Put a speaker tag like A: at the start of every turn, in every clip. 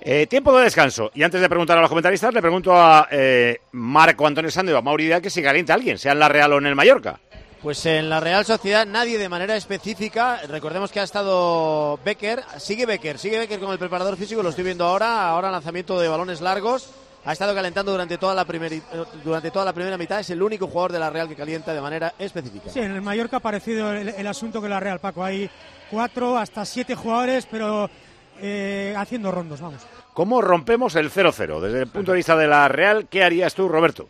A: Eh, tiempo de descanso. Y antes de preguntar a los comentaristas, le pregunto a eh, Marco Antonio Sando y a Mauri Díaz que si calienta a alguien, sea en la Real o en el Mallorca.
B: Pues en la Real Sociedad nadie de manera específica. Recordemos que ha estado Becker. Sigue Becker, sigue Becker con el preparador físico, lo estoy viendo ahora. Ahora lanzamiento de balones largos. Ha estado calentando durante toda la primera durante toda la primera mitad. Es el único jugador de la Real que calienta de manera específica.
C: Sí, en el Mallorca ha parecido el, el asunto que la Real, Paco. Hay cuatro hasta siete jugadores, pero eh, haciendo rondos, vamos.
A: ¿Cómo rompemos el 0-0? Desde el punto de vista de la Real, ¿qué harías tú, Roberto?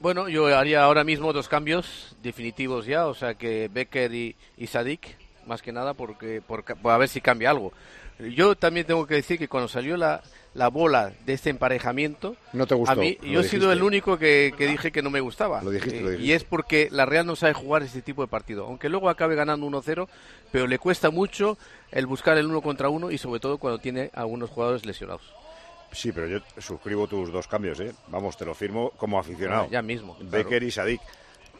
D: Bueno, yo haría ahora mismo dos cambios definitivos ya, o sea que Becker y, y Sadik, más que nada, porque por, por, a ver si cambia algo. Yo también tengo que decir que cuando salió la, la bola de este emparejamiento,
A: no te gustó,
D: a mí,
A: lo
D: yo he sido el único que, que, dije que no me gustaba.
A: Lo dijiste,
D: Eh,
A: lo dijiste.
D: Y es porque la Real no sabe jugar este tipo de partido, aunque luego acabe ganando 1-0, pero le cuesta mucho el buscar el uno contra uno y sobre todo cuando tiene a unos jugadores lesionados.
A: Sí, pero yo suscribo tus dos cambios, ¿eh? Vamos, te lo firmo como aficionado.
D: Ya mismo, claro.
A: Becker y Sadik.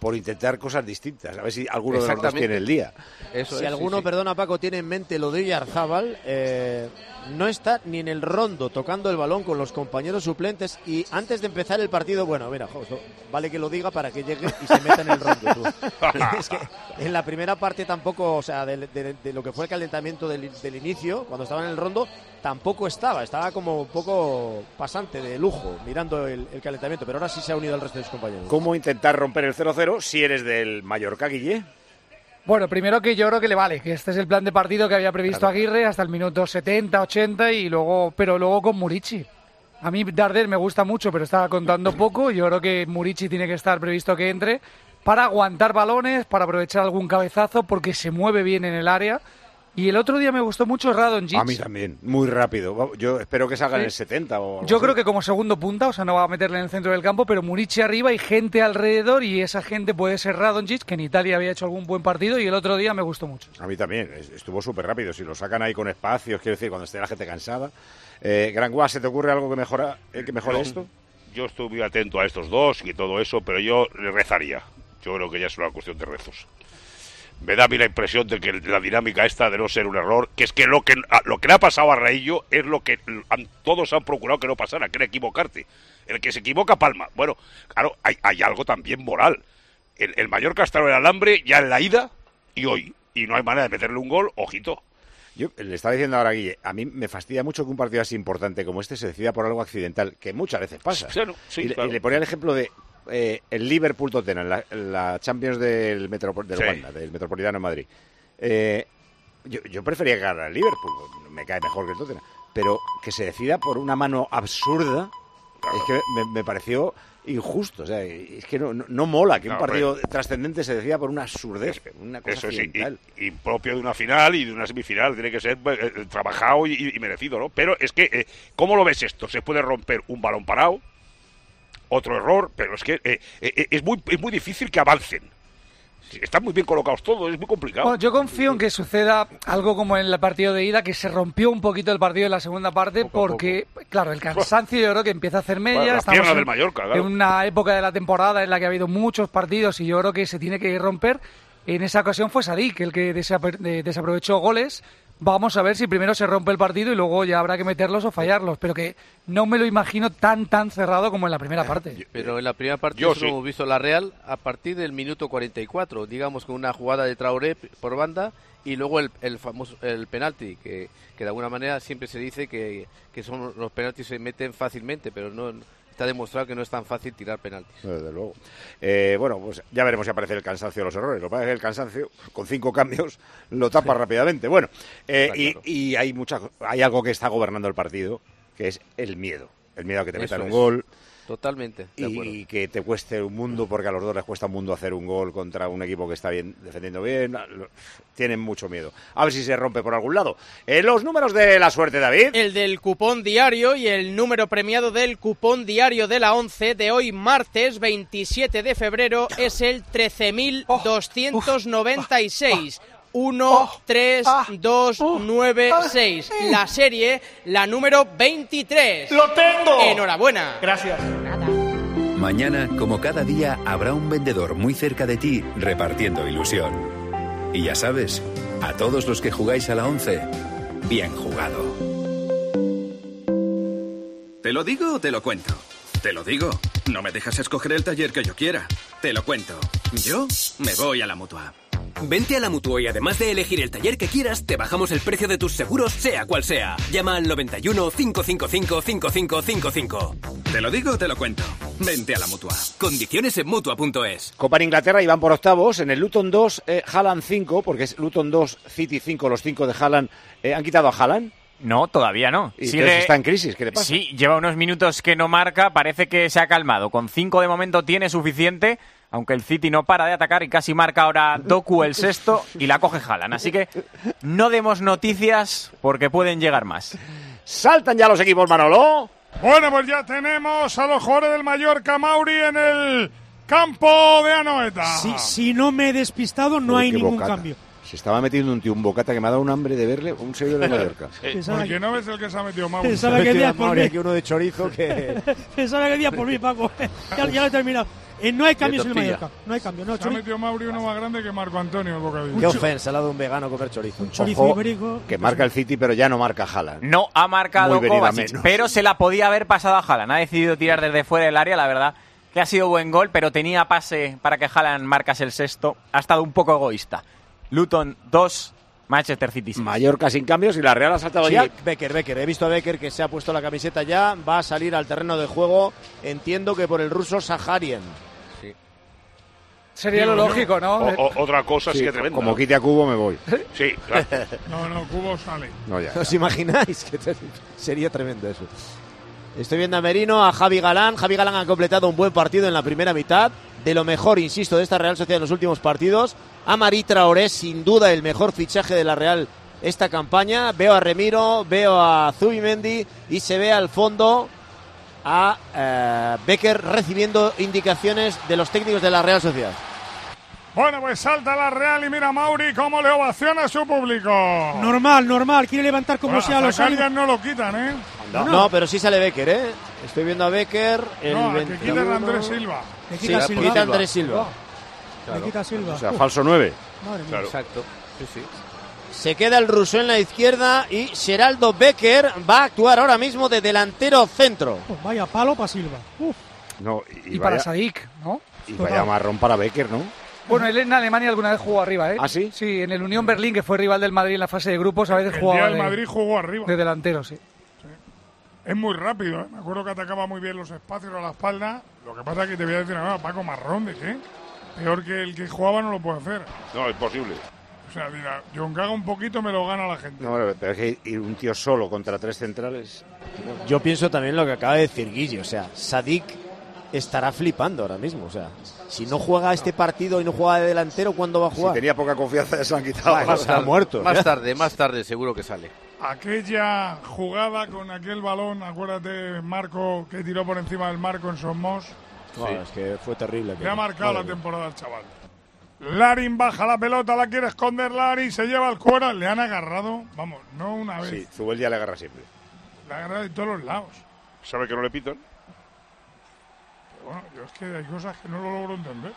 A: Por intentar cosas distintas. A ver si alguno de los dos
D: Exactamente.
A: tiene el día.
D: Eso
B: si
D: es,
B: alguno,
D: sí, sí.
B: perdona Paco, tiene en mente lo de Yarzábal, eh, no está ni en el rondo tocando el balón con los compañeros suplentes y antes de empezar el partido, bueno, mira, jo, esto vale que lo diga para que llegue y se meta en el rondo. tú. es que en la primera parte tampoco, o sea, del- de, de lo que fue el calentamiento del, del inicio, cuando estaba en el rondo, tampoco estaba, estaba como un poco pasante de lujo mirando el, el calentamiento, pero ahora sí se ha unido al resto de sus compañeros.
A: ¿Cómo intentar romper el 0-0 si eres del Mallorca, Guille?
E: Bueno, primero que yo creo que le vale, que este es el plan de partido que había previsto Aguirre hasta el minuto 70, 80 y luego, pero luego con Murici. A mí Darder me gusta mucho, pero está contando poco. Yo creo que Murici tiene que estar previsto que entre para aguantar balones, para aprovechar algún cabezazo, porque se mueve bien en el área. Y el otro día me gustó mucho Radonjic.
A: A mí también. Muy rápido. Va- Yo espero que salga en
E: Sí.
A: el 70 o algo
E: Yo creo
A: así.
E: que como segundo punta, o sea, no va a meterle en el centro del campo, pero Murici arriba y gente alrededor y esa gente puede ser Radonjic, que en Italia había hecho algún buen partido y el otro día me gustó mucho.
A: A mí también, es- estuvo súper rápido. Si lo sacan ahí con espacios, quiero decir, cuando esté la gente cansada. Eh, Gran Guas, ¿se te ocurre algo que mejora, eh, que mejore
F: No.
A: esto?
F: Yo estuve atento a estos dos y todo eso, pero yo le rezaría. Yo creo que ya es una cuestión de rezos. Me da a mí la impresión de que la dinámica esta de no ser un error, que es que lo que, a- lo que le ha pasado a Raillo es lo que han- todos han procurado que no pasara, que era equivocarte. El que se equivoca, palma. Bueno, claro, hay, hay algo también moral. El, el Mallorca está en el alambre ya en la ida y hoy. Y no hay manera de meterle un gol, ojito.
A: Yo le estaba diciendo ahora a Guille, a mí me fastidia mucho que un partido así importante como este se decida por algo accidental, que muchas veces pasa.
F: Sí, no, sí,
A: y, le-
F: claro.
A: y le ponía el ejemplo de eh, el Liverpool Tottenham, la, la Champions del, Metropo- del
F: Sí.
A: Wanda, del Metropolitano de Madrid. Eh, yo, yo prefería ganar al Liverpool, me cae mejor que el Tottenham, pero que se decida por una mano absurda, es que me, me pareció injusto. O sea, es que no, no- no mola que un
F: No, hombre.
A: partido trascendente se decida por una absurdez, una cosa
F: Eso sí,
A: accidental.
F: y, y propio de una final y de una semifinal, tiene que ser eh, eh, trabajado y, y merecido, ¿no? Pero es que, eh, ¿cómo lo ves esto? Se puede romper un balón parado, otro error, pero es que eh, eh, es, muy, es muy difícil que avancen. Están muy bien colocados todos, es muy complicado.
E: Bueno, yo confío en que suceda algo como en el partido de ida, que se rompió un poquito el partido en la segunda parte,
F: Poco a
E: porque, claro, el cansancio yo creo que empieza a hacer media.
F: Bueno, las
E: Estamos
F: piernas
E: en,
F: del Mallorca, claro.
E: en una época de la temporada en la que ha habido muchos partidos y yo creo que se tiene que romper. En esa ocasión fue Sadik el que desape- de- desaprovechó goles. Vamos a ver si primero se rompe el partido y luego ya habrá que meterlos o fallarlos, pero que no me lo imagino tan tan cerrado como en la
F: Eh,
E: primera parte.
D: Pero en la primera parte
F: Yo
D: eso lo
F: sí.
D: hemos visto la Real a partir del minuto 44, digamos con una jugada de Traoré por banda y luego el, el famoso el penalti que, que de alguna manera siempre se dice que, que son los penaltis se meten fácilmente, pero no está demostrado que no es tan fácil tirar penaltis.
A: Desde luego. Eh, bueno, pues ya veremos si aparece el cansancio de los errores. Lo que pasa es que el cansancio, con cinco cambios, lo tapa rápidamente. Bueno, eh,
D: Está
A: y,
D: claro.
A: y hay, mucha, hay algo que está gobernando el partido, que es el miedo. El miedo a que te
D: Eso
A: metan un
D: es.
A: gol
D: Totalmente, de acuerdo.
A: y que te cueste un mundo, porque a los dos les cuesta un mundo hacer un gol contra un equipo que está bien defendiendo bien. Lo- Tienen mucho miedo. A ver si se rompe por algún lado. Eh, los números de la suerte, David.
G: El del cupón diario y el número premiado del cupón diario de la 11 de hoy martes 27 de febrero es el 13.296. 1, 3, 2, 9, 6. La serie, la número 23. ¡Lo tengo! Enhorabuena.
H: Mañana, como cada día, habrá un vendedor muy cerca de ti repartiendo ilusión. Y ya sabes, a todos los que jugáis a la 11, bien jugado.
I: ¿Te lo digo o te lo cuento? Te lo digo. No me dejas escoger el taller que yo quiera. Te lo cuento. Yo me voy a la mutua.
J: Vente a la Mutua y además de elegir el taller que quieras, te bajamos el precio de tus seguros, sea cual sea. Llama al 91 555 5555.
I: Te lo digo o te lo cuento. Vente a la mutua.
J: Condiciones en mutua.es.
A: Copa en Inglaterra y van por octavos. En el Luton 2, eh, Haaland 5, porque es Luton 2, City 5, los 5 de Haaland. Eh, ¿Han quitado a Haaland?
K: No, todavía no.
A: Y
K: Sigue-
A: entonces está en crisis, ¿qué le pasa?
K: Sí, lleva unos minutos que no marca, parece que se ha calmado. Con cinco de momento tiene suficiente, aunque el City no para de atacar y casi marca ahora Doku el sexto y la coge Haaland. Así que no demos noticias porque pueden llegar más.
A: ¡Saltan ya los equipos, Manolo!
L: Bueno, pues ya tenemos a los jugadores del Mallorca Mauri en el campo de Anoeta.
C: Si, si no me he despistado, no
A: Uy,
C: hay
A: qué
C: ningún
A: bocata.
C: cambio.
A: Se estaba metiendo un tío un bocata que me ha dado un hambre de verle, un seguidor de Mallorca.
L: ¿Por qué no ves el que se ha metido Mauri?
C: Pensaba que el día por mí.
B: Aquí uno de chorizo que...
C: Pensaba que el día por mí, Paco. ya, ya lo he terminado. Eh, no hay cambios en el
B: tortilla.
C: Mallorca. No hay cambio. No,
L: Se ha
C: chorizo,
L: metido Mauri uno más grande que Marco Antonio el bocadillo.
B: Qué ofensa la de un vegano comer chorizo.
C: chorizo ibérico.
A: Que marca el City, pero ya no marca Haaland.
K: No ah. ha marcado
A: Muy venida
K: Kovacic,
A: menos.
K: pero se la podía haber pasado a Haaland. Ha decidido tirar desde fuera del área, la verdad que ha sido buen gol, pero tenía pase para que Haaland marcase el sexto. Ha estado un poco egoísta. Luton 2, Manchester City 6.
A: Mallorca sin cambios y la Real ha saltado
B: Sí,
A: ya.
B: Becker, Becker. He visto a Becker que se ha puesto la camiseta ya. Va a salir al terreno de juego. Entiendo que por el ruso Saharien.
E: Sería lo
F: Digo yo.
E: lógico, ¿no? ¿Eh?
F: O- o- otra cosa
A: Sí,
F: es que tremenda.
A: como quite a Cubo me voy.
F: Sí, claro.
L: No, no, Cubo sale.
A: No, ya.
B: ¿Os imagináis? Que te- sería tremendo eso. Estoy viendo a Merino, a Javi Galán. Javi Galán ha completado un buen partido en la primera mitad. De lo mejor, insisto, de esta Real Sociedad en los últimos partidos. A Mari Traoré, sin duda, el mejor fichaje de la Real esta campaña. Veo a Remiro, veo a Zubimendi y se ve al fondo a eh, Becker recibiendo indicaciones de los técnicos de la Real Sociedad.
L: Bueno, pues salta la Real y mira a Mauri cómo le ovaciona a su público.
C: Normal, normal. Quiere levantar como
L: Bueno,
C: sea
L: a
C: los
L: Zacarias
C: ánimos.
L: no lo quitan, ¿eh?
B: No, pero sí sale Becker, ¿eh? Estoy viendo a Becker. El
L: no, al que
B: 21.
L: quitan a Andrés Silva.
C: Le
B: Sí,
C: quita
B: quita
C: Silva.
B: a Andrés Silva.
C: Le quita Silva.
A: O sea, falso 9.
C: Madre mía.
F: Claro.
D: Exacto. Sí, sí.
B: Se queda el ruso en la izquierda y Geraldo Becker va a actuar ahora mismo de delantero centro.
C: Pues vaya palo para Silva. Uf,
A: No, y,
E: Y
A: y
E: para
A: vaya,
E: Sadik, ¿no?
A: y vaya marrón para Becker, ¿no?
E: Bueno, él en Alemania alguna vez jugó arriba, ¿eh?
A: ¿Ah, sí?
E: Sí, en el Unión Berlín, que fue rival del Madrid en la fase de grupos, a veces
L: El día
E: jugaba
L: del
E: de,
L: Madrid jugó arriba.
E: de delantero, sí.
L: Es muy rápido, ¿eh? Me acuerdo que atacaba muy bien los espacios a la espalda. Lo que pasa es que te voy a decir ahora, Paco Marrón, ¿de qué? Peor que el que jugaba no lo puede hacer.
F: No, es posible.
L: O sea, dirá, John Caga un poquito me lo gana la gente.
A: No, bueno, pero es que ir un tío solo contra tres centrales.
B: Yo pienso también lo que acaba de decir Guille, o sea, Sadik estará flipando ahora mismo, o sea, si no juega este partido y no juega de delantero, ¿cuándo va a
A: Si
B: jugar?
A: tenía poca confianza, ya se lo han quitado.
B: Vale, Está muerto.
D: Más tarde, más tarde seguro que sale.
L: Aquella jugada con aquel balón, acuérdate, Marco, que tiró por encima del marco en Somos,
B: Bueno, es que fue terrible.
L: le ha
B: aquello.
L: marcado
B: Madre
L: la
B: mía.
L: temporada al chaval. Larin baja la pelota, la quiere esconder Larin, se lleva al cuero, le han agarrado, vamos, no una vez,
A: Sí, Zubel ya le agarra siempre.
L: le han agarrado de todos los lados.
F: ¿Sabe que no le pitan?
L: Bueno, yo es que hay cosas que no lo logro entender.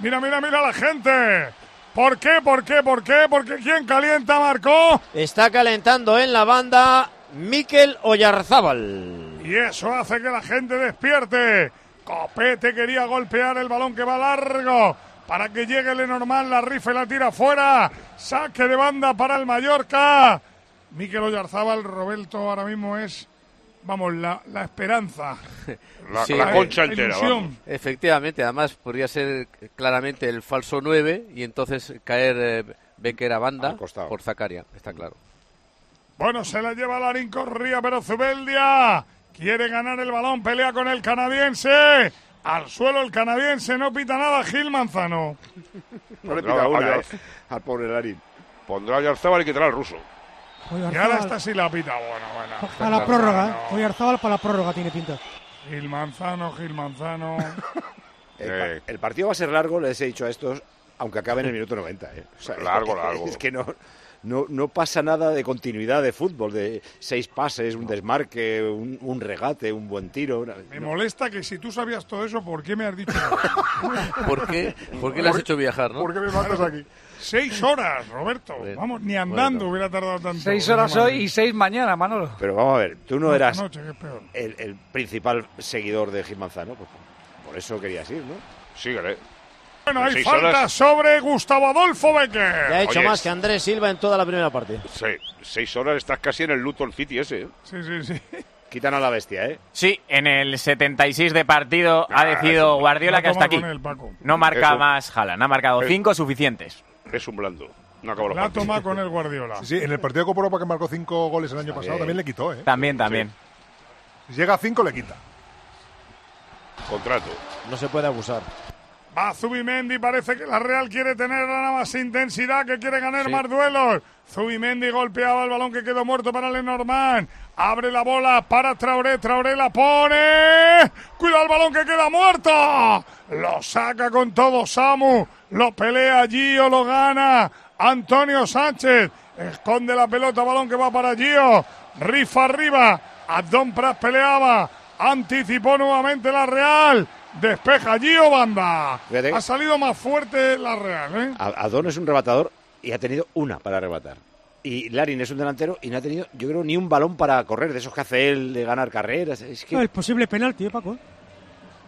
L: Mira, mira, mira la gente. ¿Por qué? ¿Por qué? ¿Por qué? Porque quien calienta marcó.
B: Está calentando en la banda Mikel Oyarzábal.
L: Y eso hace que la gente despierte. Copete quería golpear el balón que va largo. Para que llegue Lenormand, la rifa y la tira fuera. Saque de banda para el Mallorca. Miquel Oyarzábal, Roberto ahora mismo es, vamos, la, la esperanza.
F: La,
D: Sí.
F: la
D: Eh,
F: concha
L: la
F: entera.
L: ilusión.
F: vamos.
D: Efectivamente, además podría ser claramente el falso 9 y entonces caer eh, Becker a banda
A: Al costado.
D: por Zacaria, está claro.
L: Bueno, se la lleva Larín, corría, pero Zubeldia quiere ganar el balón, pelea con el canadiense. Al suelo el canadiense, no pita nada Gil Manzano.
A: No le
F: No,
A: pita
F: no,
A: una,
F: no.
A: eh, al pobre Larín.
F: Pondrá a Yarzábal y quitará al ruso.
L: Y ahora está sí la pita. Bueno, bueno.
C: Para la prórroga, ¿eh? Oyarzábal para la prórroga tiene pinta.
L: Gil Manzano, Gil Manzano.
A: El,
F: Eh.
A: pa- el partido va a ser largo, les he dicho a estos, aunque acabe en el minuto 90. ¿eh? O sea,
F: Largo,
A: es que-
F: largo.
A: Es que no, no, no pasa nada de continuidad de fútbol, de seis pases, un desmarque, un, un regate, un buen tiro. una-
L: Me
A: no.
L: molesta que si tú sabías todo eso, ¿por qué me has dicho? nada?
D: ¿Por qué, ¿Por qué le has hecho viajar, no?
L: ¿Por qué me mandas aquí? Seis horas, Roberto. Vamos, ni andando hubiera tardado tanto.
E: Seis horas
L: Madre
E: hoy y seis mañana, Manolo.
A: Pero vamos a ver, tú no
L: Noche,
A: eras
L: noche, qué peor.
A: el, el principal seguidor de Gil Manzano, pues, por eso querías ir, ¿no?
F: Sí, claro.
L: Bueno, hay
A: Seis
L: falta
A: horas.
L: sobre Gustavo Adolfo Becker.
B: Ya ha hecho
F: Oye.
B: más que Andrés Silva en toda la primera parte.
F: Sí, seis horas estás casi en el Luton City ese. ¿eh?
L: Sí, sí, sí.
A: Quitan a la bestia, ¿eh?
K: Sí, en el 76 de partido ha decidido Guardiola que hasta aquí no marca
F: Eso.
K: más Haaland. Ha marcado
F: Es-
K: cinco suficientes.
F: Es un blando. No acabo los
L: La ha
F: partidos.
L: tomado con el Guardiola.
M: Sí, en el partido de Copa Europa que marcó cinco goles el año pasado
F: bien.
M: también le quitó, ¿eh?
K: También, también.
M: Si llega a cinco, le quita.
F: Contrato.
B: No se puede abusar.
L: Va Zubimendi, parece que la Real quiere tener nada más intensidad, que quiere ganar
B: Sí.
L: más duelos. Zubimendi golpeaba el balón que quedó muerto para Lenormand. Abre la bola para Traoré, Traoré la pone. Cuidado el balón que queda muerto. Lo saca con todo Samu. Lo pelea Gio, lo gana. Antonio Sánchez esconde la pelota, balón que va para Gio. Rifa arriba. Abdón Pras peleaba. Anticipó nuevamente la Real. Despeja Gio Banda.
A: Fíjate.
L: Ha salido más fuerte la Real, ¿eh?
A: A- Adón es un rebatador y ha tenido una para arrebatar. Y Larin es un delantero y no ha tenido, yo creo, ni un balón para correr, de esos que hace él de ganar carreras. Es que
C: No, el posible penalti, ¿eh, Paco?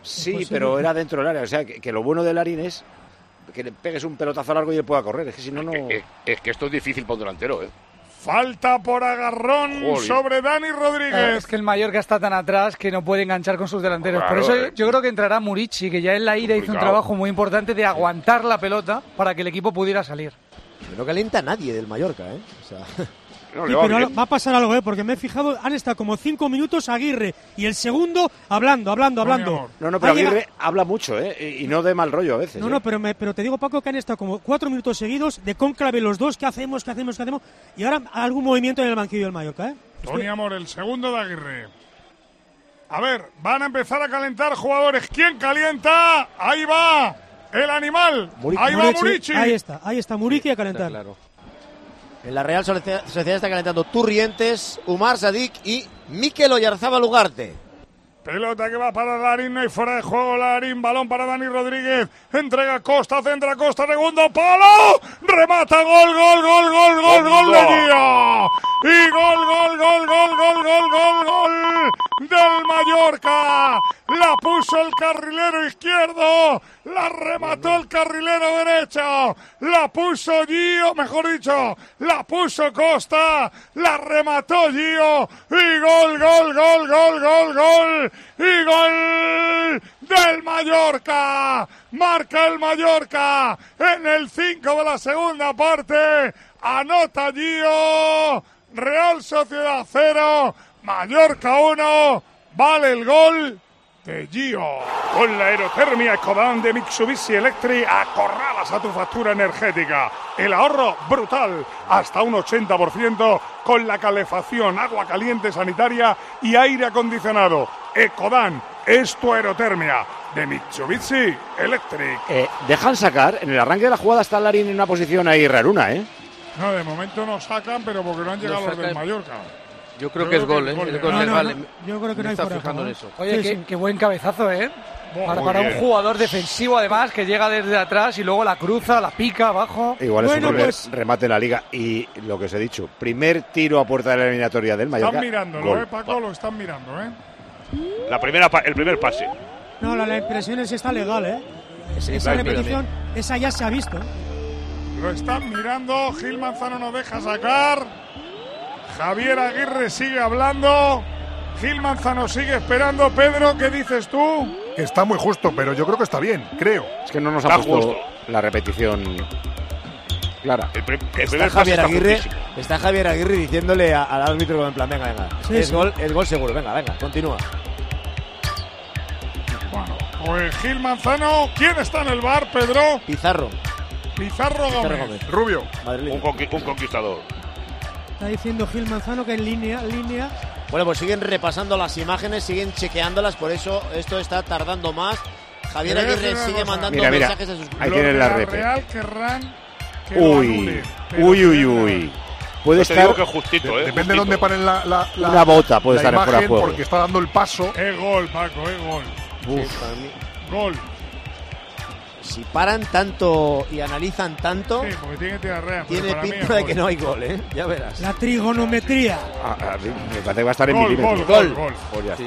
A: sí,
C: posible.
A: pero era dentro del área. O sea, que, que lo bueno de Larin es que le pegues un pelotazo largo y él pueda correr. Es que si no, no.
L: Eh,
F: Es que esto es difícil para un delantero, ¿eh?
L: Falta por agarrón
A: Joder.
L: sobre Dani
E: Eh,
L: Rodríguez.
E: Es que el Mallorca está tan atrás que no puede enganchar con sus delanteros.
L: Claro,
E: Por eso
L: eh.
E: yo creo que entrará Murici, que ya en la ida hizo un
L: Complicado.
E: trabajo muy importante de aguantar la pelota para que el equipo pudiera salir.
B: No calienta a nadie del Mallorca, ¿eh? O sea,
F: No,
C: Sí, pero ahora va a pasar algo, ¿eh? porque me he fijado, han estado como cinco minutos Aguirre y el segundo hablando, hablando, hablando.
A: No, no, pero
C: Ha llegado-
A: Aguirre habla mucho, ¿eh? Y- Y no de mal rollo a veces.
C: No,
A: ¿eh?
C: no, pero, me- pero te digo, Paco, que han estado como cuatro minutos seguidos de cónclave los dos, ¿qué hacemos, qué hacemos, qué hacemos? Y ahora algún movimiento en el banquillo del Mallorca, ¿eh?
L: Tony Amor, el segundo de Aguirre. A ver, van a empezar a calentar jugadores. ¿Quién calienta? Ahí va el animal.
B: Muri-
L: Ahí va
B: Murici,
L: Murici.
B: ahí
C: está, ahí está Murici a calentar.
B: En la Real Sociedad Sociedad está calentando Turrientes, Umar Sadik y Mikel Oyarzabal Ugarte.
L: Pelota que va para Larín, no hay fuera de juego Larín, balón para Dani Rodríguez, entrega Costa, centra Costa, segundo palo, remata, gol, gol, gol, gol, gol, gol de Guío. Y gol, gol, gol, gol, gol, gol, gol, gol del Mallorca. La puso el carrilero izquierdo, la remató el carrilero derecho, la puso Gio, mejor dicho, la puso Costa, la remató Gio y gol, gol, gol, gol, gol, gol y gol del Mallorca. Marca el Mallorca en el 5 de la segunda parte. Anota Gio. Real Sociedad 0, Mallorca 1. Vale el gol de Gio. Con la aerotermia Ecodan de Mitsubishi Electric acorralas a tu factura energética. El ahorro brutal, hasta un 80% con la calefacción, agua caliente sanitaria y aire acondicionado. Ecodan es tu aerotermia de Mitsubishi Electric.
A: Eh, dejan sacar, en el arranque de la jugada está Larin en una posición ahí raruna, ¿eh?
L: No, de momento no sacan, pero porque no han llegado los
D: sacan.
L: del Mallorca.
D: Yo creo que es gol, ¿eh? El gol
E: No,
D: es
E: no,
D: vale.
E: no,
C: yo creo que
D: Me
C: no hay
D: estaba
C: fuera de
D: fijando
C: juego,
D: en
C: ¿eh?
D: eso.
E: Oye,
C: Sí,
E: qué,
C: sí.
E: qué buen cabezazo, ¿eh? Para,
A: muy
E: para un
A: bien.
E: jugador defensivo, además, que llega desde atrás y luego la cruza, la pica abajo.
A: Igual es
E: Bueno,
A: un primer
E: pues-
A: remate en la liga. Y lo que os he dicho, primer tiro a puerta de la eliminatoria del Mallorca.
L: Están mirándolo,
A: gol.
L: ¿eh, Paco? Lo están mirando, ¿eh?
F: La primera, pa- el primer pase.
C: No, la, la impresión es está legal, ¿eh? Es-
F: Sí,
C: esa
F: claro,
C: repetición, esa ya se ha visto.
L: Lo están mirando, Gil Manzano no deja sacar. Javier Aguirre sigue hablando. Gil Manzano sigue esperando. Pedro, ¿qué dices tú?
M: Está muy justo, pero yo creo que está bien, creo.
A: Es que no nos
M: Está
A: ha puesto
M: justo.
A: la repetición clara.
B: Está Javier, Aguirre, está Javier Aguirre diciéndole a- al árbitro como en plan, venga, venga.
A: Sí,
B: es,
A: sí.
B: Gol, es gol seguro, venga, venga, continúa.
L: Pues Gil Manzano, ¿quién está en el bar, Pedro?
B: Pizarro.
L: Pizarro Gómez.
M: Rubio.
F: Un, conqui- un conquistador.
C: Está diciendo Gil Manzano que en línea, línea.
B: Bueno, pues siguen repasando las imágenes, siguen chequeándolas, por eso esto está tardando más. Javier
L: Te voy a
B: Aguirre
L: decir una
B: sigue
L: cosa.
B: mandando
A: Mira, mira,
B: mensajes a sus
A: ahí tienen la
L: Los de
A: repe.
L: Real querrán que lo
A: Uy,
L: anulen, pero
A: uy, uy, uy. Puede
M: Pues
F: Yo te digo
A: estar
F: que justito,
M: De-
F: ¿eh?
M: Depende de dónde paren la, la, la-
A: una bota, puede
M: la
A: estar
M: imagen,
A: fuera de juego.
M: porque está dando el paso.
L: Es gol, Paco, es gol.
A: Uf.
L: Gol.
B: si paran tanto y analizan tanto,
L: Sí, porque tiene diarrea. pero
B: tiene
L: para mí
B: pinta
L: es
B: de que no hay gol, ¿eh? Ya verás.
C: La trigonometría.
A: A- a mí Ah, me parece que va a estar en
B: Gol,
A: milímetros.
B: gol, gol, gol.
A: Pues ya está.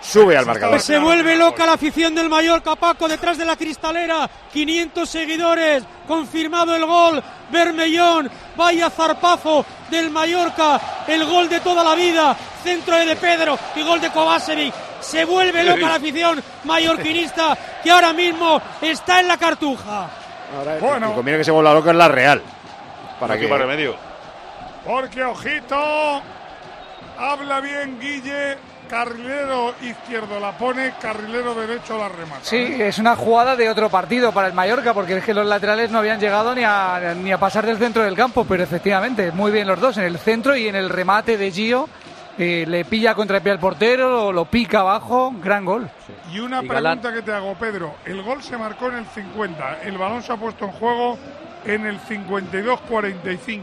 A: Sube al marcador.
C: Se vuelve loca la afición del Mallorca, Paco, detrás de la cristalera. 500 seguidores, confirmado el gol. Bermellón, vaya zarpazo del Mallorca, el gol de toda la vida. Centro de, de Pedro y gol de Kovacevic. Se vuelve loca la afición mallorquinista que ahora mismo está en la cartuja.
A: Ahora, el que conviene que se vuelva loco es la Real. Para
F: No
A: que
F: quema remedio.
L: Porque ojito, habla bien Guille, carrilero izquierdo la pone, carrilero derecho la remata.
E: Sí, es una jugada de otro partido para el Mallorca, porque es que los laterales no habían llegado ni a, ni a pasar del centro del campo, pero efectivamente, muy bien los dos, en el centro y en el remate de Gio, eh, le pilla contra el pie al portero, lo, lo pica abajo, gran gol.
L: Y una
E: Y Galán.
L: pregunta que te hago, Pedro. El gol se marcó en el 50, el balón se ha puesto en juego en el 52-45,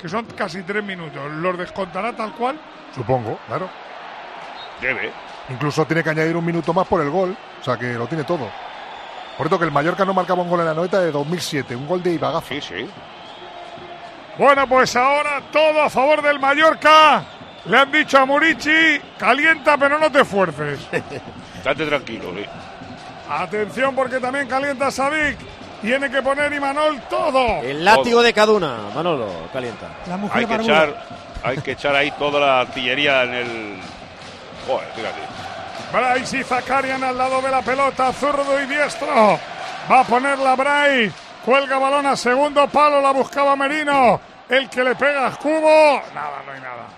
L: que son casi tres minutos. ¿Los descontará tal cual?
M: Supongo, claro.
F: Debe.
M: Incluso tiene que añadir un minuto más por el gol. O sea que lo tiene todo. Por cierto, que el Mallorca no marcaba un gol en la noveta de 2007. Un gol de Ibagafa.
F: Sí, sí.
L: Bueno, pues ahora todo a favor del Mallorca. Le han dicho a Murici, calienta pero no te esfuerces.
F: Estate tranquilo, eh. sí.
L: Atención porque también calienta Sadik. Tiene que poner Imanol todo.
B: El látigo de Caduna, Manolo, calienta.
C: La
F: Hay que, echar, hay que echar ahí toda la artillería en el. Joder, fíjate.
L: Bryce y Zakarian al lado de la pelota, zurdo y diestro. Va a ponerla Bryce. Cuelga balón a segundo palo, la buscaba Merino. El que le pega a Cubo. Nada, no hay nada.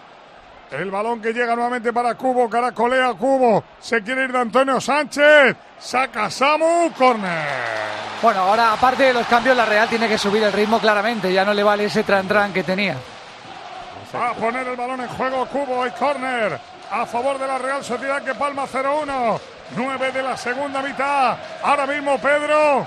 L: El balón que llega nuevamente para Cubo, caracolea Cubo. Se quiere ir de Antonio Sánchez. Saca Samu, corner.
E: Bueno, ahora aparte de los cambios, la Real tiene que subir el ritmo claramente, ya no le vale ese tran-tran que tenía.
L: Va a poner el balón en juego Cubo y córner a favor de la Real Sociedad que palma 0-1. 9 de la segunda mitad. Ahora mismo Pedro.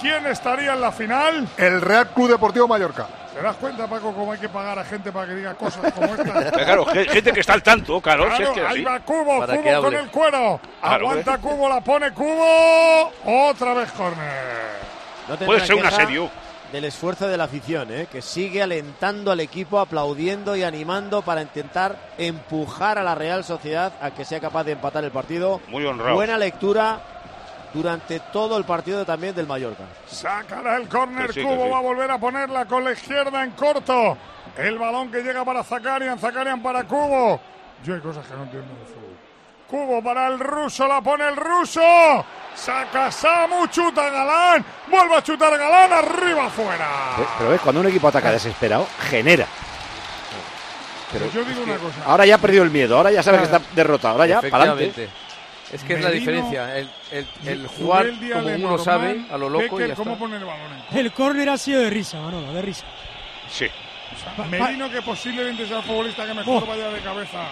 L: ¿Quién estaría en la final?
M: El Real Club Deportivo Mallorca.
L: ¿Te das cuenta, Paco, cómo hay que pagar a gente para que diga cosas como esta?
F: Pero Claro, ge- gente que está al tanto, claro, si es que
L: Claro, ahí
F: así.
L: va Cubo,
F: Para que
L: Cubo con
F: hable.
L: el cuero.
F: Claro, ¿eh?
L: Aguanta Cubo, la pone Cubo. Otra vez córner.
B: No tendrá
F: Puede ser un
B: queja
F: asedio.
B: Del esfuerzo de la afición, ¿eh? que sigue alentando al equipo, aplaudiendo y animando para intentar empujar a la Real Sociedad a que sea capaz de empatar el partido.
F: Muy honrado.
B: Buena lectura durante todo el partido también del Mallorca.
L: Sacará el córner,
B: Que sí, que
L: Cubo
B: sí.
L: va a volver a ponerla con la izquierda en corto. El balón que llega para Zakarian, Zakarian para Cubo. Yo hay cosas que no entiendo de fútbol. Cubo para el ruso, la pone el ruso. Saca Samu, chuta Galán. Vuelve a chutar Galán, arriba afuera.
A: Ve- Eh, Pero ves, cuando un equipo ataca desesperado, genera. Pero
L: Yo digo una cosa.
A: ahora ya ha perdido el miedo, ahora ya sabes que
D: Claro.
A: está derrotado, ahora ya, para adelante.
D: Efectivamente. Es que es la
L: Merino,
D: diferencia. El, el- el
L: Zubeldia,
D: jugar como
L: Lenormand,
D: uno sabe, a lo loco y
L: Becker,
D: ya
L: ¿cómo
D: está.
L: pone el balón?
C: El córner ha sido de risa, Manolo, de risa.
F: Sí.
C: Pa-
L: Merino, que posiblemente sea el futbolista que mejor vaya de cabeza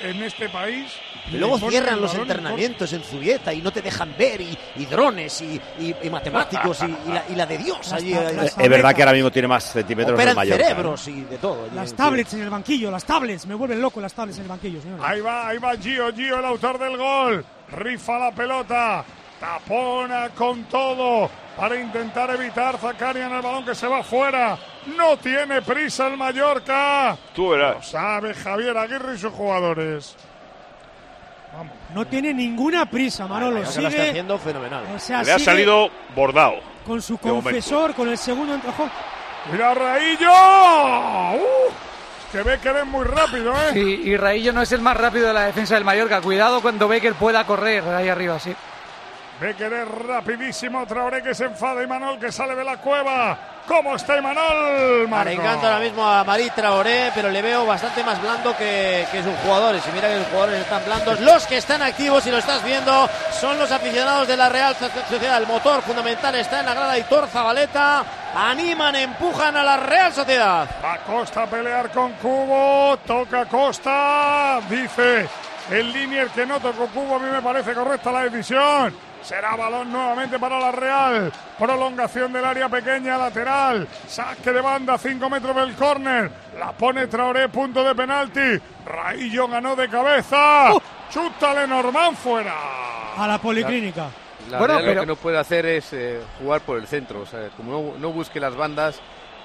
L: en este país.
B: Y Luego
L: Le pone
B: cierran
L: el
B: los
L: balón en corto.
B: entrenamientos en Zubieta y no te dejan ver y, y drones y, y- y matemáticos y, y la, y la de Dios allí. eh,
A: Es Eh, es verdad que ahora mismo tiene más centímetros el
B: Operan
A: Mallorca. ¿eh?
B: cerebros y de todo. allí
C: Las
B: en
C: tablets en el banquillo, las tablets. Me vuelven loco las tablets en el banquillo, señores.
L: Ahí va, ahí va Gio, Gio el autor del gol. Rifa la pelota. Tapona con todo para intentar evitar Zakarian el balón que se va fuera. No tiene prisa el Mallorca.
F: Tú verás.
L: Lo sabe Javier Aguirre y sus jugadores.
C: No tiene ninguna prisa, Manolo.
B: Mallorca lo está
C: Sigue
B: haciendo fenomenal.
C: O sea,
F: Le ha
C: sigue
F: salido bordado.
C: con su
F: de momento.
C: confesor, con el segundo anteojo.
L: ¡Mira, Raillo! ¡Uh! Que ve que eres muy rápido, ¿eh?
E: Sí, y Raillo no es el más rápido de la defensa del Mallorca, cuidado cuando Becker pueda correr ahí arriba, sí.
L: Ve que eres rapidísimo. Traoré que se enfada. Imanol que sale de la cueva. ¿Cómo está Imanol? Marco?
B: Arengando ahora mismo a Marí Traoré, pero le veo bastante más blando que, que sus jugadores. Y mira que sus jugadores están blandos. Los que están activos, y lo estás viendo, son los aficionados de la Real Sociedad. El motor fundamental está en la grada y Torza Valeta. Animan, empujan a la Real Sociedad.
L: Va Costa a pelear con Cubo, toca Costa, dice el linier que no tocó Cubo, a mí me parece correcta la decisión. Será balón nuevamente para la Real. Prolongación del área pequeña lateral. Saque de banda, 5 metros del córner. La pone Traoré, punto de penalti. Raillo ganó de cabeza. Chútale Normán fuera.
C: A la policlínica.
D: La
E: Bueno,
D: Real
E: pero-
D: lo que no puede hacer es eh, jugar por el centro. O sea, como no, no busque las bandas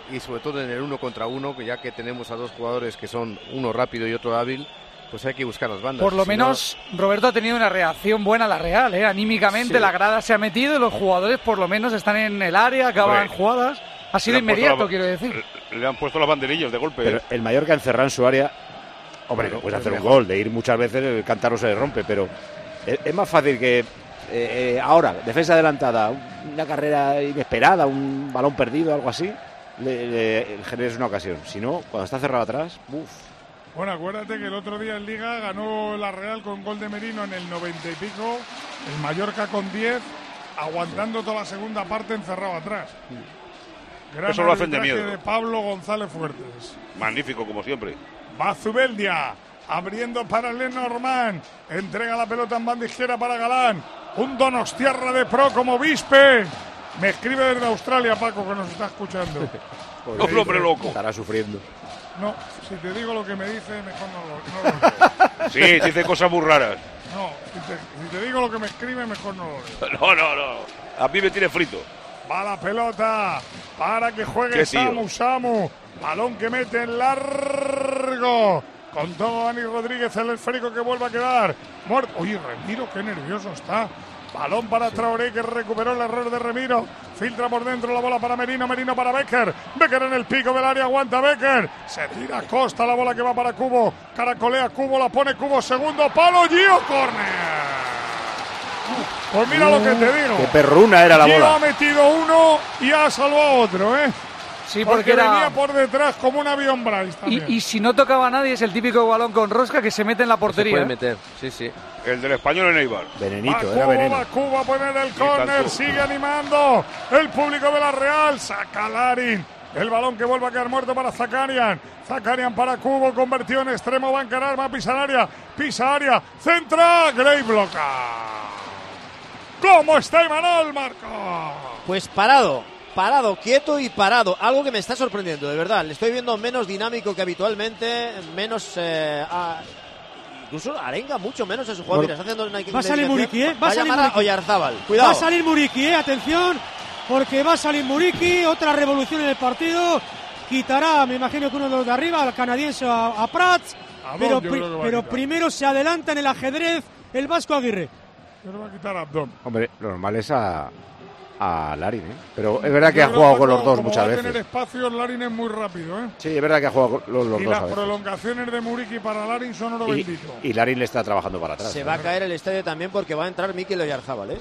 D: y sobre todo en el uno contra uno, que ya que tenemos a dos jugadores que son uno rápido y otro hábil, pues hay que buscar las bandas.
E: Por lo
D: Si no-
E: menos Roberto ha tenido una reacción buena a la Real, ¿eh? anímicamente
D: Sí.
E: la grada se ha metido y los jugadores por lo menos están en el área, acaban
F: Hombre.
E: jugadas. Ha sido
F: Le han puesto
E: inmediato,
F: la-
E: quiero decir.
F: Le han puesto las banderillas de golpe. ¿eh?
A: Pero el Mallorca encerrado en su área, hombre,
F: Claro,
A: puede
F: es
A: hacer un
F: mejor.
A: gol, de ir muchas veces el cántaro se le rompe, pero es, es más fácil que eh, eh, ahora, defensa adelantada, una carrera inesperada, un balón perdido, algo así, le, le generes una ocasión. Si no, cuando está cerrado atrás, uf,
L: Bueno, acuérdate que el otro día en Liga ganó la Real con gol de Merino en el 90 y pico, el Mallorca con 10, aguantando toda la segunda parte encerrado atrás. Gran
F: Eso lo hacen de
L: arbitraje
F: miedo.
L: de Pablo González Fuertes.
F: Magnífico, como siempre.
L: Va Zubeldia, abriendo para Lenormand. Entrega la pelota en banda izquierda para Galán. Un Donostiarra de pro como Vispe. Me escribe desde Australia, Paco, que nos está escuchando.
A: pobrecito,
F: Un hombre loco.
A: pues Estará sufriendo.
L: No, si te digo lo que me dice, mejor no lo, no lo leo.
F: Sí, dice cosas muy raras.
L: No, si te, si te digo lo que me escribe, mejor no lo leo.
F: No, no, no. A mí me tiene frito.
L: Va la pelota para que juegue
F: Qué tío.
L: Samu, Samu. Balón que mete en largo. Con todo Dani Rodríguez, el esférico que vuelve a quedar. Muerto. Oye, Remiro, qué nervioso está. Balón para Traoré que recuperó el error de Remiro. Filtra por dentro la bola para Merino, Merino para Becker. Becker en el pico del área, aguanta Becker. Se tira Costa la bola que va para Cubo. Caracolea Cubo, la pone Cubo, segundo palo, Gio, córner. Pues mira lo que te digo.
A: Qué perruna era la
L: Gio
A: bola.
L: ha metido uno y ha salvado otro, ¿eh?
E: Sí,
L: porque,
E: porque era-
L: venía por detrás como un avión Bryce
E: Y,
L: también.
E: y si no tocaba a nadie es el típico balón con rosca que se mete en la portería.
D: puede
E: ¿eh?
D: meter, sí, sí.
F: El del español en Eibar.
A: Venenito,
L: Cuba, va Cuba a poner el córner,
F: tanto.
L: sigue animando el público de la Real, saca Larin. El balón que vuelve a quedar muerto para Zakarian. Zakarian para Cubo, convertido en extremo, va a encarar, va a pisar área, pisa área, centra, Gray bloca. ¿Cómo está Imanol, Marco?
B: Pues parado, parado, quieto y parado. Algo que me está sorprendiendo, de verdad. Le estoy viendo menos dinámico que habitualmente, menos. eh, a- incluso arenga mucho menos a su jugador. Mira,
C: Bueno.
B: está haciendo una-
C: Va a
B: una
C: salir
B: indicación.
C: Muriqui, ¿eh? Va a salir
B: llamar a
C: Muriqui.
B: Oyarzábal. Cuidado.
C: Va a salir Muriqui, ¿eh? Atención, porque va a salir Muriqui. Otra revolución en el partido. Quitará, me imagino que uno de los de arriba, al canadiense, a, a Prats.
L: Abón,
C: Pero,
L: yo creo
C: pri-
L: que va a
C: pero
L: quitar.
C: primero se adelanta en el ajedrez el Vasco Aguirre.
L: Pero va a quitar Abdón.
A: Hombre, lo normal es a, a Larin, ¿eh? Pero es verdad que
L: Yo
A: ha
L: creo,
A: jugado con
L: Paco,
A: los dos
L: como
A: muchas
L: va a tener
A: veces.
L: espacios, Larin es muy rápido, ¿eh?
A: Sí, es verdad que ha jugado con los, los
L: y
A: dos
L: las
A: a veces.
L: prolongaciones de Muriqui para Larin son oro
A: Y,
L: bendito.
A: y Larin le está trabajando para atrás.
B: Se
A: ¿eh?
B: va a caer el estadio también porque va a entrar Mikel Oyarzábal, ¿eh?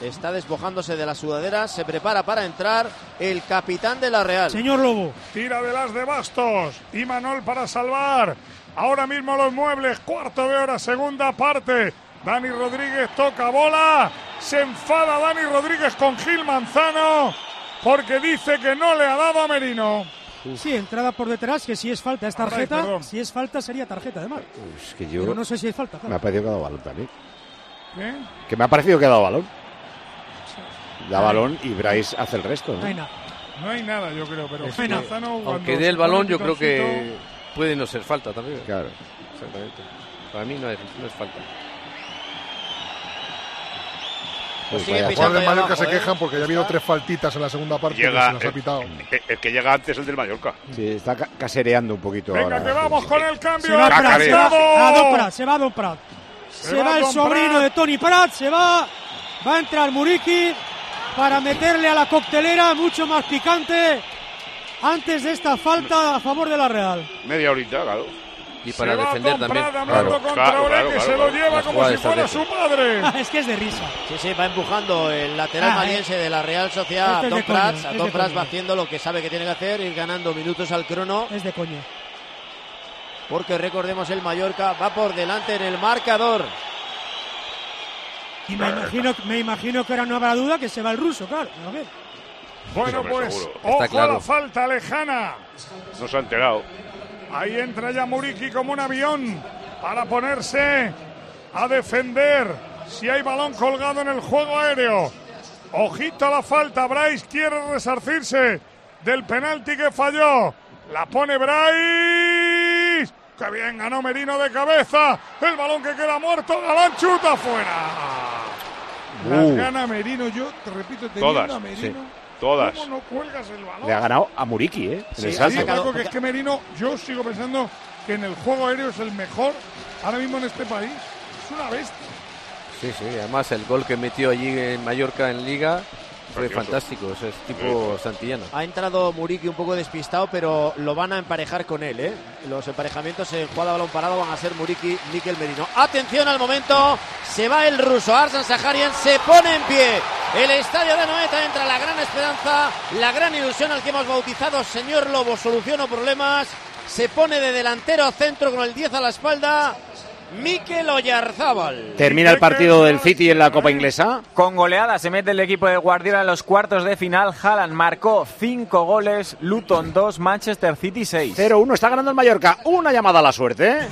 B: Está despojándose de la sudadera, se prepara para entrar el capitán de la Real.
C: Señor Lobo.
L: Tira de las de Bastos y Manol para salvar. Ahora mismo los muebles, cuarto de hora, segunda parte. Dani Rodríguez toca bola. Se enfada Dani Rodríguez con Gil Manzano porque dice que no le ha dado a Merino.
C: Sí, entrada por detrás, que si es falta es
L: Ay,
C: tarjeta.
L: perdón.
C: si es falta sería tarjeta, además.
A: Es que yo
C: Pero no sé si es falta. claro.
A: me ha parecido que ha dado balón también.
L: ¿Eh?
A: Que me ha parecido que ha dado balón. Da balón y Bryce hace el resto. ¿no?
L: No hay nada, yo creo, pero
D: Es
L: Gil
D: que,
L: Manzano.
D: Aunque
L: cuando
D: dé el
L: se
D: balón,
L: pone
D: yo creo que
L: pitoncito,
D: puede no ser falta también.
A: Claro.
D: Exactamente. Para mí no es, no es falta.
A: Pues
M: Los
A: vaya
M: jugadores del
A: falta.
M: Mallorca se quejan porque ya ha habido tres faltitas en la segunda parte que
F: Llega
M: se las ha pitado.
F: el, Eh, el que llega antes es el del Mallorca.
A: Sí, está ca- casereando un poquito
L: Venga,
A: ahora.
L: que vamos con el
C: Se
L: cambio.
C: va Ah,
A: Cacareo.
C: Prat, se va,
L: ¡Bravo!
C: a Don Prat, se va Don Prat.
L: ¡Oh! Se
C: Se,
L: va
C: va, el
L: Don
C: sobrino
L: Prat.
C: de Tony Prat, se va. Va a entrar Muriqui para meterle a la coctelera mucho más picante antes de esta falta a favor de la Real.
F: Media horita, claro.
D: Y
C: para
L: Se va
C: defender
L: con
C: también.
L: Prat amando
F: Claro,
L: con
F: claro,
L: Traoré,
F: claro,
L: que se
F: claro,
L: lo
F: claro.
L: lleva
F: Las
L: como si
F: jugadas
L: fuera su
F: estrategias.
L: padre.
C: es que es de risa.
B: Sí, sí, va empujando el lateral
C: Ah,
B: maliense de la Real Sociedad,
C: Este es
B: Don
C: de coña,
B: Prats.
C: este es
B: Don
C: de
B: Prats
C: coña.
B: va haciendo lo que sabe que tiene que hacer, ir ganando minutos al crono,
C: Es de coño.
B: porque recordemos el Mallorca va por delante en el marcador.
C: Y me imagino, me imagino que ahora no habrá duda que se va el ruso, claro. A ver.
L: Bueno,
F: Hombre,
L: pues,
F: seguro.
L: ojo
F: Está
L: a
F: claro.
L: la falta lejana.
F: No se ha enterado.
L: Ahí entra ya Muriqui como un avión para ponerse a defender. Si hay balón colgado en el juego aéreo. Ojito a la falta. Bryce quiere resarcirse del penalti que falló. La pone Bryce. ¡Qué bien ganó Merino de cabeza! El balón que queda muerto. Galán chuta fuera. Las
A: Uh.
L: gana Merino, yo te repito, teniendo
A: Todas,
L: a Merino.
A: sí.
L: ¿cómo
A: Todas.
L: no cuelgas el balón?
A: Le ha ganado a Muriki, ¿eh? En
L: Sí,
A: el
L: sí,
A: salto.
L: Paco, que es que Merino, yo sigo pensando que en el juego aéreo es el mejor ahora mismo en este país. Es una bestia.
D: Sí, sí, además el gol que metió allí en Mallorca en Liga fue
B: Precioso.
D: fantástico, ese es tipo Santillana.
B: Ha entrado Muriqui un poco despistado, pero lo van a emparejar con él. ¿eh? Los emparejamientos en jugada a balón parado van a ser Muriqui, Miquel Merino. Atención al momento, se va el ruso. Arsan Saharian se pone en pie. El estadio de Noeta entra la gran esperanza, la gran ilusión al que hemos bautizado señor Lobo. Soluciono problemas. Se pone de delantero a centro con el 10 a la espalda. Miquel Oyarzábal.
A: Termina el partido del City en la Copa Inglesa.
K: Con goleada se mete el equipo de Guardiola en los cuartos de final. Haaland marcó 5 goles, Luton 2, Manchester City 6.
A: 0-1, está ganando el Mallorca. Una llamada a la suerte. ¿eh?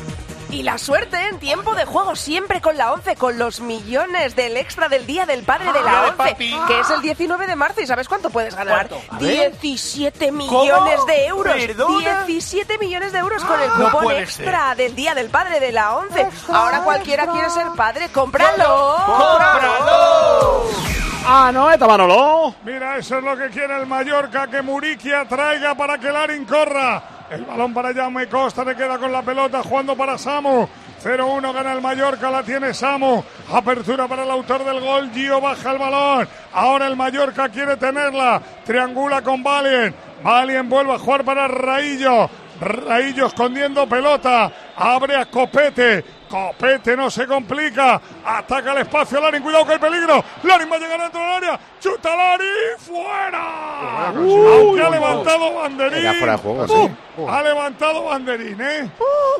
N: Y la suerte en tiempo de juego siempre con la 11, con los millones del extra del Día del Padre de la
O: Dale,
N: 11,
O: Ah, papi.
N: que es el 19 de marzo. ¿Y sabes cuánto puedes ganar?
O: ¿Cuánto? A ver.
N: 17 millones
O: ¿Cómo?
N: de euros.
O: ¿Perdona?
N: 17 millones de euros con el
O: No
N: cupón
O: puede
N: extra
O: ser.
N: del Día del Padre de la 11. Ahora cualquiera quiere ser padre. ¡Cómpralo!
A: Ah, no, eta Manolo.
L: Mira, eso es lo que quiere el Mallorca, que Muriqui atraiga para que Larin corra. El balón para Jaume Costa, le queda con la pelota, jugando para Samu. 0-1 gana el Mallorca, la tiene Samu. Apertura para el autor del gol, Gio baja el balón. Ahora el Mallorca quiere tenerla. Triangula con Valien. Valien vuelve a jugar para Raillo. Raillo escondiendo pelota. Abre a Copete. Copete no se complica. Ataca el espacio Larin. Cuidado que hay peligro. Larin va a llegar dentro del área. Chuta Larin. ¡Fuera! Aunque ha levantado Banderín.
A: Era fuera de juego, sí.
L: Uh, Ha levantado Banderín, ¿eh?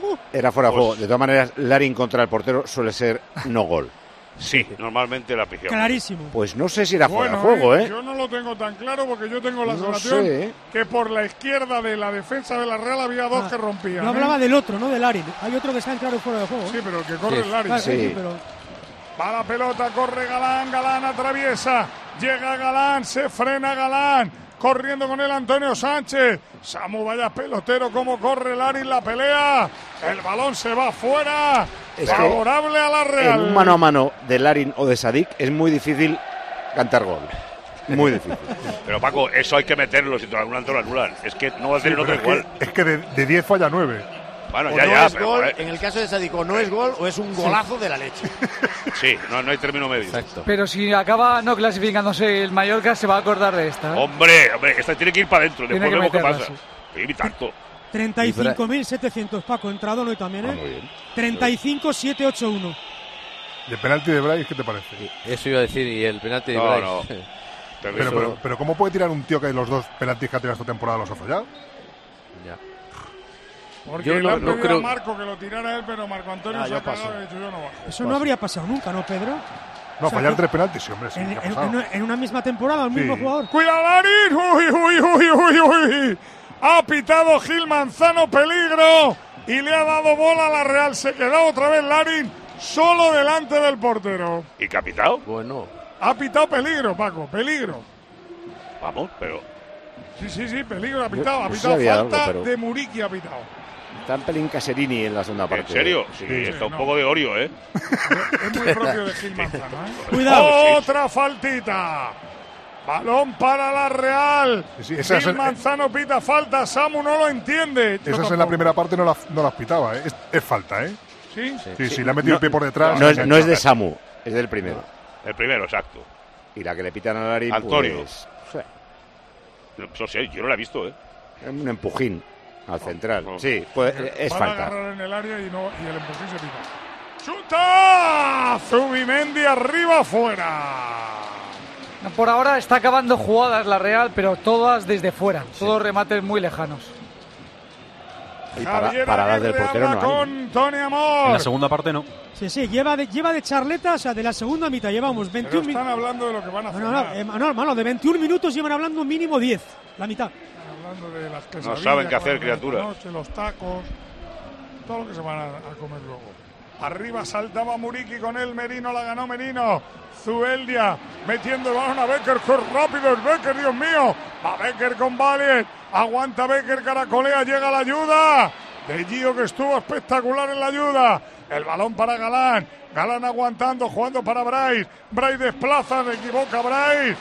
L: Uh.
A: Era fuera de juego. De todas maneras, Larin contra el portero suele ser no gol.
F: Sí, normalmente la pifiamos.
C: Clarísimo.
A: Pues no sé si era fuera de
L: Bueno,
A: juego,
L: eh,
A: ¿eh?
L: Yo no lo tengo tan claro porque yo tengo la
A: No
L: sensación
A: sé, ¿eh? Ah.
L: que por la izquierda de la defensa de la Real había dos que rompían.
C: No
L: ¿eh?
C: hablaba del otro, no del Larin. Hay otro que está en claro fuera de juego. ¿eh?
L: Sí, pero el que corre el Larin.
C: Claro, sí,
L: Sí.
C: pero
L: Va la pelota, corre Galán, Galán atraviesa, llega Galán, se frena Galán, corriendo con él Antonio Sánchez. Samu, vaya pelotero, cómo corre Larin la pelea. El balón se va fuera,
A: Es que
L: favorable a la Real.
A: En un mano a mano de Larin o de Sadik es muy difícil cantar gol. Muy difícil.
F: Pero Paco, eso hay que meterlo, si te lo anulan, te lo anulan. Es que no va a
M: Sí,
F: tener
M: pero
F: otro
M: es,
F: igual.
M: que, es que de de 10 falla 9.
F: Bueno,
B: O
F: ya,
B: no
F: ya,
B: es
F: pero eh,
B: gol,
F: vale.
B: en el caso de Sadico, no es gol o es un golazo de la leche.
F: Sí, no, no hay término medio. Exacto.
E: Pero si acaba no clasificándose el Mallorca, se va a acordar de esta. ¿eh?
F: Hombre, hombre, esta tiene que ir para adentro,
E: Tiene
F: después
E: que
F: vemos qué
E: meterla,
F: pasa. Sí, y tanto.
C: 35.700, Paco. Entrado hoy
L: Ah,
C: también, ¿eh? 35.781.
M: ¿Y el penalti de Bryce qué te parece?
D: Eso iba a decir, y el penalti de
M: No,
D: Bryce.
M: no.
D: Pero
M: Pero,
D: eso-
M: pero, pero ¿cómo puede tirar un tío que los dos penaltis que ha tirado esta temporada los ha fallado?
D: Ya.
L: Porque
M: Yo
L: le
M: no-
L: han
M: no
L: pedido
M: creo-
L: a Marco que lo tirara él, pero Marco Antonio
M: Ah,
L: se
M: yo
L: ha cagado
M: paso.
L: y ha dicho, yo no bajo.
C: Eso no habría pasado nunca, ¿no, Pedro?
M: No,
C: O sea,
M: fallar
C: que-
M: tres penaltis, sí, hombre, sí.
C: En,
M: ¿qué ha
C: en-
M: pasado?
C: en- en una misma temporada, el
M: Sí.
C: mismo jugador.
L: ¡Cuidado, Larin! ¡Uy, uy, uy, uy, uy! Ha pitado Gil Manzano peligro y le ha dado bola a la Real. Se queda otra vez Larin solo delante del portero.
F: ¿Y capitado?
D: Bueno.
L: Ha pitado peligro, Paco, peligro.
F: Vamos, pero.
L: Sí, sí, sí, peligro ha
A: Yo-
L: pitado. Ha
A: yo sí
L: pitado
A: sabía
L: falta
A: algo, pero-
L: de Muriqui, ha pitado.
A: Está en pelín Caserini en la segunda parte.
F: ¿En serio? Sí, está un poco de Oreo, ¿eh?
L: Es muy propio de Gil Manzano. ¿eh?
F: Cuidado.
L: Otra faltita. Balón para la Real.
M: sí, esa
L: Gil
M: es el-
L: Manzano pita falta. Samu no lo entiende. Yo
M: Esas en la
L: tampoco.
M: primera parte no las, no las pitaba, ¿eh? es, es falta, ¿eh?
L: Sí,
M: Sí, sí, le ha metido el pie por detrás.
A: No es, no es de Samu, es del primero.
F: El primero, exacto.
A: Y la que le pitan a Larin.
F: Antonio.
A: pues, sí,
F: No, pues, o sea, yo no la he visto, ¿eh?
A: un empujín al central. Sí, pues, eh, es
L: Van a
A: falta.
L: agarrar en el área y, no, y el empujón se pita. ¡Chuta! Zubimendi arriba afuera.
E: Por ahora está acabando jugadas la Real, pero todas desde fuera. Todos remates muy lejanos.
A: Y para,
L: Javier
A: paradas del
L: Aguirre
A: portero
L: habla
A: no hay.
L: con Tony Amor.
P: En la segunda parte no.
C: Sí, sí, lleva de, lleva de charleta, o sea, de la segunda mitad llevamos 21
L: Pero están
C: minutos.
L: hablando de lo que van a
C: No,
L: hacer.
C: no, no, eh, no, hermano, de 21 minutos llevan hablando mínimo 10, la mitad.
L: hablando de las
F: No
L: quesadillas
F: saben
L: que
F: qué
L: van a
F: hacer,
L: comer esta
F: criatura.
L: noche, los tacos, todo lo que se van a, a comer luego. Arriba saltaba Muriqui con él, Merino la ganó Merino. Zueldia metiendo el balón a Becker, qué rápido es Becker, Dios mío. A Becker con Valiant, aguanta Becker, caracolea, llega la ayuda. De Gio que estuvo espectacular en la ayuda. El balón para Galán. Galán aguantando, jugando para Bryce. Bryce desplaza, se equivoca Bryce.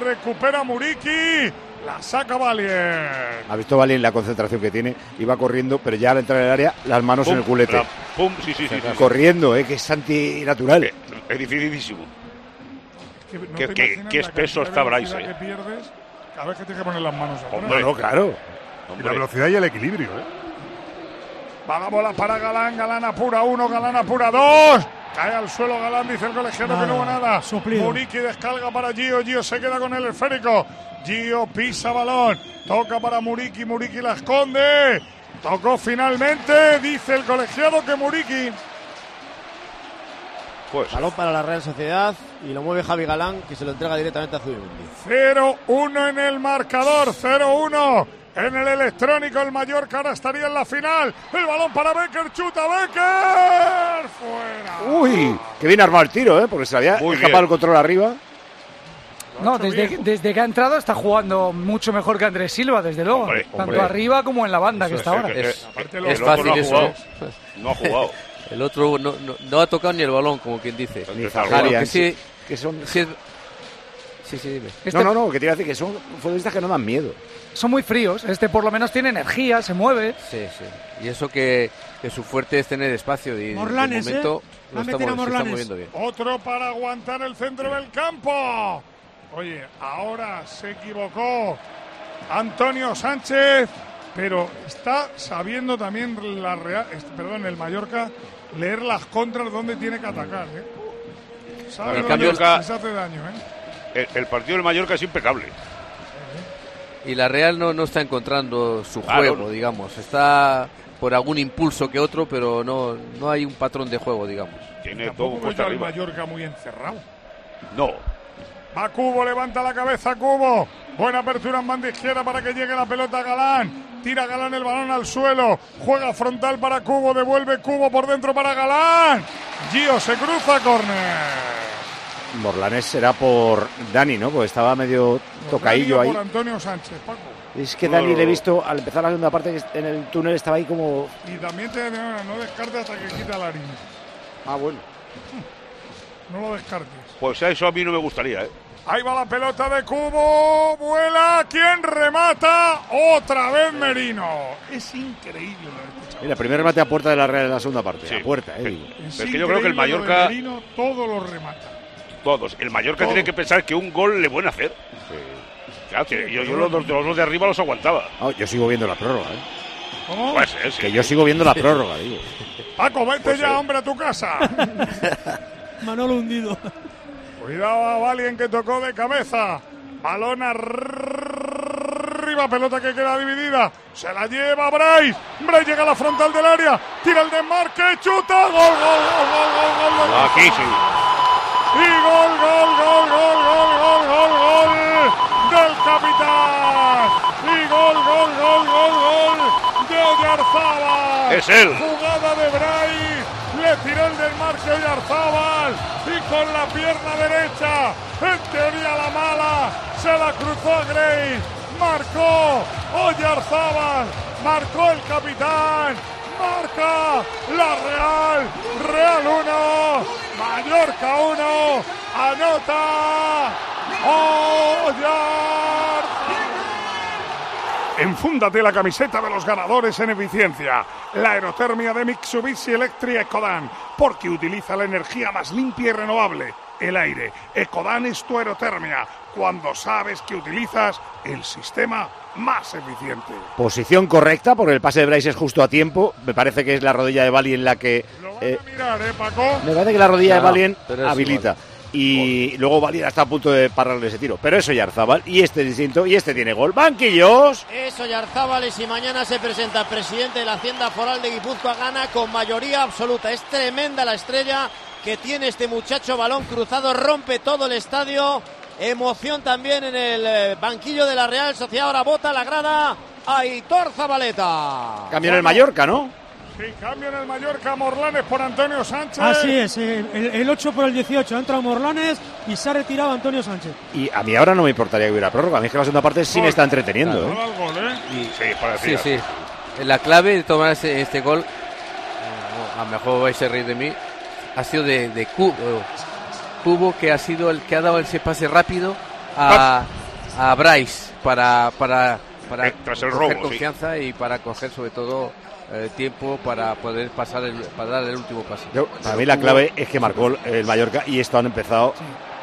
L: Recupera Muriqui. La saca Valier.
A: Ha visto Valin la concentración que tiene. Iba corriendo, pero ya al entrar en el área, las manos en el culete.
F: la- pum, sí, sí, sí, sí, sí.
A: corriendo, eh, que es antinatural.
F: Es dificilísimo.
L: Que no
F: Qué-
L: te
F: qué-
L: imaginas
F: qué
L: la
F: espeso
L: cantidad
F: está
L: de
F: Bryce,
L: velocidad que pierdes cada vez que tienes que poner las manos atrás.
M: Hombre, no, claro. Y la velocidad y el equilibrio, ¿eh?
L: Va la bola para Galán, Galán apura uno, Galán apura dos. Cae al suelo Galán, dice el colegiado que no hubo nada.
C: suplido.
L: Muriqui descarga para Gio, Gio se queda con el esférico. Gio pisa balón, toca para Muriqui, Muriqui la esconde. Tocó finalmente, dice el colegiado que Muriqui.
B: Balón para la Real Sociedad y lo mueve Javi Galán, que se lo entrega directamente a Zubimendi.
L: 0-1 en el marcador, 0-1 en el electrónico. El Mallorca ahora estaría en la final. El balón para Becker, chuta Becker. Fuera.
A: Uy, que bien armado el tiro, eh, porque se le había
F: Muy
A: escapado
F: bien.
A: el control arriba.
E: No, desde, desde que ha entrado está jugando mucho mejor que Andrés Silva, desde luego.
F: Hombre,
E: Tanto
F: hombre.
E: arriba como en la banda que está ahora.
D: Es,
F: Aparte
D: es
F: lo- el otro
D: fácil
F: no ha
D: eso.
F: jugado. No ha jugado.
D: El otro no, no- no ha tocado ni el balón, como quien dice.
A: Ni
D: Claro,
A: Zaharia,
D: que sí.
A: que son-
D: sí, sí, sí, dime.
E: Este
A: No, no, no, que te iba a decir que son futbolistas que no dan miedo.
E: Son muy fríos. Este por lo menos tiene energía, se mueve.
D: Sí, sí. Y eso que, que su fuerte es tener espacio. Y
E: Morlanes,
D: de momento
E: ¿eh?
D: lo
E: Va a
D: está,
E: meter a
D: moviendo- se está
E: Morlanes.
D: moviendo bien.
L: Otro para aguantar el centro del campo. Oye, ahora se equivocó Antonio Sánchez, pero está sabiendo también la Real- este, perdón, el Mallorca leer las contras donde tiene que atacar. ¿eh? Sabe
F: El
L: dónde
F: cambio-
L: les hace daño. ¿eh?
F: El, el partido del Mallorca es impecable.
D: Y la Real no, no está encontrando su
F: Claro,
D: juego,
F: no.
D: digamos. Está por algún impulso que otro, pero no, no hay un patrón de juego, digamos.
F: Tiene
L: Tampoco veo yo al Mallorca muy encerrado.
F: No.
L: Va Cubo, levanta la cabeza Cubo. Buena apertura en banda izquierda para que llegue la pelota a Galán. Tira Galán el balón al suelo. Juega frontal para Cubo. Devuelve Cubo por dentro para Galán. Gio se cruza, córner.
A: Morlanes será por Dani, ¿no? Porque estaba medio tocaillo
L: Radio
A: ahí.
L: Por Antonio Sánchez, Paco.
A: Es que
F: No,
A: Dani
F: no,
A: le he
F: no.
A: visto al empezar la segunda parte que en el túnel estaba ahí como
L: Y también te no descarte hasta que quita la harina.
A: Ah, bueno.
L: No lo descartes.
F: Pues eso a mí no me gustaría, ¿eh?
L: Ahí va la pelota de Cubo, vuela, quien remata? Otra vez Merino. Es increíble lo de este chaval.
A: Mira, primer remate a puerta de la Real en la segunda parte. A puerta, eh. digo.
L: Es
F: Pero es que yo creo que el
L: increíble lo de
F: Mallorca-
L: Merino, todo lo remata.
F: Todos. El Mallorca
L: Todos.
F: tiene que pensar que un gol le pueden hacer. Claro, que yo, yo los, dos- los dos de arriba los aguantaba.
A: Ah, yo sigo viendo la prórroga, eh.
L: ¿Cómo?
F: Puede ser, Pues, eh, sí.
A: Que yo sigo viendo la prórroga, digo.
L: Paco, vete
A: Pues
L: ya,
F: eh.
A: sí.
L: hombre, a tu casa.
C: Manolo hundido.
L: Cuidado a Valien que tocó de cabeza. Balón arriba, pelota que queda dividida. Se la lleva Bryce. Bryce llega a la frontal del área. Tira el desmarque, chuta. Gol, gol, gol, gol, gol, gol, gol.
F: Aquí sí.
L: Y gol, gol, gol, gol, gol, gol, gol, gol del capitán. Y gol, gol, gol, gol, gol de Oyarzábal.
F: Es él.
L: Jugada de Bray. Le tiró el desmarque Oyarzábal. Y con la pierna derecha, en teoría la mala, se la cruzó a Gray. Marcó Oyarzábal. Marcó el capitán. Marca la Real. Real 1. Mallorca 1. Anota. Oyar. Enfúndate la camiseta de los ganadores en eficiencia. La aerotermia de Mitsubishi Electric Ecodan, porque utiliza la energía más limpia y renovable, el aire. Ecodan es tu aerotermia, cuando sabes que utilizas el sistema más eficiente.
A: Posición correcta, porque el pase de Bryce es justo a tiempo. Me parece que es la rodilla de Bali en la que. eh,
L: Mirar, ¿eh, Paco?
A: me parece que la rodilla
L: No,
A: de Valien
L: pero es
A: habilita. Y luego Valien está a punto de pararle ese tiro. Pero eso ya Arzabal. Y este es distinto. Y este tiene gol. Banquillos.
B: Eso, Yarzábal, y si mañana se presenta el presidente de la Hacienda Foral de Guipúzcoa, gana con mayoría absoluta. Es tremenda la estrella que tiene este muchacho. Balón cruzado, rompe todo el estadio. Emoción también en el eh, banquillo de la Real Sociedad. Ahora bota la grada Aitor Zabaleta.
A: Ah. Cambio en el Mallorca, ¿no?
L: Sí, cambio en el Mallorca, Morlanes por Antonio Sánchez.
C: Así es, eh, el, el 8 por el 18. Ha entrado Morlanes y se ha retirado Antonio Sánchez.
A: Y a mí ahora no me importaría que hubiera prórroga. A mí es que la segunda parte sí
B: Oh.
A: me está entreteniendo.
D: Claro.
A: ¿eh?
L: al gol, ¿eh?
D: Y-
F: sí, para
D: sí, La clave de tomar este, este gol eh, a lo mejor vais a reír de mí, ha sido de, de Cubo. Cubo que ha sido el que ha dado ese pase rápido a, a Bryce para, para, para
F: Ah. Eh, tras el
D: coger
F: robo, sí.
D: confianza y para coger sobre todo eh, tiempo para poder pasar el, para dar el último pase.
A: Yo- para mí la clave es que marcó el Mallorca y esto han empezado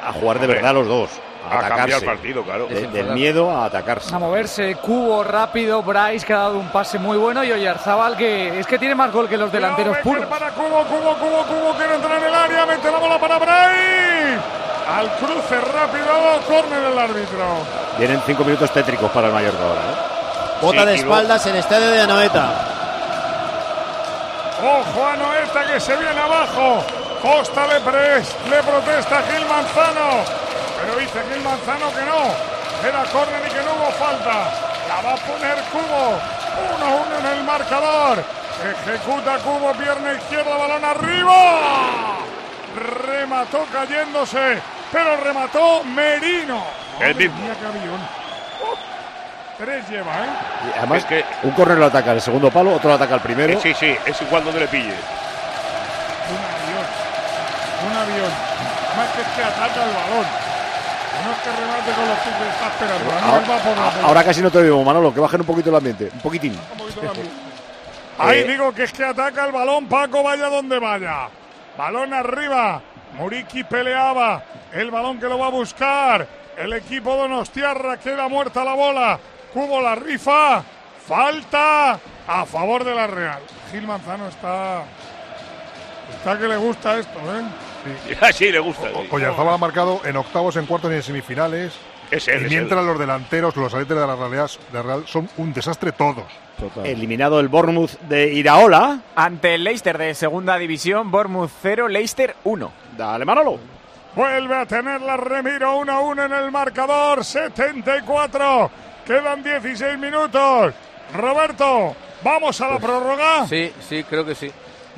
A: a jugar de
D: Hombre,
A: verdad los dos.
F: a
A: A,
F: cambiar
A: atacarse.
F: el partido, claro.
A: De- del
F: Desenfadar.
A: miedo a atacarse.
E: A moverse, Cubo rápido, Bryce que ha dado un pase muy bueno y Oyarzábal que es que tiene más gol que los delanteros puros.
L: Para Cubo, Cubo, Cubo, Cubo, quiere entrar en el área, mete la bola para Bray. Al cruce rápido, córner el árbitro.
A: Vienen cinco minutos tétricos para el Mallorca ahora. ¿eh?
B: Bota
A: Sí,
B: de
A: y luego-
B: espaldas en el estadio de Anoeta.
L: Ojo a Noeta que se viene abajo. Costa le, pres- le protesta a Gil Manzano. Pero dice Gil Manzano que no. Era córner y que no hubo falta. La va a poner Cubo. 1-1 en el marcador. Ejecuta Cubo, pierna izquierda, balón arriba. Remató cayéndose. Pero remató Merino.
F: El
L: Madre
F: mismo.
L: mía, qué avión. Uf, tres lleva, ¿eh?
A: ¿eh? Y Además,
F: Es que-
A: un corner lo ataca al segundo palo, otro lo ataca al primero.
F: Eh, sí, sí, es igual donde le pille.
L: un avión. Más que es que ataca el balón. No es que remate con los pies, está esperando.
A: Ahora,
L: Anuel va por la
A: a-
L: pelota.
A: ahora casi no te veo, Manolo, que bajen un poquito el ambiente. Un poquitín.
L: Ahí
A: Eh,
L: digo que es que ataca el balón, Paco, vaya donde vaya. Balón arriba. Muriqui peleaba. El balón que lo va a buscar. El equipo Donostiarra queda muerta la bola. Cubo la rifa. Falta a favor de la Real. Gil Manzano está. Está que le gusta esto, ¿eh?
F: Así le gusta. sí.
M: Oyarzabal ha marcado en octavos, en cuartos y en semifinales.
F: Es él,
M: y
F: es
M: mientras los delanteros, los aletes de la Real, de la Real son un desastre todos.
A: Eliminado el Bournemouth de Iraola.
K: Ante el Leicester de segunda división, Bournemouth 0, Leicester 1.
A: Dale, Manolo.
L: Vuelve a tenerla Remiro 1 a 1 en el marcador, 74. Quedan 16 minutos. Roberto, vamos a la prórroga.
D: Sí, sí, creo que sí.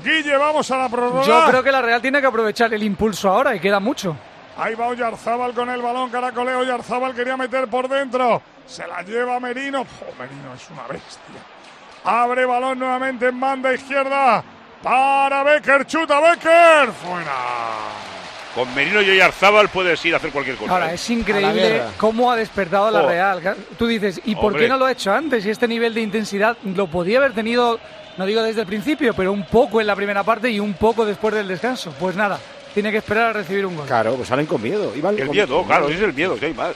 L: Guille, vamos a la prórroga.
E: Yo creo que la Real tiene que aprovechar el impulso ahora y queda mucho.
L: Ahí va Oyarzábal con el balón, caracoleo. Oyarzábal quería meter por dentro. Se la lleva Merino. Oh, Merino es una bestia. Abre balón nuevamente en banda izquierda. Para Becker, chuta Becker. Fuera.
F: Con Merino y Oyarzábal puedes ir a hacer cualquier cosa.
E: Ahora,
F: ¿eh?
E: es increíble cómo ha despertado a la
F: Joder.
E: Real. Tú dices, ¿y por
F: Hombre.
E: qué no lo ha hecho antes? Y este nivel de intensidad lo podía haber tenido, no digo desde el principio, pero un poco en la primera parte y un poco después del descanso. Pues nada, tiene que esperar a recibir un gol.
A: Claro, pues salen con miedo. Iban
F: El
A: con-
F: miedo,
A: con
F: claro, es el miedo, que hay más.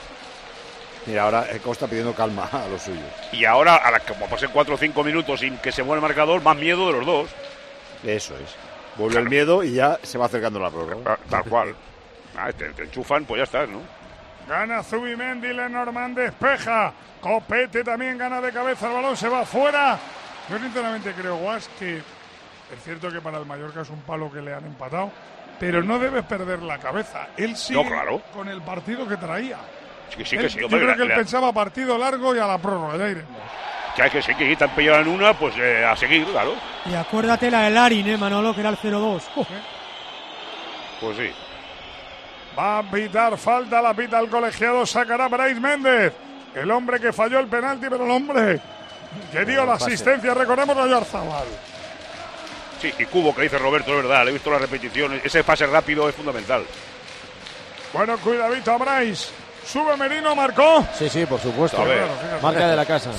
A: Mira, ahora eh, Costa pidiendo calma a los suyos.
F: Y ahora, a la, como pasen 4 o 5 minutos sin que se mueva el marcador, más miedo de los dos.
A: Eso es. Vuelve el miedo y ya se va acercando la prórroga.
F: Tal cual. Ah, te, te enchufan, pues ya estás, ¿no?
L: Gana Zubimendi, Lenormand despeja. Copete también gana de cabeza, el balón se va fuera. Yo sinceramente creo, Guas, que es cierto que para el Mallorca es un palo que le han empatado, pero no debes perder la cabeza. Él sigue
F: No, claro.
L: con el partido que traía.
F: Sí, sí, que
L: Él-
F: sí,
L: yo
F: hombre,
L: creo que
F: le-
L: él
F: le-
L: pensaba partido largo y a la prórroga, ya iremos.
F: Ya que sí, que te han pillado en una, pues eh, a seguir, claro.
C: Y acuérdate la del Arin, eh, Manolo, que era el Oh, 0-2.
F: Pues sí.
L: Va a pitar falta, la pita el colegiado, sacará Bryce Méndez. El hombre que falló el penalti, pero el hombre que dio la
F: pase.
L: asistencia, recordemos a Yarzabal.
F: Sí, y Cubo, que dice Roberto, es verdad, le he visto las repeticiones. Ese pase rápido es fundamental.
L: Bueno, cuidadito a Bryce. Sube Merino, marcó.
B: Sí, sí, por supuesto.
F: A ver.
B: Marca de la casa.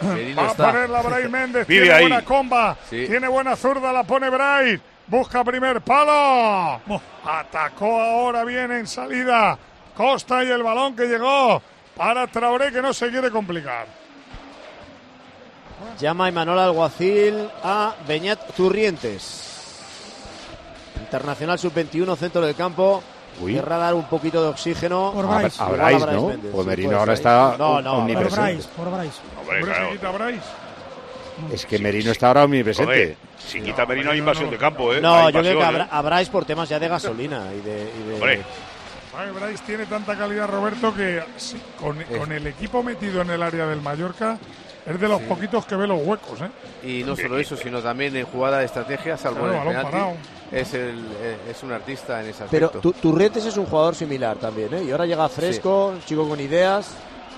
D: Merino
L: Va a
D: está.
L: ponerla Bryce Méndez.
D: Vive
L: Tiene
D: ahí.
L: buena comba.
D: Sí.
L: Tiene buena zurda, la pone Bryce. Busca primer palo. Atacó ahora bien en salida. Costa y el balón que llegó para Traoré que no se quiere complicar.
B: Llama Imanol Alguacil a Beñat Turrientes. Internacional sub-21, centro del campo.
A: Uy.
B: Querrá dar un poquito de oxígeno.
C: Por
A: A,
C: Bryce.
A: a
B: Igual
A: Bryce,
B: a Bryce
A: ¿no?
B: Méndez,
A: Pues
B: sí,
A: Merino
B: puede
A: ahora
B: ser ahí.
A: está
B: No, no,
C: Por
A: omnipresente.
C: Bryce, por Bryce.
F: Hombre,
L: Hombre, se
F: claro.
L: quita Bryce.
A: Es que Merino está ahora
F: Joder,
A: omnipresente.
F: sin quita Merino hay invasión de campo, ¿eh? Hay
B: No, yo creo
F: invasión,
B: que
F: ¿eh?
B: habrá, a Bryce por temas ya de gasolina y de. y de-
F: Hombre.
L: Ay, Bryce tiene tanta calidad, Roberto, que sí,
D: Eh.
L: con, con el equipo metido en el área del Mallorca es de los poquitos que ve los huecos, ¿eh?
D: Y no solo eso, sino también en jugada de estrategia, salvo en
L: Claro,
D: el
L: balón
D: penalti.
L: parado.
D: Es, el, eh, es un artista en ese
B: Pero
D: aspecto.
B: Tu- Turrientes es un jugador similar también, ¿eh? Y ahora llega fresco, chico con ideas.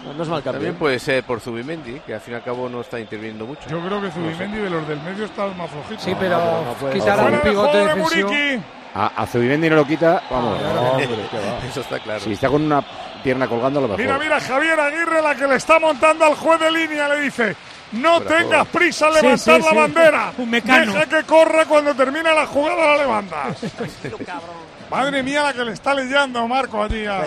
B: No, no es mal
D: También
B: campeón.
D: puede ser por Zubimendi, que al fin y al cabo no está interviniendo mucho.
L: Yo creo que
D: No sé.
L: Zubimendi de los del medio está el más flojito.
E: Sí, pero quitar
L: Fuera
E: algún
L: de
E: pivote
L: juego de
E: defensivo.
L: Muriqui.
A: A, a Zubimendi no lo quita, vamos.
L: claro.
A: Ah, hombre, qué va.
D: Eso está claro.
A: Si está con una pierna colgando, a lo mejor.
L: Mira, mira, Javier Aguirre, la que le está montando al juez de línea, le dice: No
A: Fuera de
L: tengas
A: juego.
L: prisa a
A: Sí,
L: levantar
A: sí,
L: la
A: sí.
L: bandera.
A: Un mecano.
L: Deja que corra cuando termina la jugada, la levantas. Madre mía, la que le está leyendo Marco allí a,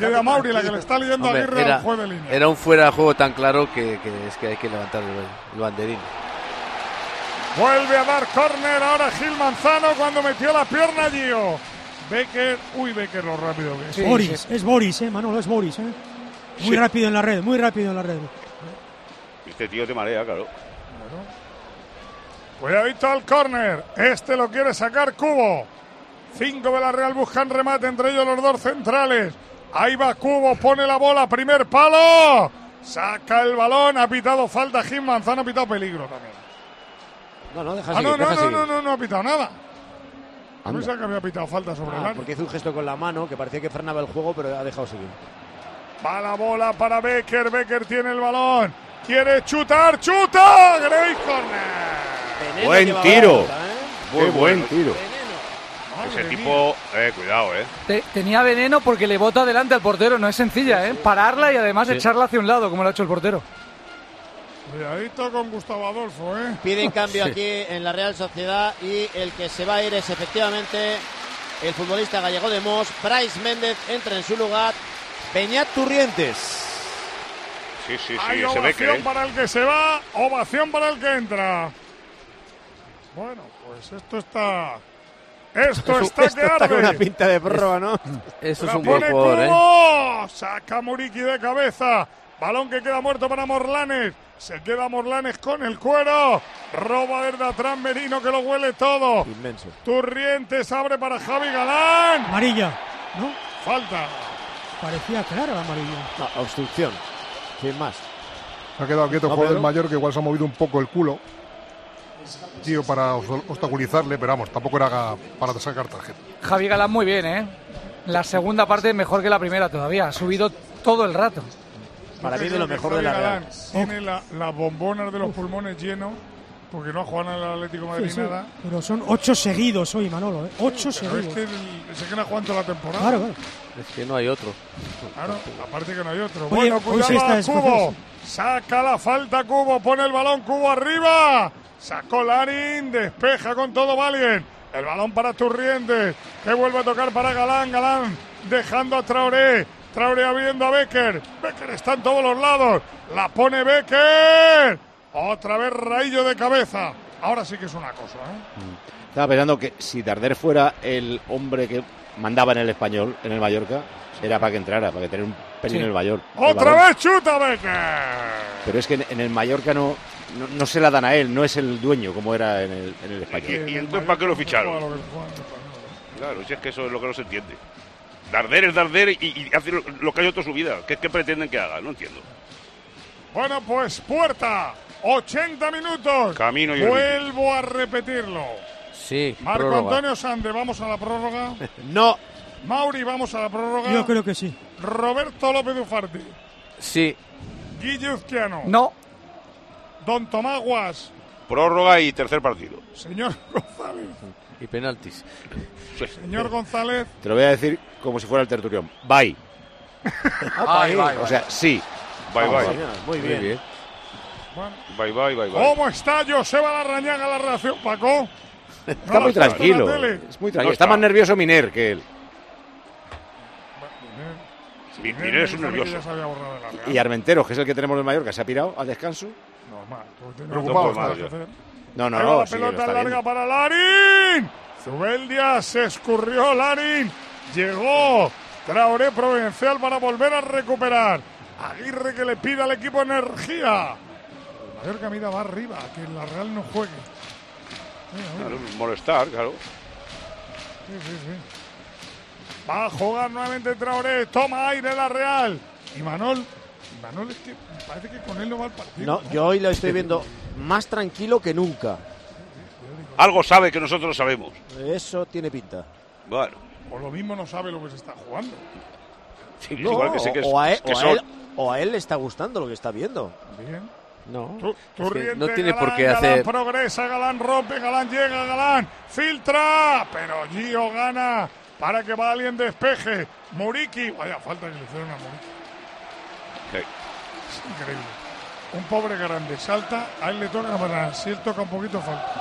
L: y a Mauri, la que le está leyendo
D: Hombre,
L: Aguirre al
D: era,
L: juez de línea.
D: era un fuera de juego tan claro que, que es que hay que levantar el, el banderín.
L: Vuelve a dar córner ahora Gil Manzano cuando metió la pierna Gio. Becker, uy, Becker, lo rápido que es.
C: Boris, es Boris, eh, Manolo, es Boris, eh. Muy
F: Sí.
C: rápido en la red, muy rápido en la red.
F: Este tío te marea, claro.
L: Cuidadito Pues al córner. Este lo quiere sacar Cubo. Cinco de la Real buscan remate entre ellos los dos centrales. Ahí va Cubo, pone la bola, primer palo. Saca el balón, ha pitado falta Jim Manzano, ha pitado peligro también.
B: No, no, deja
L: Ah,
B: seguir,
L: no, no,
B: deja
L: no,
B: seguir.
L: no, no, no ha pitado nada.
B: Anda.
L: Pensaba que había pitado falta sobre el
B: Ah,
L: área.
B: porque hizo un gesto con la mano que parecía que frenaba el juego, pero ha dejado seguir.
L: Va la bola para Becker, Becker tiene el balón. Quiere chutar, chuta. Grey corner.
F: Buen tiro.
L: Muy
F: Qué
L: bueno.
F: buen tiro. ¿eh? Ese tipo, eh, cuidado, eh.
E: Te- tenía veneno porque le bota delante al portero, no es sencilla, ¿eh? Pararla y además
F: Sí.
E: echarla hacia un lado, como lo ha hecho el portero.
L: Cuidadito con Gustavo Adolfo, ¿eh?
B: Piden cambio
E: Sí.
B: aquí en la Real Sociedad y el que se va a ir es efectivamente el futbolista gallego de Mos, Bryce Méndez, entra en su lugar Peñat Turrientes.
F: Sí, sí,
L: Hay
F: sí, ese
L: ovación
F: Becker. eh.
L: para el que se va, ovación para el que entra. Bueno, pues esto está. Esto está que arde.
B: de prórroga, ¿no?
D: Eso
L: La
D: es un buen
L: pone
D: jugador, ¿eh?
L: Cubo. Saca Muriqui de cabeza. Balón que queda muerto para Morlanes. Se queda Morlanes con el cuero. Roba desde atrás Merino que lo huele todo.
B: Inmenso.
L: Turrientes abre para Javi Galán.
C: Amarilla, ¿no?
L: Falta.
C: Parecía clara la amarilla.
B: obstrucción. Sin más.
M: Se ha quedado quieto el
B: No,
M: jugador del
B: Pedro.
M: mayor que igual se ha movido un poco el culo. Tío, para os- obstaculizarle, pero vamos, tampoco era ga- para sacar tarjeta.
E: Javi Galán muy bien, ¿eh? La segunda parte mejor que la primera todavía, ha subido todo el rato.
B: Para mí de
L: Creo
B: lo
L: que
B: mejor de la
L: Javi
B: Real.
L: Galán Tiene la- las bombonas de los pulmones llenos porque no ha jugado en el Atlético de Madrid
C: Sí, sí.
L: nada.
C: Pero son ocho seguidos hoy, Manolo, ¿eh?
L: Pero
C: Ocho
L: es
C: seguidos.
L: que, el- es que no ha jugado en toda la temporada.
C: Claro, claro.
D: Es que no hay otro.
L: Claro, aparte que no hay otro.
D: Oye,
L: bueno,
D: hoy
L: cuidado
D: se está
L: a Cubo. Saca la falta Cubo, pone el balón Cubo arriba. Sacó Larin, despeja con todo Valien. El balón para Turrientes, que vuelve a tocar para Galán, Galán dejando a Traoré. Traoré abriendo a Becker. Becker está en todos los lados. La pone Becker. Otra vez raillo de cabeza. Ahora sí que es una cosa, ¿eh?
A: Estaba pensando que si Darder fuera el hombre que mandaba en el español, en el Mallorca, era para que entrara, para que tener un pelín
L: Sí.
A: en el Mallorca.
L: Otra vez chuta Becker.
A: Pero es que en, en el Mallorca no, no, no se la dan a él, no es el dueño como era en el, en el español.
F: ¿Y, y entonces para qué lo
L: Juega lo
F: ficharon?
L: que juega.
F: Claro, si es que eso es lo que no se entiende. Darder es Darder y, y hace lo, lo que hay otro su vida. ¿Qué, ¿Qué pretenden que haga? No entiendo.
L: Bueno, pues puerta. 80 minutos.
F: Camino y
L: Vuelvo a repetirlo.
D: Sí,
L: Marco
D: prórroga.
L: Antonio Sande, vamos a la prórroga.
B: No.
L: Mauri, vamos a la prórroga.
C: Yo creo que sí.
L: Roberto López Ufarti.
D: Sí.
L: Guille Uzquiano.
E: No.
L: Don Tomás Guas.
F: Prórroga y tercer partido.
L: Señor González.
D: Y penaltis.
L: Señor González.
A: Te lo voy a decir como si fuera el tertulión. Bye.
L: Ay,
A: O sea, sí.
F: Bye,
A: Vamos,
F: bye.
A: vamos.
F: Muy bien. Bye, bye, bye, bye.
L: ¿Cómo está Joseba Larrañaga la reacción, Paco?
A: Está
L: ¿No
A: muy
L: la has visto en la
A: tranquilo.
L: tele?
A: Es muy
F: No
A: tranquilo.
F: está.
A: Está más nervioso Miner que él.
F: Mi-
L: Miguel
F: Miguel es un
L: me dijo que ya
F: nervioso.
L: se había borrado de la Real.
A: Y Armenteros, que es el que tenemos en el Mallorca, se ha pirado al descanso.
L: Normal. porque tiene-
A: Preocupado
L: No,
A: está.
L: no, no, no.
A: No, no,
L: Ahí va
A: no.
L: la
A: sí, lo
L: pelota
A: está
L: larga
A: viendo.
L: para Larin. Zubeldia se escurrió Larin. Llegó Traoré Provincial para volver a recuperar. Aguirre que le pide al equipo energía. El Mallorca mira va arriba, que la Real no juegue. Mira,
F: Claro,
L: mira.
F: molestar, claro.
L: Sí, sí, sí. Va a jugar nuevamente Traoré. Toma aire la Real. Y Manol. y Manol es que parece que con él no va el partido.
B: No, yo hoy lo estoy viendo más tranquilo que nunca.
F: Algo sabe que nosotros sabemos.
B: Eso tiene pinta.
F: Bueno,
L: O lo mismo no sabe lo que se está jugando.
F: Sí,
B: No,
F: igual que sé que,
B: o, a él,
F: que
B: o a
F: son-
B: él- o a él le está gustando lo que está viendo.
L: Bien.
B: No.
L: Tú
B: Es que
L: riente,
B: no tiene por
L: Galán,
B: qué
L: Galán
B: hacer-
L: progresa, Galán rompe, Galán llega, Galán filtra, pero Gio gana para que va alguien despeje. Muriki, vaya falta que le hicieron a Muriki.
F: Sí.
L: Es increíble. Un pobre grande salta, a él le toca para si él toca un poquito falta.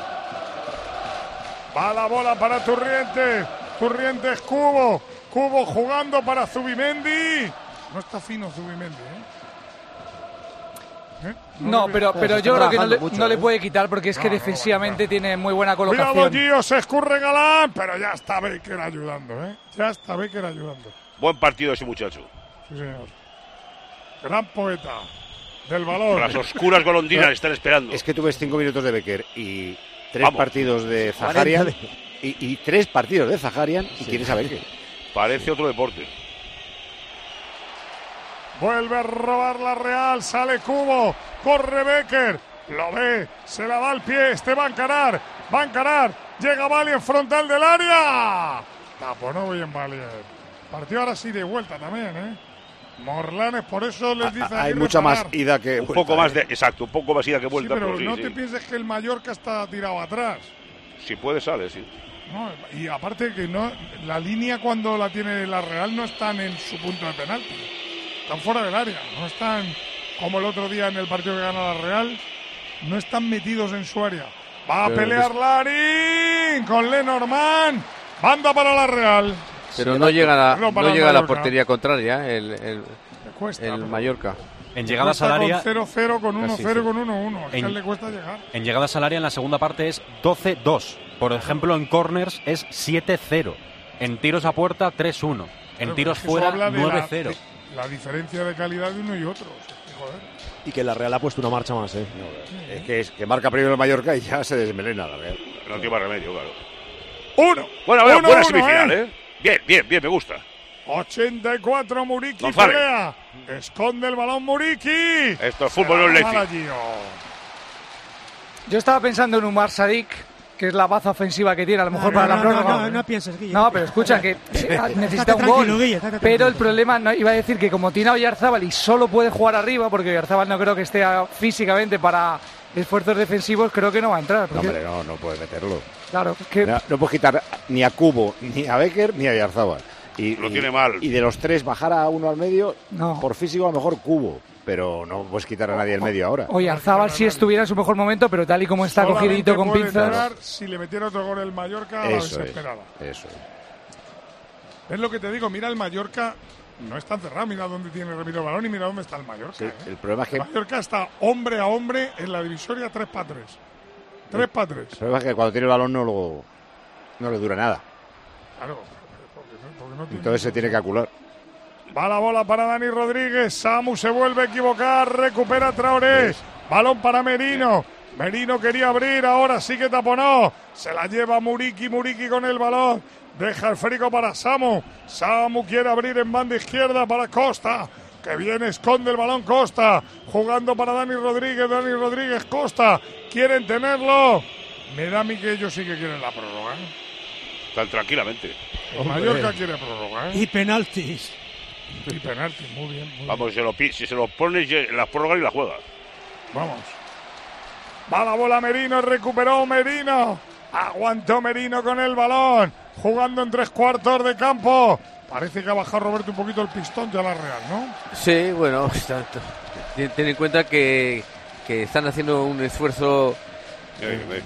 L: Va la bola para Turrientes, Turrientes Cubo, Cubo jugando para Zubimendi. No está fino Zubimendi, ¿eh? ¿Eh?
E: No,
L: le-
E: pero, pero yo creo que no le, no le
L: ¿eh?
E: puede quitar porque es que defensivamente tiene muy buena
L: Cuidado,
E: colocación.
L: Gio, se escurre Galán, pero ya está Baker ayudando, ¿eh? Ya está Baker ayudando.
F: Buen partido ese muchacho.
L: Sí, señor. Gran poeta del Eh, balón.
F: Las oscuras golondrinas están esperando.
A: Es que tú ves cinco minutos de Becker y tres
F: Vamos.
A: partidos de Zaharian y, y tres partidos de Zaharian y quieres saber qué.
F: Parece otro deporte.
L: Vuelve a robar la Real, sale Cubo, corre Becker, lo ve, se la da al pie, este va a encarar, va a encarar, llega Valle en frontal del área. Tapo, no voy en Valle. Partido ahora sí de vuelta también, ¿eh? Morlanes, por eso les dice
A: Ah, Hay
L: Aguirre
A: mucha más
L: parar.
A: ida que
F: Un
A: vuelta,
F: poco más
A: ¿eh?
F: de. Exacto, un poco más ida que
L: Sí,
F: vuelta,
L: pero
F: pero sí,
L: no
F: sí.
L: te pienses que el Mallorca está tirado atrás.
F: Si puede, sale, sí.
L: No, y aparte que no, la línea cuando la tiene la Real no están en su punto de penalti. Están fuera del área. No están como el otro día en el partido que gana la Real. No están metidos en su área. Va a
D: Pero
L: pelear Larín con Lenormand. Banda para la Real.
D: Pero no llega, a,
L: No, para
D: no llega a la
L: Mallorca.
D: portería contraria ¿eh? el, el,
L: cuesta,
D: el
L: pero-
D: Mallorca.
O: En llegadas al área.
L: Con 0-0, con
O: Casi,
L: 1-0, con 1-1. Es que
O: En-
L: a él le cuesta llegar.
O: En llegadas al área en la segunda parte es 12-2. Por ejemplo, en corners es 7-0. En tiros a puerta 3-1. En
L: Pero
O: tiros
L: es que eso
O: fuera
L: habla de la-
O: 9-0.
L: de La, diferencia de calidad de uno y otro. O sea, joder.
B: Y que la Real ha puesto una marcha más, ¿eh?
A: Es que, es que marca primero el Mallorca y ya se desmelena la Real.
F: No lleva remedio, claro.
L: Uno.
F: Bueno, bueno,
L: Uno,
F: buena
L: uno,
F: semifinal,
L: ¿eh?
F: ¿eh? Bien, bien, bien, me gusta.
L: 84 Muriki
F: González.
L: pelea. Esconde el balón Muriki.
F: Esto es fútbol, no es
L: Mala
F: Leti.
L: Gio.
E: Yo estaba pensando en Umar Sadik, que es la baza ofensiva que tiene, a lo mejor para la
C: no,
E: prórroga.
C: no, no pienses, Guille.
E: No, pero escucha que
C: Estate
E: necesita un
C: tranquilo,
E: gol.
C: Guille,
E: Pero
C: estate tranquilo.
E: el problema no, iba a decir que como tiene a Oyarzábal y solo puede jugar arriba, porque Oyarzábal no creo que esté ah, físicamente para esfuerzos defensivos, creo que no va a entrar.
A: No,
E: porque-
A: hombre, no, no puedes meterlo.
E: Claro, que
A: No, no puedes quitar ni a Cubo, ni a Becker, ni a Yarzábal. Y,
F: Lo
A: y-
F: tiene mal.
A: Y de los tres, bajar a uno al medio, por físico a lo mejor Cubo. Pero no puedes quitar a nadie al medio ahora.
E: Oyarzábal si estuviera en su mejor momento, pero tal y como está
L: Solamente
E: cogidito con
L: puede
E: pinzas.
L: entrar Si le metiera otro gol el Mallorca, la
A: Eso es.
L: desesperaba.
A: Eso es.
L: Es lo que te digo. Mira el Mallorca. No está cerrado. Mira dónde tiene Ramiro el balón y mira dónde está el Mallorca.
A: Sí,
L: ¿eh?
A: el problema es que
L: El Mallorca está hombre a hombre en la divisoria 3 para 3. 3 para 3.
A: El problema es que cuando tiene el balón no, lo, no le dura nada.
L: Claro. porque no- porque no tiene-
A: Entonces se tiene que acular.
L: Va la bola para Dani Rodríguez. Samu se vuelve a equivocar. Recupera Traoré. Balón para Merino. Merino quería abrir. Ahora sí que taponó. Se la lleva Muriki. Muriki con el balón. Deja el frico para Samu. Samu quiere abrir en banda izquierda para Costa. Que viene, esconde el balón Costa. Jugando para Dani Rodríguez. Dani Rodríguez Costa. Quieren tenerlo. Me da a mí que ellos sí que quieren la prórroga. ¿eh?
F: Tan tranquilamente.
L: El Pues
M: Pues
L: Mallorca quiere prórroga. ¿eh?
C: Y penaltis.
L: Y penalti. Muy bien. muy
F: Vamos, se lo pi- si se lo pones, ye- las prórrogas y la juega.
L: Vamos. Va la bola Merino, recuperó Merino. Aguantó Merino con el balón. Jugando en tres cuartos de campo. Parece que ha bajado Roberto un poquito el pistón de la Real, ¿no?
D: Sí, bueno, tanto. Ten, ten en cuenta que, que están haciendo un esfuerzo eh,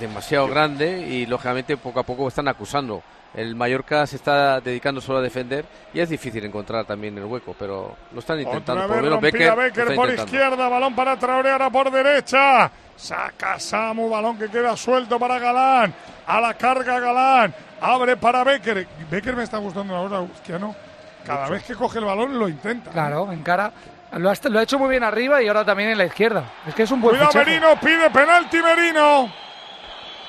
D: demasiado grande y lógicamente poco a poco están acusando. El Mallorca se está dedicando solo a defender y es difícil encontrar también el hueco, pero lo están intentando.
L: Otra
D: Por
L: vez
D: lo menos Becker,
L: rompida
D: lo
L: Becker
D: está
L: por
D: intentando.
L: izquierda, balón para Traoré, ahora por derecha. Saca Samu, balón que queda suelto para Galán. A la carga Galán. Abre para Becker. Becker me está gustando ahora, Usquiano. Cada
E: Mucho.
L: vez que coge el balón lo intenta.
E: Claro, en cara. Lo ha, lo ha hecho muy bien arriba y ahora también en la izquierda. Es que es un buen
L: Cuidado,
E: fichaje.
L: Merino, pide penalti, Merino.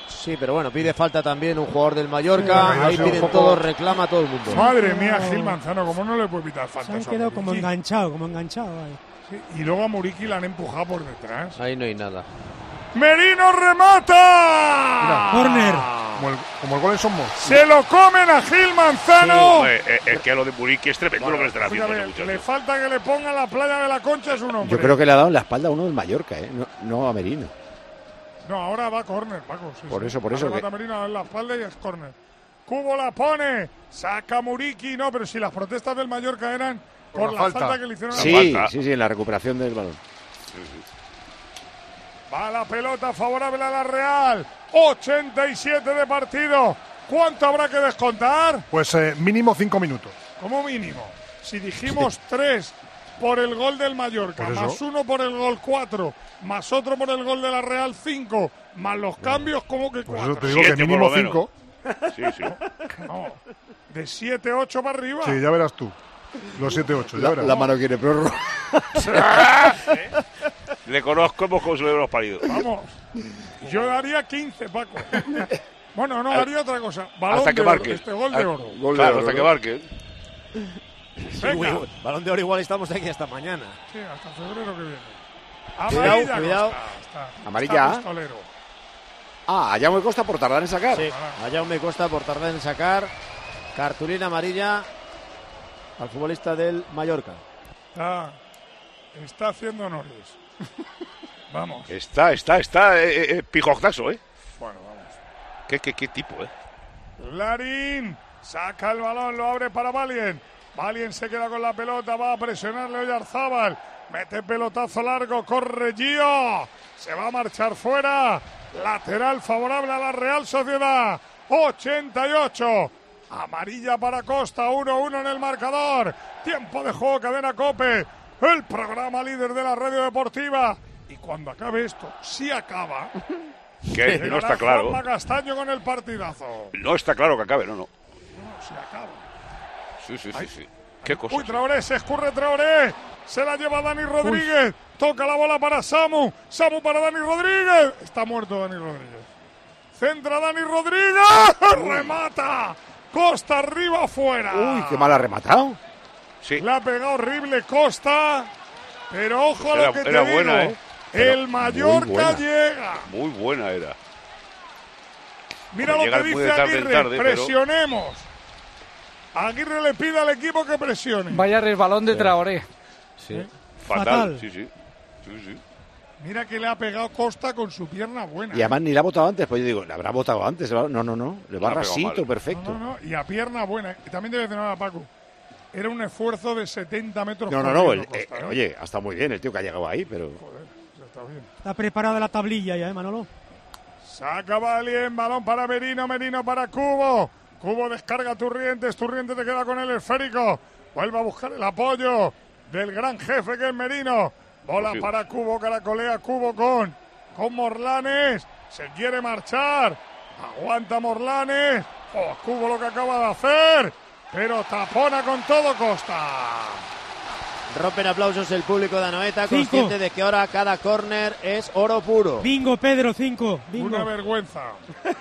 B: Sí, pero bueno, pide falta también un jugador del Mallorca.
L: Sí,
B: Ahí
L: ha sido un
B: piden
L: poco-
B: todo, reclama a todo el mundo.
L: Madre mía, Gil Manzano, ¿cómo no le puede evitar
C: Se
L: falta?
C: han
L: eso a
C: quedado como
L: Muriqui?
C: enganchado, como enganchado. ahí.
L: Y luego a Muriqui la han empujado por detrás.
D: Ahí no hay nada.
F: Ah.
L: ¡Merino remata!
C: Corner.
M: Como el, como el gol en Somos.
L: Se lo comen a Gil Manzano.
F: Hombre, eh, eh, que lo de Muriqui es tremendo lo que le están haciendo.
L: Escúchame, le falta que le pongan la playa de la concha es un hombre.
A: Yo creo que le ha dado en la espalda a uno del Mallorca, ¿eh? no, no a Merino.
L: No, ahora va a córner, Paco. sí,
A: Por
L: sí.
A: eso, por eso
L: Arrebata Merino en la espalda y es córner. Cubo la pone, saca Muriqui. No, pero si las protestas del Mallorca eran por, la falta. que le hicieron a
A: Sí, sí, sí, en la recuperación del balón.
L: Va la pelota favorable a la Real. 87 de partido. ¿Cuánto habrá que descontar?
M: Pues eh, mínimo cinco minutos.
L: Como mínimo. Si dijimos tres por el gol del Mallorca,
M: Por eso.
L: más uno por el gol cuatro, más otro por el gol de la Real cinco, más los cambios, como que
M: Por
L: cuatro?
M: eso te digo que mínimo cinco.
F: Sí, sí.
L: No, de siete, ocho para arriba.
M: Sí, ya verás tú. Los 7-8, ya
A: La,
M: verás.
A: la mano quiere prórroga.
F: Le conozco como se los paridos.
L: Vamos. Yo daría 15, Paco. Bueno, no,
F: Al-
L: daría otra cosa. Balón
F: hasta que
L: de oro,
F: marque.
L: este gol
B: Ah,
L: de
F: Al-
L: oro.
F: gol de Claro, oro, hasta ¿no? que marque.
L: Venga.
B: Uy, balón de oro igual estamos aquí hasta mañana.
L: Sí, hasta febrero que viene.
B: Cuidado,
L: Amarilla,
B: cuidado.
L: Costa, está- está
A: Amarilla.
L: pistolero.
A: Ah, allá me costa por tardar en sacar.
B: Sí, allá me costa por tardar en sacar. Cartulina amarilla al futbolista del Mallorca.
L: Está, está haciendo honores. Vamos.
F: Está, está, está eh, eh, eh, pijotazo, ¿eh?
L: Bueno, vamos.
F: ¿Qué, qué, qué tipo, ¿eh?
L: Larín saca el balón, lo abre para Valien. Valien se queda con la pelota, va a presionarle hoy Arzábal. Mete pelotazo largo, corre Gio. Se va a marchar fuera. Lateral favorable a la Real Sociedad. 88. Amarilla para Costa, 1-1 en el marcador. Tiempo de juego, cadena Cope. El programa líder de la radio deportiva. Y cuando acabe esto, si acaba.
F: Que no está claro.
L: Juanma Castaño con el partidazo.
F: No está claro que acabe, no, no.
L: No, se acaba.
F: Sí, sí, sí. sí. ¿Qué cosa?
L: Uy, Traoré, se escurre Traoré. Se la lleva Dani Rodríguez. Toca la bola para Samu. Samu para Dani Rodríguez. Está muerto Dani Rodríguez. Centra Dani Rodríguez. Remata. Costa arriba afuera.
A: Uy, qué mal ha rematado.
L: La ha pegado horrible Costa. Pero ojo a
F: Era-
L: lo que
F: era
L: te
F: buena,
L: digo.
F: ¿eh? Era
L: El
F: muy
L: Mallorca
F: buena.
L: llega.
F: Muy buena era. Bueno,
L: Mira lo que
F: llegar muy
L: dice
F: de tarde en
L: Aguirre.
F: tarde, pero-
L: Presionemos. Aguirre le pide al equipo que presione.
E: Vaya resbalón de Traoré.
L: ¿Eh?
F: Fatal.
L: Fatal.
F: Sí, sí. Sí, sí.
L: Mira que le ha pegado Costa con su pierna buena.
A: Y además ni la ha votado antes. Pues yo digo, ¿la habrá votado antes? No, no, no. Le
F: La
A: va
F: ha pegado
A: rasito,
F: mal.
A: perfecto.
L: No, no, y a pierna buena. Y También debe tener a Paco. Era un esfuerzo de 70 metros.
A: No, no, no. el-
L: corriendo,
A: eh,
L: Costa, ¿eh?
A: oye, ha estado muy bien el tío que ha llegado ahí, pero.
L: Ya está bien.
C: Está preparada la tablilla ya, ¿eh, Manolo?
L: Saca Valien, balón para Merino, Merino para Cubo. Cubo descarga a Turrientes, Turrientes te queda con el esférico. Vuelve a buscar el apoyo del gran jefe que es Merino. Bola
F: Sí.
L: para Cubo, caracolea Cubo con, con Morlanes. Se quiere marchar. Aguanta Morlanes. Oh, Cubo lo que acaba de hacer. Pero tapona con todo
A: Ah.
L: Costa.
B: Rompen aplausos el público de Anoeta,
L: Cinco.
B: consciente de que ahora cada córner es oro puro.
C: Bingo, Pedro, 5.
L: Una vergüenza.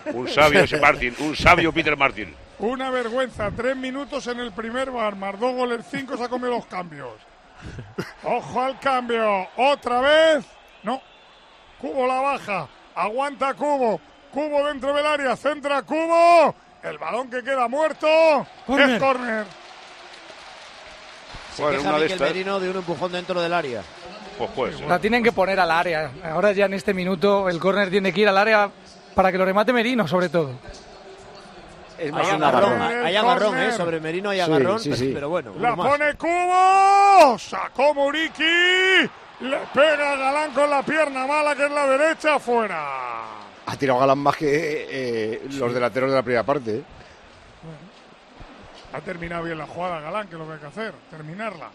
F: Un sabio ese Martin. Un sabio Peter Martin.
L: Una vergüenza, tres minutos en el primer bar, más dos goles, cinco, se ha comido los cambios. Ojo al cambio, otra vez. No, Cubo la baja, aguanta Cubo, Cubo dentro del área, centra Cubo, el balón que queda muerto, es
C: Córner.
L: córner.
B: Se
F: Bueno,
B: queja
F: una de
B: Miquel
F: estas.
B: Merino de un empujón dentro del área.
F: Pues puede ser.
E: La tienen que poner al área. Ahora ya en este minuto el córner tiene que ir al área para que lo remate Merino, sobre todo.
B: Hay
A: Es un
B: agarrón,
L: agarrón.
B: hay agarrón, ¿eh?
L: Córner.
B: Sobre Merino hay
A: Sí,
B: agarrón,
A: sí, sí.
B: pero bueno. uno
L: La
B: más.
L: pone Cubo, sacó Muriqui, le pega a Galán con la pierna mala que es la derecha, fuera.
A: Ha tirado Galán más que eh, los delanteros de la primera parte. ¿eh?
L: Ha terminado bien la jugada Galán, que es lo que hay que hacer, terminarla.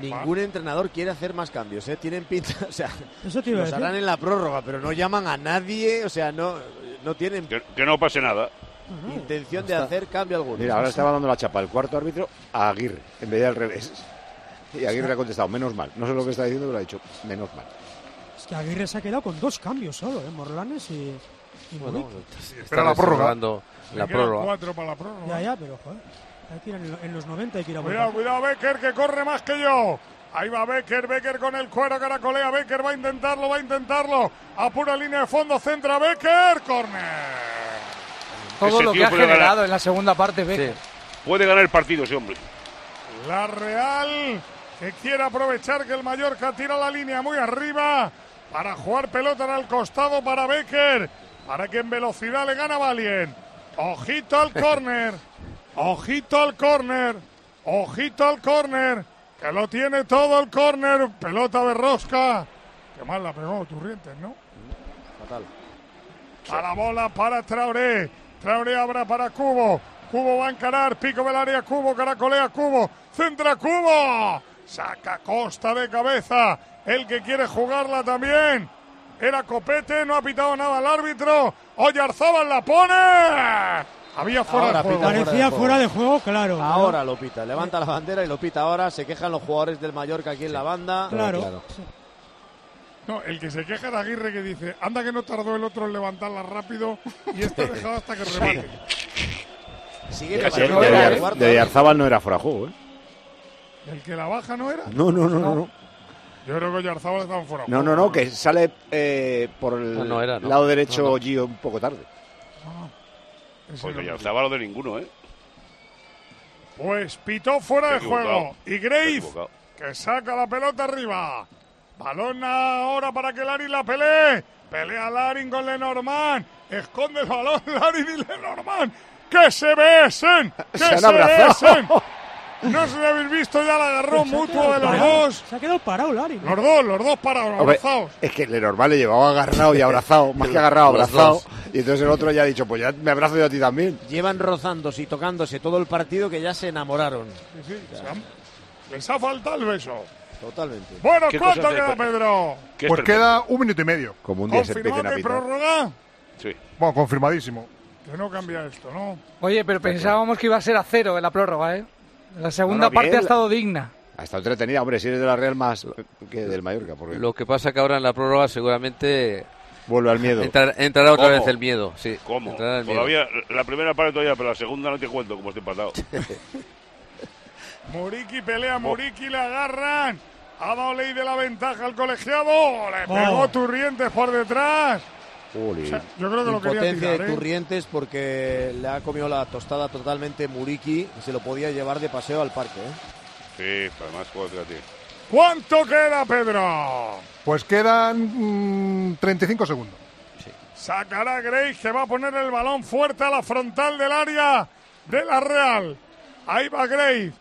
B: Ningún entrenador quiere hacer más cambios, ¿eh? Tienen pinta, o sea,
C: Eso te iba a
B: los
C: decir.
B: harán en la prórroga, pero no llaman a nadie, o sea, no, no tienen
F: Que, que no pase nada.
B: intención de hacer cambio alguno.
A: Mira, ahora estaba dando la chapa el cuarto árbitro a Aguirre, en vez de al revés. Y Aguirre ha contestado, menos mal. No sé lo que está diciendo, pero ha dicho, menos mal.
C: Es que Aguirre se ha quedado con dos cambios solo, ¿eh? Morlanes y, y
D: Bueno,
C: Muriqui.
D: está
M: la prórroga.
D: reservando La
L: Le quedan
D: prórroga.
L: cuatro para la prórroga.
C: Ya, ya, pero joder. Hay que ir en, lo- en los 90 hay que ir a
L: Cuidado,
C: votar.
L: cuidado, Becker, que corre más que yo. Ahí va Becker, Becker con el cuero, caracolea. Becker va a intentarlo, va a intentarlo. A pura línea de fondo, centra Becker, corner.
E: todo
F: Ese
E: lo
F: tío
E: que ha
F: puede ganar.
E: generado en la segunda parte Becker.
F: Puede ganar el partido ese hombre.
L: La Real que quiere aprovechar que el Mallorca tira la línea muy arriba para jugar pelota al costado para Becker, para que en velocidad le gana Valien. Ojito al córner, ojito al córner, ojito al córner, que lo tiene todo el córner, pelota de rosca. Que mal la pegó Turrientes, ¿no?
B: Fatal.
L: A la bola para Traoré. Traoré abra para Cubo. Cubo va a encarar. Pico del área. Cubo. Caracolea. Cubo. Centra Cubo. Saca Costa de cabeza. El que quiere jugarla también. Era Copete. No ha pitado nada el árbitro. Oyarzábal la pone. Había fuera
B: Ahora
L: de juego.
B: pita
C: Parecía fuera de juego, claro.
B: Ahora lo pita, levanta la bandera y lo pita ahora. Se quejan los jugadores del Mallorca aquí en la banda.
C: Claro.
L: No, el que se queja de Aguirre que dice, anda que no tardó el otro en levantarla rápido y esto ha dejado hasta que remate.
B: Sigue
A: Casi- de, Oyar- de Oyarzábal no era fuera de juego, ¿eh?
L: El que la baja no era.
A: No, no, no, no. no.
L: Yo creo que Oyarzábal estaba fuera. de
A: No, no,
L: juego.
A: no, que sale eh, por el
D: No, no era, no.
A: lado derecho
D: No, no.
A: Gio un poco tarde.
F: Porque Pues ya estaba lo de ninguno, ¿eh?
L: Pues pitó fuera
F: Te
L: de
F: he equivocado.
L: juego. Y
F: Te he
L: Grace,
F: equivocado.
L: que saca la pelota arriba. Balón ahora para que Larin la pelee. Pelea Larin con Lenormand. Esconde el balón Larin y Lenormand. ¡Que se besen! ¡Que
C: Se han
L: se,
C: abrazado.
L: besen! No se lo habéis visto, ya la agarró
C: Se ha
L: mutuo
C: quedado
L: de los
C: parado.
L: dos.
C: Se ha quedado parado, ¿eh? Lari.
L: Los dos, los dos parados,
A: Hombre,
L: abrazados.
A: es que le normal le llevaba agarrado y abrazado, más que agarrado,
B: Los
A: abrazado.
B: dos.
A: Y entonces el otro ya ha dicho, pues ya me abrazo yo a ti también.
B: Llevan rozándose y tocándose todo el partido que ya se enamoraron.
L: Sí, sí, se han- Les ha faltado el beso.
B: Totalmente.
L: Bueno, ¿cuánto queda, Pedro?
M: Pues queda un minuto y medio.
A: Como
L: ¿Confirmado y prórroga?
M: Bueno, confirmadísimo.
L: Que no cambia esto, ¿no?
E: Oye, pero pensábamos que iba a ser a cero en la prórroga, ¿eh? La segunda
A: No, no, bien.
E: parte ha estado digna.
A: Ha estado entretenida, hombre, si eres de la Real más que del Mallorca. Porque
D: Lo que pasa que ahora en la prórroga seguramente
A: vuelve al miedo.
D: entrar- entrará otra
F: ¿Cómo?
D: vez el miedo. Sí,
F: ¿Cómo?
D: entrará el miedo.
F: Todavía, la primera parte todavía, pero la segunda no te cuento cómo estoy empatado.
L: Muriki pelea, Muriki le agarran. Ha dado ley de la ventaja al colegiado. Le pegó
B: Oh.
L: Turrientes por detrás.
A: Jolín.
L: yo creo que lo quería
B: Impotencia
L: tirar,
B: de
L: ¿eh?
B: Turrientes porque le ha comido la tostada totalmente Muriki. y Se lo podía llevar de paseo al parque. ¿eh?
F: Sí, además, joder, fíjate.
L: ¿Cuánto queda, Pedro?
M: Pues quedan mm, 35 segundos.
L: Sacará Grace que va a poner el balón fuerte a la frontal del área de la Real. Ahí va Grace.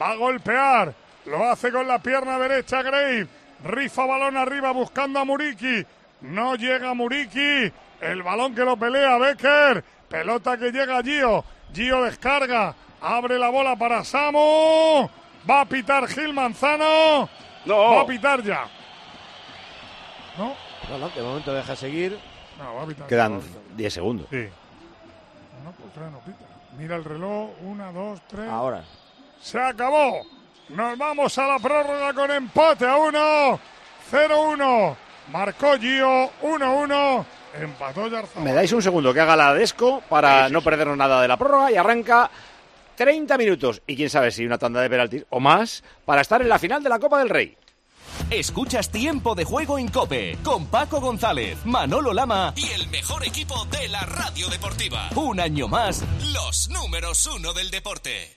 L: Va a golpear. Lo hace con la pierna derecha Grace. Rifa balón arriba buscando a Muriki. No llega Muriki. El balón que lo pelea Becker. Pelota que llega a Gio. Gio descarga. Abre la bola para Samu. Va a pitar Gil Manzano.
F: No.
L: Va a pitar ya.
B: No, no, de momento deja seguir.
L: No, va a pitar.
A: Quedan 10 segundos.
L: No, pues claro, no pita. Mira el reloj, una, dos, tres.
B: Ahora.
L: Se acabó. Nos vamos a la prórroga con empate a uno. 0-1. Marcó Gio, 1-1. Empató Yarzón.
A: Me dais un segundo que haga la Desco para no perdernos nada de la prórroga y arranca 30 minutos y quién sabe si una tanda de penaltis o más para estar en la final de la Copa del Rey.
J: Escuchas Tiempo de Juego en Cope con Paco González, Manolo Lama y el mejor equipo de la radio deportiva. Un año más, los números uno del deporte.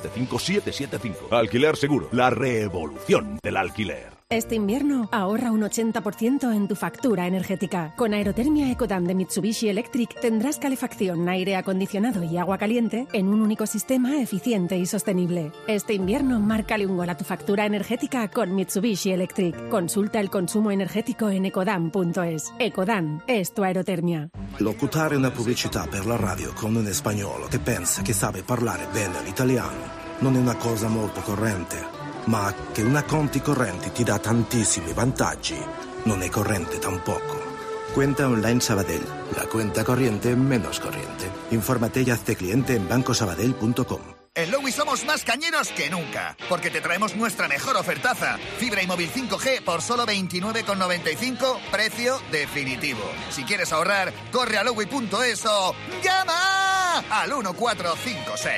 Q: 910-775-775. Alquiler Seguro, la revolución del alquiler.
R: Este invierno ahorra un 80% en tu factura energética. Con Aerotermia Ecodan de Mitsubishi Electric tendrás calefacción, aire acondicionado y agua caliente en un único sistema eficiente y sostenible. Este invierno márcale un gol a tu factura energética con Mitsubishi Electric. Consulta el consumo energético en ecodan.es. Ecodan es tu aerotermia.
S: Locutare una pubblicità per la radio con un spagnolo che pensa che sabe parlare bene l'italiano non è una cosa molto corrente, ma che una conti correnti ti dà tantissimi vantaggi non è corrente tampoco. Cuenta online Sabadell, la cuenta corriente menos corriente. Infórmate y hazte cliente en bancosabadell.com.
T: En Lowy somos más cañeros que nunca, porque te traemos nuestra mejor ofertaza. Fibra y móvil 5G por solo 29,95, precio definitivo. Si quieres ahorrar, corre a lowy.es o llama al 1456.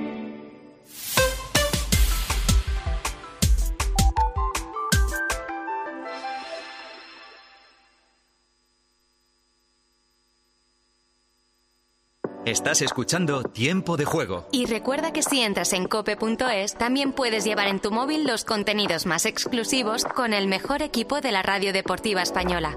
U: Estás escuchando Tiempo de Juego.
P: Y recuerda que si entras en cope.es, también puedes llevar en tu móvil los contenidos más exclusivos con el mejor equipo de la radio deportiva española.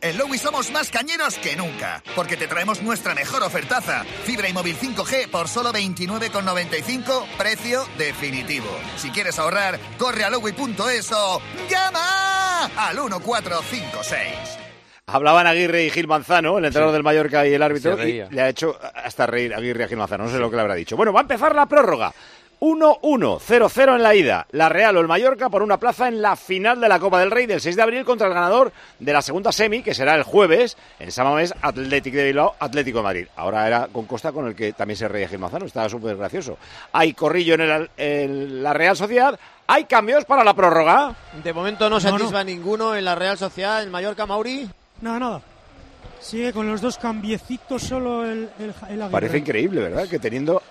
T: En Lowy somos más cañeros que nunca, porque te traemos nuestra mejor ofertaza. Fibra y móvil 5G por solo 29,95, precio definitivo. Si quieres ahorrar, corre a lowy.es o llama al 1456.
A: Hablaban Aguirre y Gil Manzano, el entrenador
B: Sí.
A: del Mallorca y el árbitro,
B: Se
A: y
B: reía.
A: le ha hecho hasta reír a Aguirre y a Gil Manzano. No sé lo que le habrá dicho. Bueno, va a empezar la prórroga. 1-1, 0-0 en la ida. La Real o el Mallorca por una plaza en la final de la Copa del Rey del 6 de abril contra el ganador de la segunda semi, que será el jueves, en Samamés, Atlético de Bilbao, Atlético de Madrid. Ahora era con Costa con el que también se reía Gil Manzano, estaba súper gracioso. Hay corrillo en, el- en la Real Sociedad, hay cambios para la prórroga.
B: De momento no satisfa ninguno en la Real Sociedad, en Mallorca, Mauri.
C: Nada, nada. Sigue con los dos cambiecitos solo el, el, el Aguirre.
A: Parece increíble, ¿verdad? Que teniendo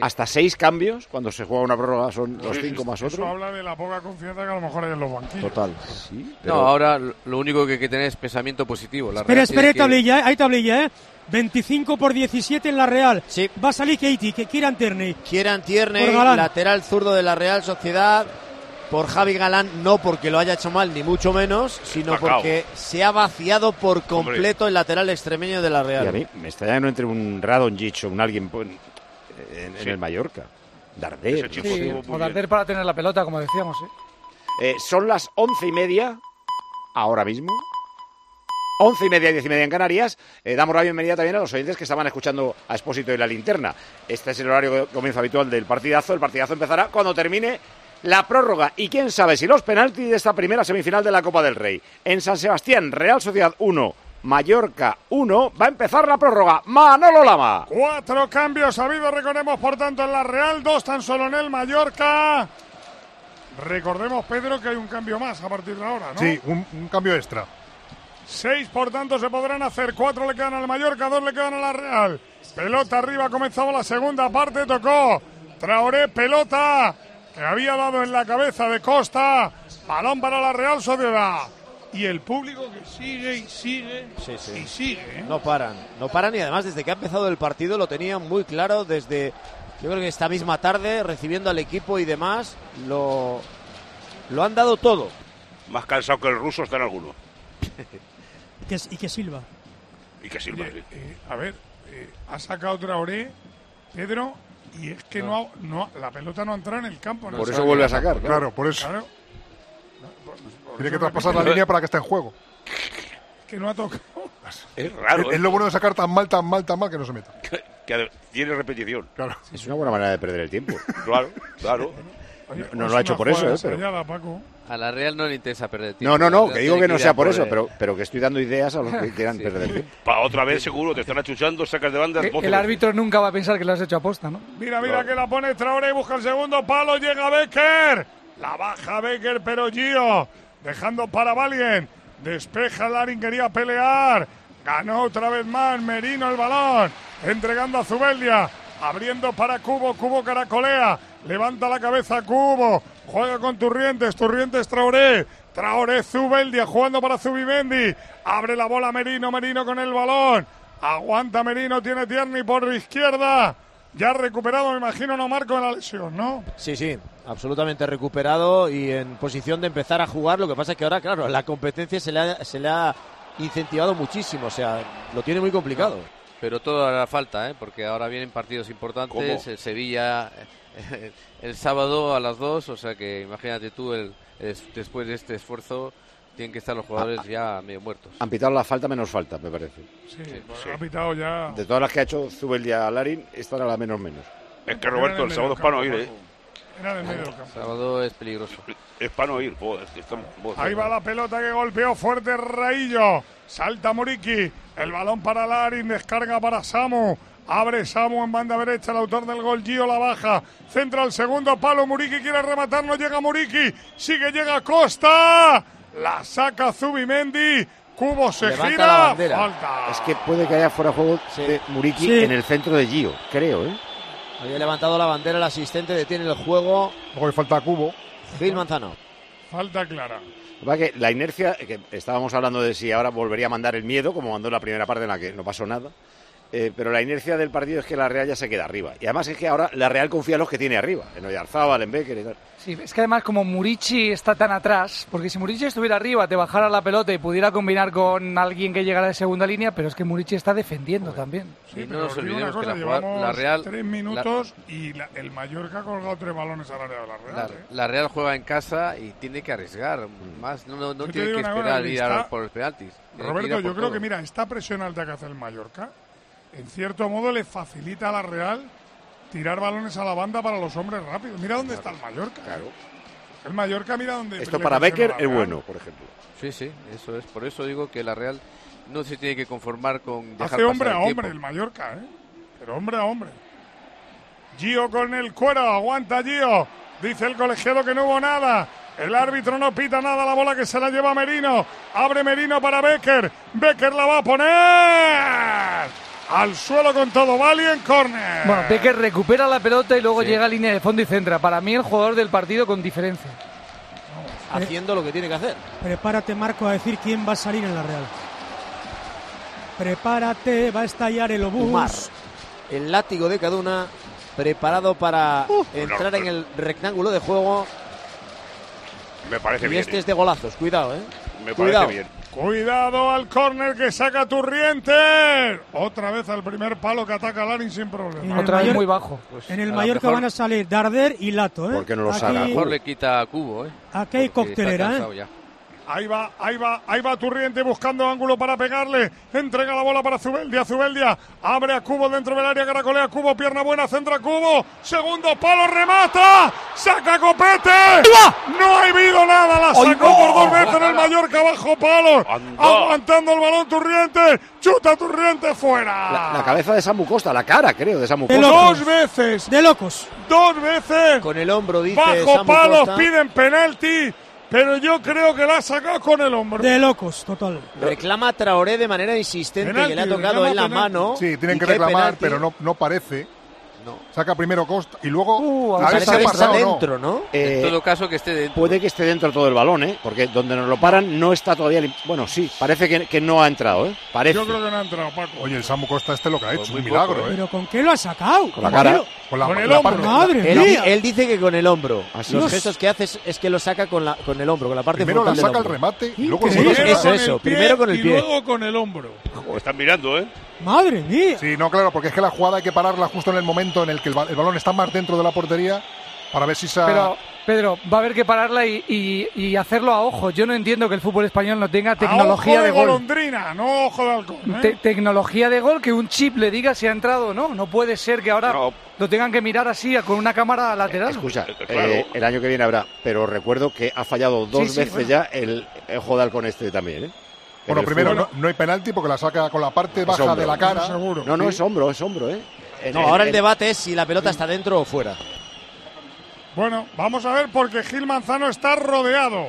A: hasta seis cambios, cuando se juega una prórroga son los
L: Sí,
A: cinco más
L: Eso
A: otro.
L: habla de la poca confianza que a lo mejor hay en los banquillos.
A: Total. Sí,
D: No,
A: pero
D: ahora lo único que hay que tener es pensamiento positivo. La
C: Espera,
D: Real tiene
C: espera, hay
D: que-
C: tablilla, ¿eh? hay tablilla, ¿eh? 25 por 17 en la Real. Va a salir Katie, que Kieran Tierney.
B: Kieran Tierney,
C: Por Galán.
B: lateral zurdo de la Real Sociedad. Por Javi Galán, no porque lo haya hecho mal, ni mucho menos, sino
A: Marcao.
B: porque se ha vaciado por completo el lateral extremeño de la Real.
A: y a mí me está no entre un Radon Gicho, un alguien pon- en, en el Mallorca. Darder.
F: Este
A: no sé.
E: Sí, o Darder para tener la pelota, como decíamos. ¿eh?
A: Eh, son las once y media ahora mismo. Once y media, diez y media en Canarias. Eh, damos la bienvenida también a los oyentes que estaban escuchando a Expósito y la linterna. Este es el horario que comienza habitual del partidazo. El partidazo empezará cuando termine la prórroga. Y quién sabe si los penaltis de esta primera semifinal de la Copa del Rey. En San Sebastián, Real Sociedad 1, Mallorca 1. Va a empezar la prórroga. Manolo Lama.
L: Cuatro cambios habidos, recordemos, por tanto, en la Real, dos tan solo en el Mallorca. Recordemos, Pedro, que hay un cambio más a partir de ahora, ¿no?
M: Sí, un, un cambio extra.
L: Seis, por tanto, se podrán hacer. Cuatro le quedan al Mallorca, dos le quedan a la Real. Pelota arriba, comenzaba la segunda parte, tocó Traoré, pelota que había dado en la cabeza de Costa. Balón para la Real Sociedad. Y el público que sigue y sigue
B: Sí, sí.
L: y sigue. ¿eh?
B: No paran, no paran y además desde que ha empezado el partido lo tenían muy claro desde yo creo que esta misma tarde recibiendo al equipo y demás lo lo han dado todo.
F: Más cansado que el ruso está en alguno.
C: Y que, y que Silva.
F: Y que sirva. sí.
L: Eh, a ver, eh, ha sacado Traoré, Pedro, y es que no. ha- no ha- la pelota no ha entrado en el campo.
A: Por eso vuelve a sacar, claro.
M: Claro, por eso.
L: Claro.
M: Tiene que traspasar la línea para que esté en juego.
L: que no ha tocado.
F: Es
D: ¿eh?
M: Es, es lo bueno de sacar tan mal, tan mal, tan mal que no se meta.
F: que ade- tiene repetición.
A: Es una buena manera de perder el tiempo.
F: Claro, claro.
A: No, no lo ha hecho por eso, ¿eh? Pero...
D: A la Real no le interesa perder tiempo.
A: No, no,
D: La
A: no,
D: Real
A: que digo
D: tiene
A: que no
D: ir a
A: sea por
D: por
A: eso,
D: el-
A: pero, pero que estoy dando ideas a los que quieran perder el tiempo.
F: Pa, otra vez seguro, te están achuchando, sacas de bandas.
E: El árbitro nunca va a pensar que lo has hecho aposta, ¿no?
L: Mira, mira que la pone Traoré, busca el segundo palo, llega Becker. La baja Becker, pero Gio, dejando para Valien. Despeja Larin, quería pelear. Ganó otra vez más Merino el balón, entregando a Zubeldia, abriendo para Cubo, Cubo caracolea, levanta la cabeza Cubo, juega con Turrientes, Turrientes Traoré, Traoré Zubeldia jugando para Zubimendi, abre la bola Merino, Merino con el balón, aguanta Merino, tiene Tierney por izquierda, ya recuperado, me imagino, no marco en la lesión, ¿no?
B: Sí, sí, absolutamente recuperado y en posición de empezar a jugar. Lo que pasa es que ahora, claro, la competencia se le ha, se le ha incentivado muchísimo. O sea, lo tiene muy complicado.
D: Pero todo hará falta, ¿eh? porque ahora vienen partidos importantes.
B: ¿Cómo?
D: El Sevilla eh, el sábado a las 2, o sea que imagínate tú, el, es- después de este esfuerzo, tienen que estar los jugadores ya medio muertos.
A: Han pitado la falta menos falta, me parece.
L: Sí, ha pitado ya.
A: De todas las que ha hecho Zubeldia a Larin, esta era la menos menos.
F: Es que Roberto, el sábado es para no ir, ¿eh?
L: Era del medio campo.
D: sábado es peligroso.
F: Es para no ir, joder, es que estamos- joder.
L: Ahí va la pelota que golpeó fuerte Raillo. Salta Muriqui. El balón para Larin. Descarga para Samu. Abre Samu en banda derecha. El autor del gol, Gio, la baja. Centra el segundo palo. Muriqui quiere rematar. No llega Muriqui. Sigue, llega Costa. La saca Zubimendi. Cubo se
A: Levanta
L: gira.
A: la bandera.
L: Falta.
A: Es que puede que haya fuera de juego de Muriqui
B: Sí.
A: en el centro de Gio, creo, ¿eh?
B: Había levantado la bandera el asistente, detiene el juego.
M: Hoy falta Cubo.
B: Gil Manzano.
L: Falta clara.
A: Lo que pasa es que la inercia, que estábamos hablando de si ahora volvería a mandar el miedo, como mandó en la primera parte en la que no pasó nada, eh, pero la inercia del partido es que la Real ya se queda arriba. Y además es que ahora la Real confía en los que tiene arriba, en Oyarzábal, en Becker y tal.
E: Sí, es que además como Murici está tan atrás, porque si Murici estuviera arriba, te bajara la pelota y pudiera combinar con alguien que llegara de segunda línea, pero es que Murici está defendiendo también.
D: Y no
L: pero
D: nos
L: os digo
D: olvidemos
L: una
D: que
L: cosa,
D: la, jugada-
L: llevamos
D: la Real.
L: tres minutos y la- el Mallorca ha colgado tres balones al área de la Real.
D: La,
L: ¿eh?
D: la Real juega en casa y tiene que arriesgar
A: Mm.
D: más, no, no, no
L: Yo te
D: tiene
L: digo
D: que
L: una cosa,
D: esperar ir a-
L: está-
D: por los penaltis. Tiene que ir a
L: Roberto,
D: por
L: yo creo
D: todo.
L: que mira, esta presión alta que hace el Mallorca, en cierto modo le facilita a la Real tirar balones a la banda para los hombres rápidos. Mira dónde está el Mallorca. Claro. El Mallorca mira dónde.
A: Esto
D: Pues
L: le
A: para
L: presiona
A: Becker
L: la
A: es
L: Real.
A: bueno, por ejemplo.
D: Sí, sí, eso es. Por eso digo que la Real no se tiene que conformar con dejar
L: Hace hombre a
D: pasar el tiempo.
L: hombre el Mallorca, ¿eh? Pero hombre a hombre. Gio con el cuero, aguanta Gio. Dice el colegiado que no hubo nada. El árbitro no pita nada la bola que se la lleva Merino. Abre Merino para Becker. Becker la va a poner. Al suelo con todo. Valien corner.
E: Bueno, Becker recupera la pelota y luego llega a línea de fondo y centra. Para mí el jugador del partido con diferencia.
B: Haciendo lo que tiene que hacer.
C: Prepárate, Marco, a decir quién va a salir en la Real. Prepárate, va a estallar el obús.
B: Umar. El látigo de Caduna preparado para entrar en el rectángulo de juego.
F: Me parece
B: y
F: bien.
B: este
F: ¿eh?
B: es de golazos, cuidado, ¿eh?
F: Me parece
B: cuidado.
F: bien.
L: Cuidado al córner que saca Turrientes. Otra vez al primer palo que ataca Larin sin problema.
C: el Otra vez Mallor- muy
E: bajo.
C: En el
D: A lo
C: Mallorca
D: mejor-
C: van a salir Darder y Lato, ¿eh?
A: ¿Por qué no lo
C: Aquí-
D: A lo mejor le quita a Cubo, ¿eh?
C: Aquí hay
D: Porque está
C: coctelera,
D: cansado
C: ¿eh?
D: ya.
L: Ahí va, ahí va, ahí va Turriente buscando ángulo para pegarle. Entrega la bola para Zubeldia. Zubeldia abre a Cubo dentro del área, caracolea a Cubo, pierna buena, centra a Cubo. Segundo palo, remata. Saca Copete. No ha habido nada, la
G: ¡Ay,
L: sacó
G: no!
L: por dos veces en el Mallorca bajo palo. Aguantando el balón Turriente. Chuta Turriente fuera.
A: La, la cabeza de Samu Costa, la cara, creo, de Samu Costa.
L: Dos veces.
C: De locos.
L: Dos veces.
B: Con el hombro dice
L: Bajo
B: Samu
L: palos
B: Costa.
L: piden penalti. Pero yo creo que la ha sacado con el hombro.
C: De locos, total.
B: Reclama Traoré de manera insistente que le ha tocado en la mano.
M: Sí,
B: y
M: tienen que
B: hay
M: reclamar,
B: penalti.
M: pero no, no parece.
D: No.
M: Saca primero Costa y luego.
B: me
M: a ver si
B: parece
M: ha
B: que está
M: pasado o no.
B: dentro, ¿no?
A: Eh,
D: En todo caso, que esté dentro.
A: Puede que esté dentro todo el balón, ¿eh? Porque donde nos lo paran no está todavía... lim- Bueno, sí, parece que, que no ha entrado, ¿eh? Parece.
L: Yo creo que no ha entrado, Paco.
M: Oye, el Samu Costa este lo que ha
D: Pues
M: hecho,
A: muy
M: un milagro,
A: poco,
M: ¿eh?
C: ¿Pero con qué lo ha sacado?
A: Con la cara.
M: Con, la-
L: Con el
M: la
L: hombro.
M: parte-
C: ¡Madre
B: Él,
C: mía!
B: él dice que con el hombro.
A: Así
B: Los
A: es.
B: gestos que hace es, es que lo saca con, la, con el hombro, con la parte
M: Primero la
B: frontal del
M: saca el
B: hombro.
M: remate y luego
B: Increíble.
M: se
B: Eso, eso. Primero con el
L: y
B: pie.
L: luego con el hombro.
F: Están mirando, ¿eh?
C: ¡Madre mía!
M: Sí, no, claro, porque es que la jugada hay que pararla justo en el momento en el que el, ba- el balón está más dentro de la portería para ver si esa...
E: Pero, Pedro, va a haber que pararla y, y- y hacerlo a ojo. Yo no entiendo que el fútbol español no tenga tecnología
L: ojo
E: de gol.
L: golondrina, no ojo de halcón.
C: Ah.
L: ¿eh?
E: Te- tecnología de gol que un chip le diga si ha entrado o no. No puede ser que ahora lo tengan que mirar así con una cámara lateral.
A: Escucha, eh, el año que viene habrá, pero recuerdo que ha fallado dos
E: Sí, sí,
A: veces
E: bueno.
A: ya el, el Jodal con este también, ¿eh? En
M: Bueno,
A: el
M: primero,
A: fútbol.
M: no, no hay penalti porque la saca con la parte
A: Es
M: baja
A: hombro.
M: de la cara.
A: No, no,
M: Sí.
A: es hombro, es hombro, ¿eh?
B: No, ahora el debate es si la pelota está dentro o fuera.
L: Bueno, vamos a ver porque Gil Manzano está rodeado.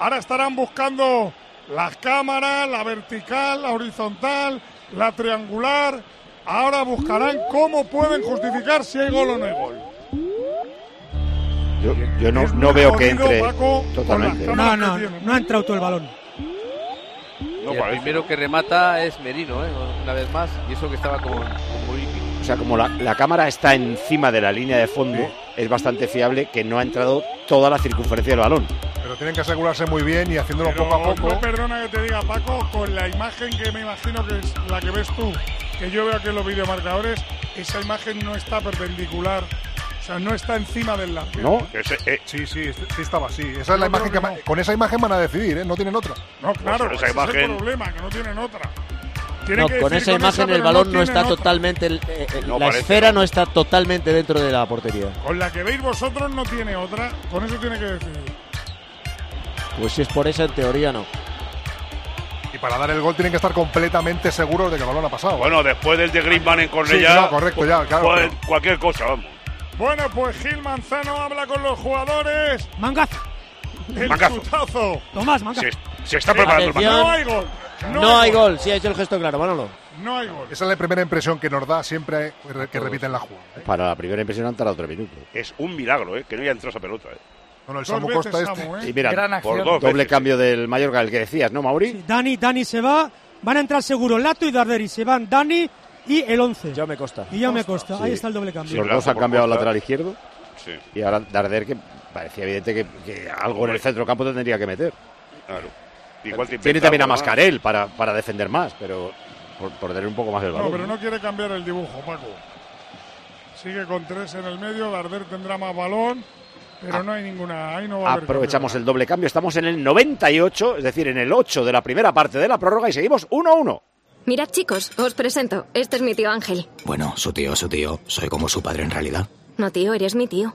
L: Ahora estarán buscando las cámaras, la vertical, la horizontal, la triangular. Ahora buscarán cómo pueden justificar si hay gol o no hay gol.
A: Yo, yo no,
L: Es
A: no
L: muy
A: veo que
L: jodido,
A: entre
L: Paco,
A: totalmente.
C: No, no, no ha entrado todo el balón.
D: Y el primero que remata es Merino, ¿eh? una vez más, y eso que estaba con, con Muriqui.
A: O sea, como la, la cámara está encima de la línea de fondo, es bastante fiable que no ha entrado toda la circunferencia del balón.
M: Pero tienen que asegurarse muy bien y haciéndolo poco a poco.
L: No perdona que te diga, Paco, con la imagen que me imagino que es la que ves tú, que yo veo aquí en los videomarcadores, esa imagen no está perpendicular. O sea, no está encima del lápiz.
F: eh.
M: Sí, sí, sí sí estaba así. Esa es
L: Yo
M: la imagen que
L: creo que
M: ma-
L: no.
M: Con esa imagen van a decidir, ¿eh? No tienen otra.
L: No, claro,
M: Pues esa
L: ese es el
M: imagen-
L: problema, que no tienen otra. Tienen
B: No,
L: que
B: con
L: decir
B: esa imagen el
L: pero
B: balón no
L: tienen
B: está
L: otra.
B: totalmente. el- eh, eh,
L: No
B: la
L: parece,
B: esfera no está totalmente dentro de la portería.
L: Con la que veis vosotros no tiene otra, con eso tiene que decidir.
B: Pues si es por esa, en teoría no.
M: Y para dar el gol tienen que estar completamente seguros de que el balón ha pasado.
F: Bueno, después del de Griezmann en Cornellá.
M: Sí, no, correcto, ya, claro,
F: pueden- Cualquier cosa, vamos.
L: Bueno, pues Gil Manzano habla con los jugadores.
C: Mangazo.
L: El
F: Mangazo.
L: chutazo.
C: Tomás,
L: mangazo.
F: Se está preparando el
B: Atención.
L: No hay gol.
B: No, hay gol. Sí, ha hecho el gesto claro, Manolo.
L: No hay gol.
M: Esa es la primera impresión que nos da siempre eh, que repiten la jugada.
A: Para la primera impresión han tardado tres minutos.
F: Es un milagro, ¿eh? Que no haya entrado esa pelota. ¿eh?
M: Bueno, el
F: Dos Samu veces Costa este. Samu, ¿eh?
A: Y mira,
F: Gran acción.
A: por dos doble
F: veces.
A: cambio del Mallorca, el que decías, ¿no, Mauri?
C: Dani, Dani se va. Van a entrar seguro Lato y Darderi. Se van Dani y el 11. Ya
B: me costa.
C: Y ya me costa. Ahí
A: Sí.
C: está el doble cambio.
A: Los dos han cambiado al lateral izquierdo.
F: Sí.
A: Y ahora Darder, que parecía evidente que, que algo en el centro campo tendría que meter.
F: Claro. Igual te
A: Tiene
F: inventa
A: también a
F: algo más.
A: Mascarel para, para defender más, pero por, por tener un poco más el
L: No,
A: balón.
L: pero no quiere cambiar el dibujo, Paco. Sigue con tres en el medio, Darder tendrá más balón,
A: Ah.
L: pero no hay ninguna, ahí no va a haber
A: Aprovechamos el doble cambio. Estamos en el 98, es decir, en el 8 de la primera parte de la prórroga y seguimos 1-1.
G: Mirad, chicos, os presento. Este es mi tío Ángel.
H: Bueno, su tío, su tío. Soy como su padre en realidad.
G: No, tío, eres mi tío.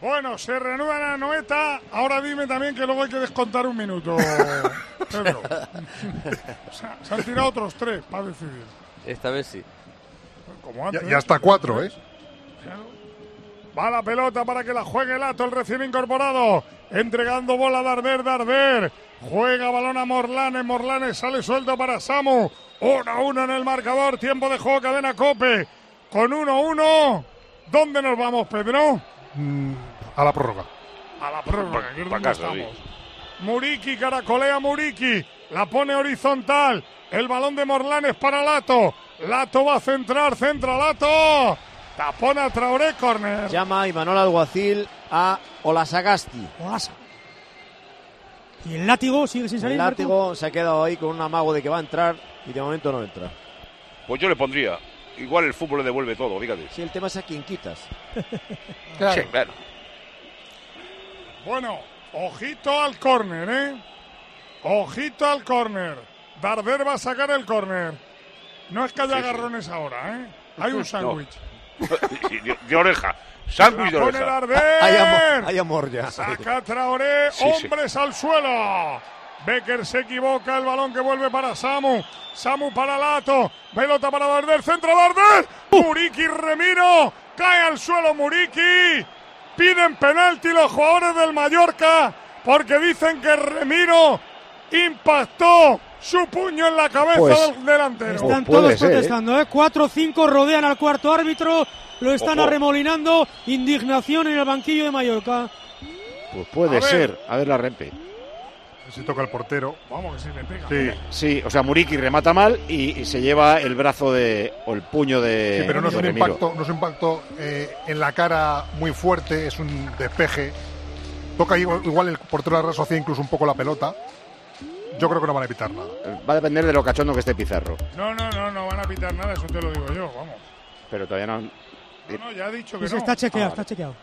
L: Bueno, se reanuda la noeta. Ahora dime también que luego hay que descontar un minuto, Pedro. O sea, se han tirado otros tres para decidir.
D: Esta vez sí.
L: Como antes.
M: Ya, ya está cuatro, ¿eh?
L: Va la pelota para que la juegue Lato, el recién incorporado. Entregando bola a Darder, Darder. Juega balón a Morlanes, Morlanes sale suelto para Samu. 1 a 1 en el marcador, tiempo de juego, cadena Cope. Con 1 a 1. ¿Dónde nos vamos, Pedro?
M: Mm, a la prórroga.
L: A la prórroga,
M: Pa-
L: que es
M: pa'
L: donde
M: casa, sí.
L: estamos. Muriki caracolea a Muriki, la pone horizontal. El balón de Morlanes para Lato. Lato va a centrar, centra Lato. Tapón a Traoré, corner.
B: Llama Imanol Alguacil a Olasagasti.
C: Olasa. Y el látigo sigue sin salir.
B: El
C: Marco?
B: látigo se ha quedado ahí con un amago de que va a entrar y de momento no entra.
F: Pues yo le pondría. Igual el fútbol le devuelve todo, fíjate.
B: Si el tema es a quien quitas.
F: Sí, claro.
L: Bueno, ojito al córner, ¿eh? Ojito al córner. Darder va a sacar el córner. No es que haya
F: Sí, sí.
L: garrones ahora, ¿eh? Hay
F: No.
L: un sándwich.
F: Sí, de, de oreja. Sándwich de
L: La pone
F: oreja.
L: Darder.
B: Hay amor, hay amor ya.
L: Saca Traoré,
F: Sí, sí.
L: hombres al suelo. Becker se equivoca, el balón que vuelve para Samu. Samu para Lato, pelota para Darder, centro Darder. Muriki Remiro, cae al suelo Muriki. Piden penalti los jugadores del Mallorca porque dicen que Remiro impactó su puño en la cabeza
C: Pues,
L: del delantero.
C: Están todos protestando, ¿eh? Cuatro o cinco rodean al cuarto árbitro, lo están
A: Ojo.
C: arremolinando. Indignación en el banquillo de Mallorca.
A: Pues puede
C: A ver.
A: ser. A ver la rempe.
M: Se toca el portero.
L: Vamos, que si le pega.
A: Sí. o sea, Muriqui remata mal y, y se lleva el brazo de, o el puño de.
M: Sí, pero no es
A: de
M: un
A: Remiro.
M: impacto, no es un impacto eh, en la cara muy fuerte, es un despeje. Toca igual, igual el portero de la Real Sociedad incluso un poco la pelota. Yo creo que no van a evitar nada.
A: Eh, Va a depender de lo cachondo que esté Pizarro.
L: No, no, no, no van a pitar nada, eso te lo digo yo, vamos.
A: Pero todavía no.
L: No, no, ya ha dicho que
A: Eso
L: no.
A: está chequeado,
L: Ah,
A: está
C: chequeado.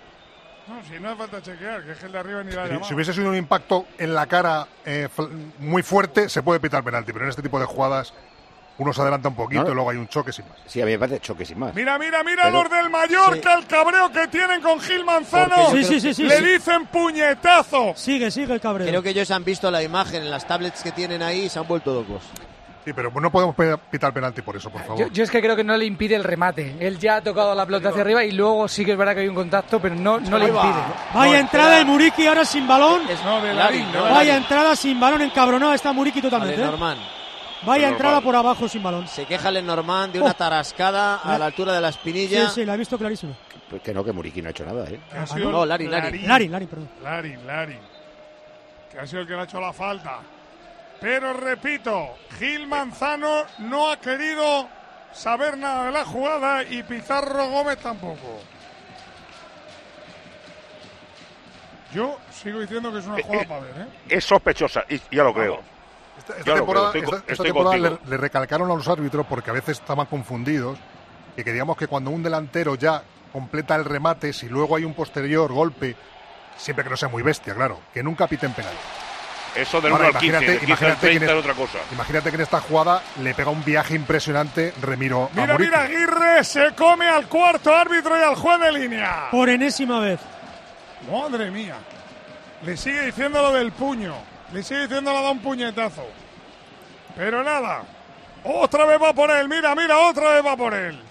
L: No, si no hace falta chequear, que es que el de arriba ni la ha
M: Si,
L: llamado.
M: si hubiese sido un impacto en la cara eh, fl- muy fuerte, se puede pitar penalti, pero en este tipo de jugadas uno se adelanta un poquito
A: No.
M: y luego hay un choque sin más.
A: Sí, a mí me parece choque sin más.
L: Mira, mira, mira
A: Pero-
L: los del Mallorca, el cabreo que tienen con Gil Manzano.
B: Porque yo Sí, creo sí, que- sí, sí,
L: Le
B: sí.
L: dicen puñetazo.
C: Sigue, sigue el cabreo.
B: Creo que ellos han visto la imagen en las tablets que tienen ahí y se han vuelto locos.
M: Sí, pero no podemos pe- pitar penalti por eso, por favor.
E: Yo, yo es que creo que no le impide el remate. Él ya ha tocado la pelota hacia arriba y luego sí que es verdad que hay un contacto, pero no, no le
C: Ahí va.
E: impide.
C: Vaya entrada de Muriqui ahora sin balón. Vaya entrada sin balón encabronada está Muriqui totalmente.
B: De
C: ¿eh?
B: Norman.
C: Vaya
B: De
C: entrada
B: Norman.
C: por abajo sin balón.
B: Se queja el Normand de una
C: Oh.
B: tarascada a la altura de la
C: Sí,
B: espinilla.
C: sí, la he visto clarísimo. Ah,
A: Pues que no, que Muriqui no ha hecho nada, ¿eh?
L: Ha sido
B: Ah, No, Lari, Lari.
C: Lari, Lari, perdón.
L: Lari, Lari. Que ha sido el que le ha hecho la falta. Pero repito, Gil Manzano no ha querido saber nada de la jugada y Pizarro Gómez tampoco. Yo sigo diciendo que es una jugada para ver, ¿eh?
F: Es sospechosa, y ya lo creo.
M: Esta
F: Ya lo creo,
M: temporada,
F: estoy co-
M: esta- esta
F: estoy
M: temporada
F: contigo.
M: le, le recalcaron a los árbitros porque a veces estaban confundidos y que digamos que cuando un delantero ya completa el remate, si luego hay un posterior golpe, siempre que no sea muy bestia, claro, que nunca piten penal.
F: Eso del
M: Ahora,
F: 1 al 15, del 15 al
M: imagínate quién
F: 30 es
M: es-
F: otra cosa.
M: Imagínate que en esta jugada le pega un viaje impresionante Remiro a
L: Mira,
M: Muriqui.
L: mira, Aguirre se come al cuarto árbitro y al juez de línea.
C: Por enésima vez.
L: Madre mía. Le sigue diciendo lo del puño. Le sigue diciendo lo de un puñetazo. Pero nada. Otra vez va por él. Mira, mira, otra vez va por él.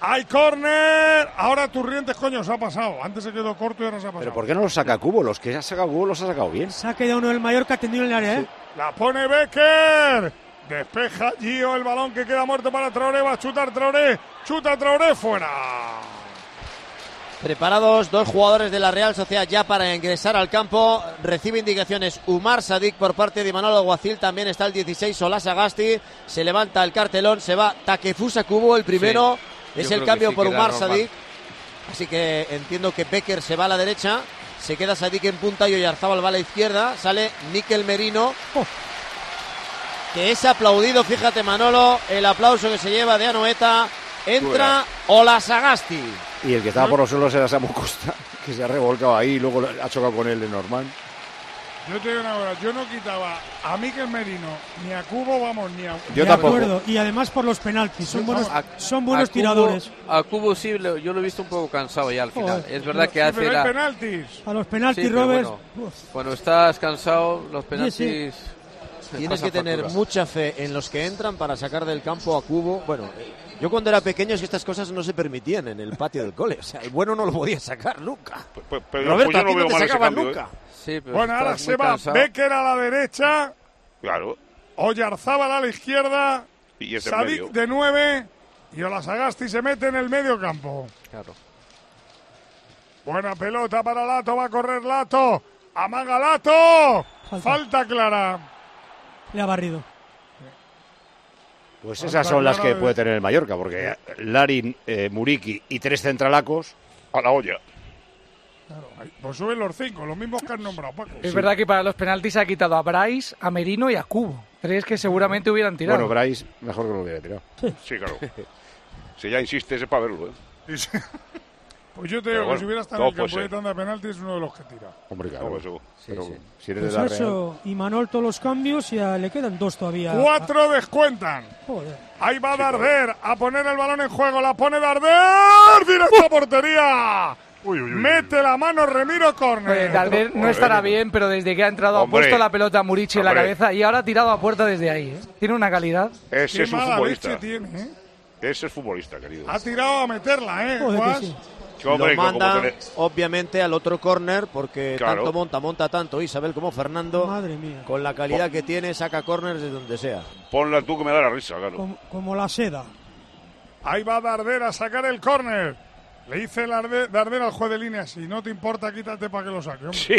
L: Hay córner. Ahora Turrientes, coño, se ha pasado. Antes se quedó corto y ahora se ha pasado.
A: Pero ¿por qué no los saca Cubo? Los que ha sacado Cubo los ha sacado bien.
C: Se ha quedado uno del Mallorca tendido en el área, ¿eh?
L: La pone Becker. Despeja Gio el balón que queda muerto para Traoré. Va a chutar Traoré. Chuta Traoré fuera.
B: Preparados dos jugadores de la Real Sociedad ya para ingresar al campo. Recibe indicaciones Umar Sadik por parte de Manolo Alguacil. También está el 16 Solasa Gasti. Se levanta el cartelón, se va Takefusa Kubo el primero.
U: Sí,
B: es
U: yo
B: el
U: creo
B: cambio
U: que sí
B: por
U: queda
B: Umar
U: normal.
B: Sadik. Así que entiendo que Becker se va a la derecha. Se queda Sadik en punta y Oyarzábal va a la izquierda. Sale Miquel Merino.
U: Oh.
B: Que es aplaudido, fíjate Manolo, el aplauso que se lleva de Anoeta. Entra Olasagasti.
A: Y el que estaba por los suelos era Samu Costa, que se ha revolcado ahí y luego lo- ha chocado con él de Norman.
L: Yo te digo una cosa, yo no quitaba a Miquel Merino, ni a Cubo, vamos, ni a...
A: Yo
C: de
A: tampoco.
C: acuerdo. Y además por los penaltis. Son buenos,
D: A-
C: son
D: a
C: buenos
D: Kubo-
C: tiradores.
D: A Cubo sí, lo- yo lo he visto un poco cansado ya al final.
C: Joder.
D: Es verdad que hace la...
L: penaltis.
C: A los penaltis,
D: Sí, pero
C: Robert.
D: bueno,
C: Uf.
D: cuando estás cansado, los penaltis... se
B: Tienes
D: pasan
B: que tener
D: factura.
B: mucha fe en los que entran para sacar del campo a Cubo. Bueno, eh, yo cuando era pequeño es que estas cosas no se permitían en el patio del cole. O sea, el bueno no lo podía sacar nunca.
F: Pero
B: Roberto,
F: yo
B: a ti no
F: veo
B: te
F: mal ese
B: sacaban
F: cambio,
B: nunca.
F: ¿eh?
L: bueno, ahora se va Becker a la derecha,
F: Claro.
L: Oyarzábal a la izquierda,
F: Y es en medio.
L: Sadik de 9 y Olasagasti se mete en el medio campo.
D: Claro.
L: Buena pelota para Lato, va a correr Lato, amaga Lato, falta, clara.
C: Le ha barrido.
A: Pues esas son las que puede tener el Mallorca, porque Larin, eh, Muriqui y tres centralacos.
F: A la olla.
L: Pues suben los cinco, los mismos que han nombrado, Paco.
E: Es verdad que para los penaltis ha quitado a Bryce, a Merino y a Cubo. Tres que seguramente hubieran tirado.
A: Bueno, Bryce, mejor que lo hubiera tirado.
F: Sí, claro. Si ya insistes es para verlo, ¿eh?
L: Pues yo te
F: Pero
L: digo,
F: bueno,
L: que si hubiera estado
F: todo
L: en el
F: puede
L: campo de
F: ser.
L: tanda penalti es uno de los que tira.
A: Hombre, claro. Pero si eres
C: Pues
A: de la Real.
C: eso, y Manol todos los cambios y a- le quedan dos todavía.
L: Cuatro descuentan.
C: Joder.
L: Ahí va Darder a poner el balón en juego. La pone Darder. Directo a portería. Mete la mano Remiro
E: Eh,
L: Corner.
E: Darder no estará bien, pero desde que ha entrado
L: Hombre.
E: ha puesto la pelota a Murici en la
F: Hombre.
E: cabeza y ahora ha tirado a puerta desde ahí. ¿eh? Tiene una calidad.
F: Ese
L: Qué
F: es un
L: mala
F: futbolista.
L: leche tiene, ¿eh?
F: Ese es futbolista, querido.
L: Ha tirado a meterla, ¿eh? Guas?
F: Sí, hombre,
B: lo
F: como
B: manda,
F: te le-
B: obviamente, al otro córner, porque
F: Claro.
B: tanto monta, monta tanto Isabel como Fernando. Con la calidad que tiene, saca córners de donde sea.
F: Ponla tú que me da la risa, claro.
C: Como, como la seda.
L: Ahí va Darder a sacar el córner. Le dice el Arde- Darder al juez de línea. Si no te importa, quítate para que lo saque. hombre.
F: Sí.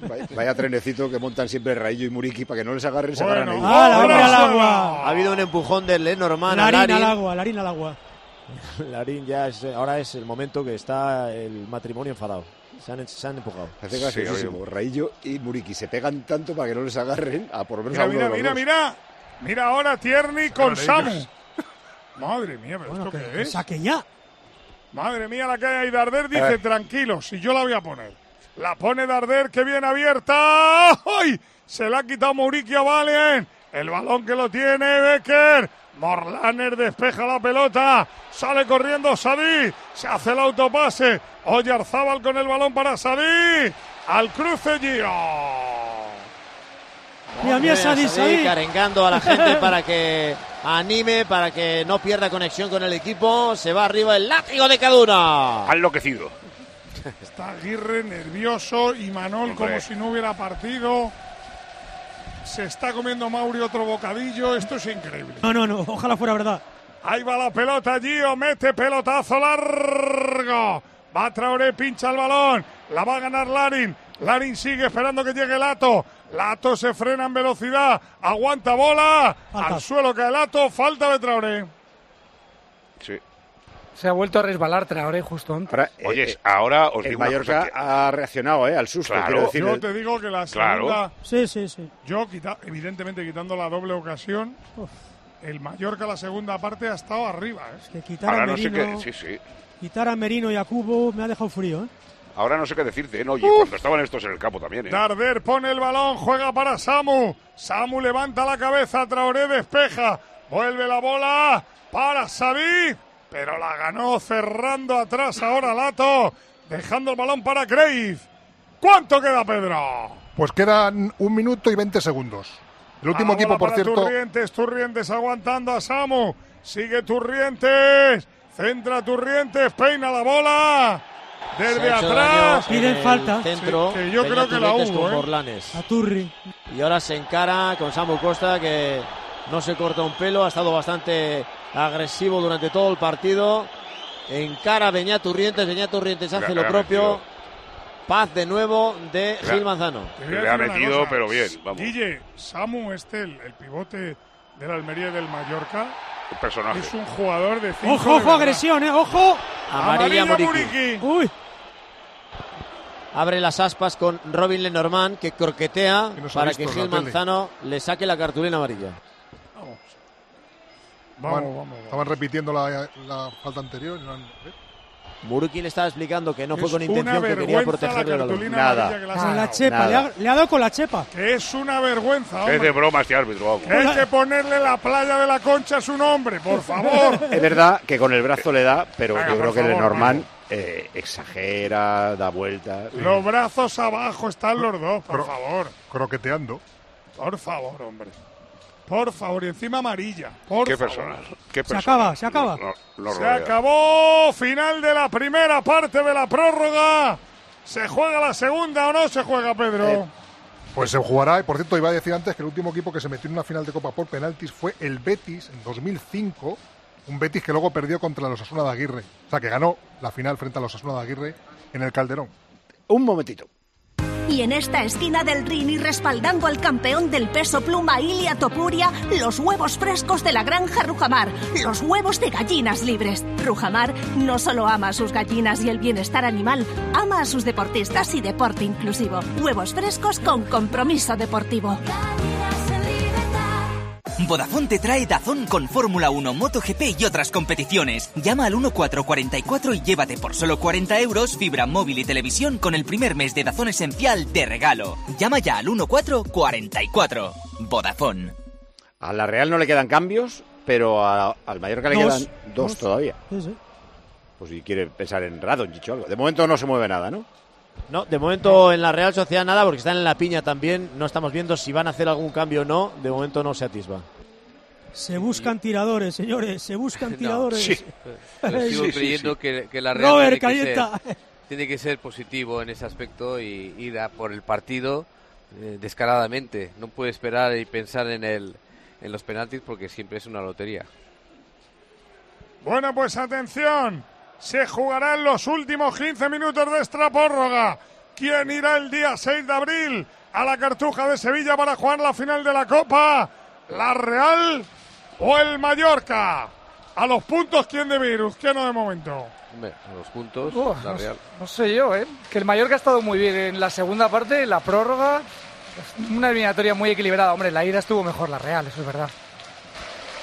A: Vaya, vaya trenecito que montan siempre Raillo y Muriqui para que no les agarren, se agarran ellos.
C: ¡Ah, la harina al agua!
B: Ha habido un empujón de Lenormand
C: La
B: a
C: harina al
B: Larin.
C: agua, la harina al agua.
B: Larín ya es, ahora es el momento que está el matrimonio enfadado. Se han, se han empujado.
A: Hace graciosísimo. Raillo y Muriqui se pegan tanto para que no les agarren a por lo menos
L: Mira,
A: a uno
L: mira,
A: de los
L: mira,
A: dos.
L: mira. Mira ahora Tierney con
A: Sacaron
L: Samu. Madre mía, pero
C: Bueno,
L: esto
C: que-
L: qué
C: que
L: es.
C: saque ya.
L: Madre mía, la que hay ahí. Darder
A: A
L: dice,
A: ver.
L: tranquilos, y yo la voy a poner. La pone Darder, que viene abierta. ¡Ay! Se la ha quitado Mauricio Valen. El balón que lo tiene Becker. Morlaner despeja la pelota. Sale corriendo Sadí. Se hace el autopase. Oyarzábal con el balón para Sadí. Al cruce Gio.
C: Mira, mira, Sadí, Sadí.
B: Arengando a la gente para que anime, para que no pierda conexión con el equipo. Se va arriba el látigo de Caduna.
F: Ha enloquecido.
L: Está Aguirre nervioso y Manol como si no hubiera partido. Se está comiendo Mauri otro bocadillo. Esto es increíble.
C: No, no, no, ojalá fuera verdad.
L: Ahí va la pelota, Gio, mete pelotazo largo. Va Traoré, pincha el balón. La va a ganar Larin. Larin sigue esperando que llegue Lato. Lato se frena en velocidad. Aguanta bola. Al suelo cae Lato. Falta de Traoré.
E: Se ha vuelto a resbalar Traoré justo antes.
F: Oye, ahora os
A: El
F: digo una
A: Eh, Mallorca
F: cosa que-
A: ha reaccionado ¿eh? al susto,
F: Claro.
A: quiero decir.
L: Yo te digo que la
A: Claro.
L: segunda.
C: Sí, sí, sí.
L: Yo, quita- evidentemente, quitando la doble ocasión, el Mallorca la segunda parte ha estado arriba. ¿eh?
C: Que quitar a Merino,
F: Sí, sí.
C: quitar a Merino y a Cubo me ha dejado frío, ¿eh?
F: Ahora no sé qué decirte, ¿eh? no, y cuando estaban estos en el campo también, ¿eh?
L: Darder pone el balón, juega para Samu. Samu levanta la cabeza, Traoré despeja. Vuelve la bola para Sabi, pero la ganó cerrando atrás ahora Lato, dejando el balón para Crave. ¿Cuánto queda, Pedro?
M: Pues quedan un minuto y 20 segundos. El
L: La
M: último
L: bola
M: equipo, por
L: para
M: cierto,
L: Turrientes, Turrientes aguantando a Samu. Sigue Turrientes. Centra Turrientes, peina la bola.
B: Se
L: Desde
B: ha hecho
L: atrás.
B: daño en el Centro,
L: Sí, que yo
B: Peña
L: creo que la
B: Turrientes
L: hubo.
B: con
L: ¿eh?
B: Morlanes.
C: Turri.
B: Y ahora se encara con Samu Costa que no se corta un pelo, ha estado bastante agresivo durante todo el partido. Encara a Beñaturrientes, Beñaturrientes hace
F: Le-
B: lo
F: le ha
B: propio.
F: metido.
B: Paz de nuevo de
F: Le-
B: Gil Manzano.
L: Te voy a
F: Le ha
L: decir una
F: metido,
L: cosa.
F: pero bien, vamos.
L: Guille, Samu Estel, el pivote del Almería y del Mallorca,
F: Un personaje.
L: es un jugador de cinco
C: Ojo,
L: de
C: ojo,
L: verdad.
C: agresión, ¿eh? Ojo.
B: Amarilla,
L: Amarilla
B: Muriqui.
L: Muriqui.
C: Uy,
B: Abre las aspas con Robin Lenormand que croquetea
M: Que nos ha
B: para
M: visto
B: que
M: en la
B: Gil
M: tele.
B: Manzano le saque la cartulina amarilla.
L: Vamos. Vamos,
M: estaban,
L: vamos, vamos.
M: estaban repitiendo la, la falta anterior. eh, y no han-
B: Muriqui le estaba explicando que no fue
L: Es
B: con
L: una
B: intención, que quería
L: vergüenza
B: proteger
L: la
B: el balón.
L: cartulina amarilla que le ha
C: con Ah, la
L: sacado.
C: chepa, le ha, le ha dado con la chepa.
L: Que es una vergüenza,
F: Que es de
L: hombre.
F: broma este árbitro, vamos.
L: Que hay que ponerle la playa de la concha a su nombre, por favor.
A: Es verdad que con el brazo le da, pero
L: Venga,
A: yo
L: por
A: creo que
L: favor,
A: Lenormand eh, exagera, da vueltas.
L: Los brazos abajo están los dos, por
M: Pero-
L: favor.
M: Croqueteando.
L: Por favor, hombre. Por favor, y encima amarilla. Por
F: Qué
L: favor.
F: personal. Qué
C: Se
F: personal.
C: acaba, se
M: Ah.
C: acaba.
F: No, no, no
L: Se
F: rodea.
L: acabó. Final de la primera parte de la prórroga. ¿Se juega la segunda o no se juega, Pedro?
M: Pues se jugará, y por cierto, iba a decir antes que el último equipo que se metió en una final de Copa por penaltis fue el Betis en 2005, un Betis que luego perdió contra los Asuna de Aguirre, o sea que ganó la final frente a los Asuna de Aguirre en el Calderón.
A: Un momentito.
I: Y en esta esquina del Rin y respaldando al campeón del peso pluma Ilia Topuria, los huevos frescos de la granja Rujamar, los huevos de gallinas libres. Rujamar no solo ama a sus gallinas y el bienestar animal, ama a sus deportistas y deporte inclusivo. Huevos frescos con compromiso deportivo.
J: Vodafone te trae Dazón con Fórmula 1, MotoGP y otras competiciones. Llama al 1444 y llévate por solo 40 euros fibra móvil y televisión con el primer mes de Dazón Esencial de regalo. Llama ya al 1444. Vodafone.
A: A la Real no le quedan cambios, pero a- al Mallorca le
C: Dos.
A: quedan dos
C: Dos.
A: todavía.
C: Sí, sí.
A: Pues si quiere pensar en Radonjic o algo. De momento no se mueve nada, ¿no?
B: No, de momento en la Real Sociedad nada, porque están en la piña también. No estamos viendo si van a hacer algún cambio o no. De momento no se atisba.
C: Se buscan tiradores, señores, se buscan tiradores.
F: sí. Pero sigo
C: Sí, sí,
F: creyendo
C: sí.
F: Que, que la Real tiene,
C: Robert,
F: que
C: calienta.
F: ser, tiene que ser positivo en ese aspecto y ir a por el partido eh, descaradamente. No puede esperar y pensar en el en los penaltis porque siempre es una lotería.
L: Bueno, pues atención. Se jugarán los últimos 15 minutos de esta prórroga. ¿Quién irá el día 6 de abril a la Cartuja de Sevilla para jugar la final de la Copa? ¿La Real o el Mallorca? A los puntos, ¿quién de virus? ¿Quién no de momento?
D: Hombre, a los puntos,
E: Uf,
D: la
E: no,
D: Real.
E: no sé yo, ¿eh? Que el Mallorca ha estado muy bien en la segunda parte, en la prórroga. Una eliminatoria muy equilibrada. Hombre, la ida estuvo mejor la Real, eso es verdad.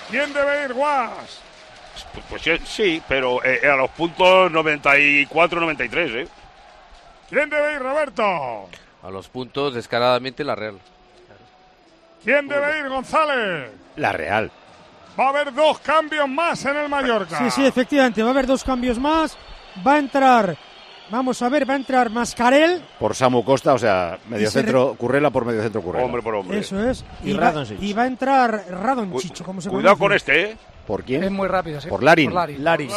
L: ¿Quién debe ir, Guas?
F: Pues, pues sí, sí, pero eh, a los puntos 94-93, ¿eh?
L: ¿Quién debe ir, Roberto?
D: A los puntos, descaradamente, la Real.
L: ¿Quién debe ir, González?
A: La Real.
L: Va a haber dos cambios más en el Mallorca.
C: Sí, sí, efectivamente, va a haber dos cambios más. Va a entrar, vamos a ver, va a entrar Mascarel.
A: Por Samu Costa, o sea, medio
C: Y se
A: centro Currela por medio centro Currela.
F: Hombre por hombre.
C: Eso es.
A: Y
C: va,
A: Radonjic.
C: y va a entrar Radonjic, como se
F: Cuidado
C: conoce.
F: con este, ¿eh?
A: ¿Por quién?
E: Es muy rápido, sí.
A: Por Larin.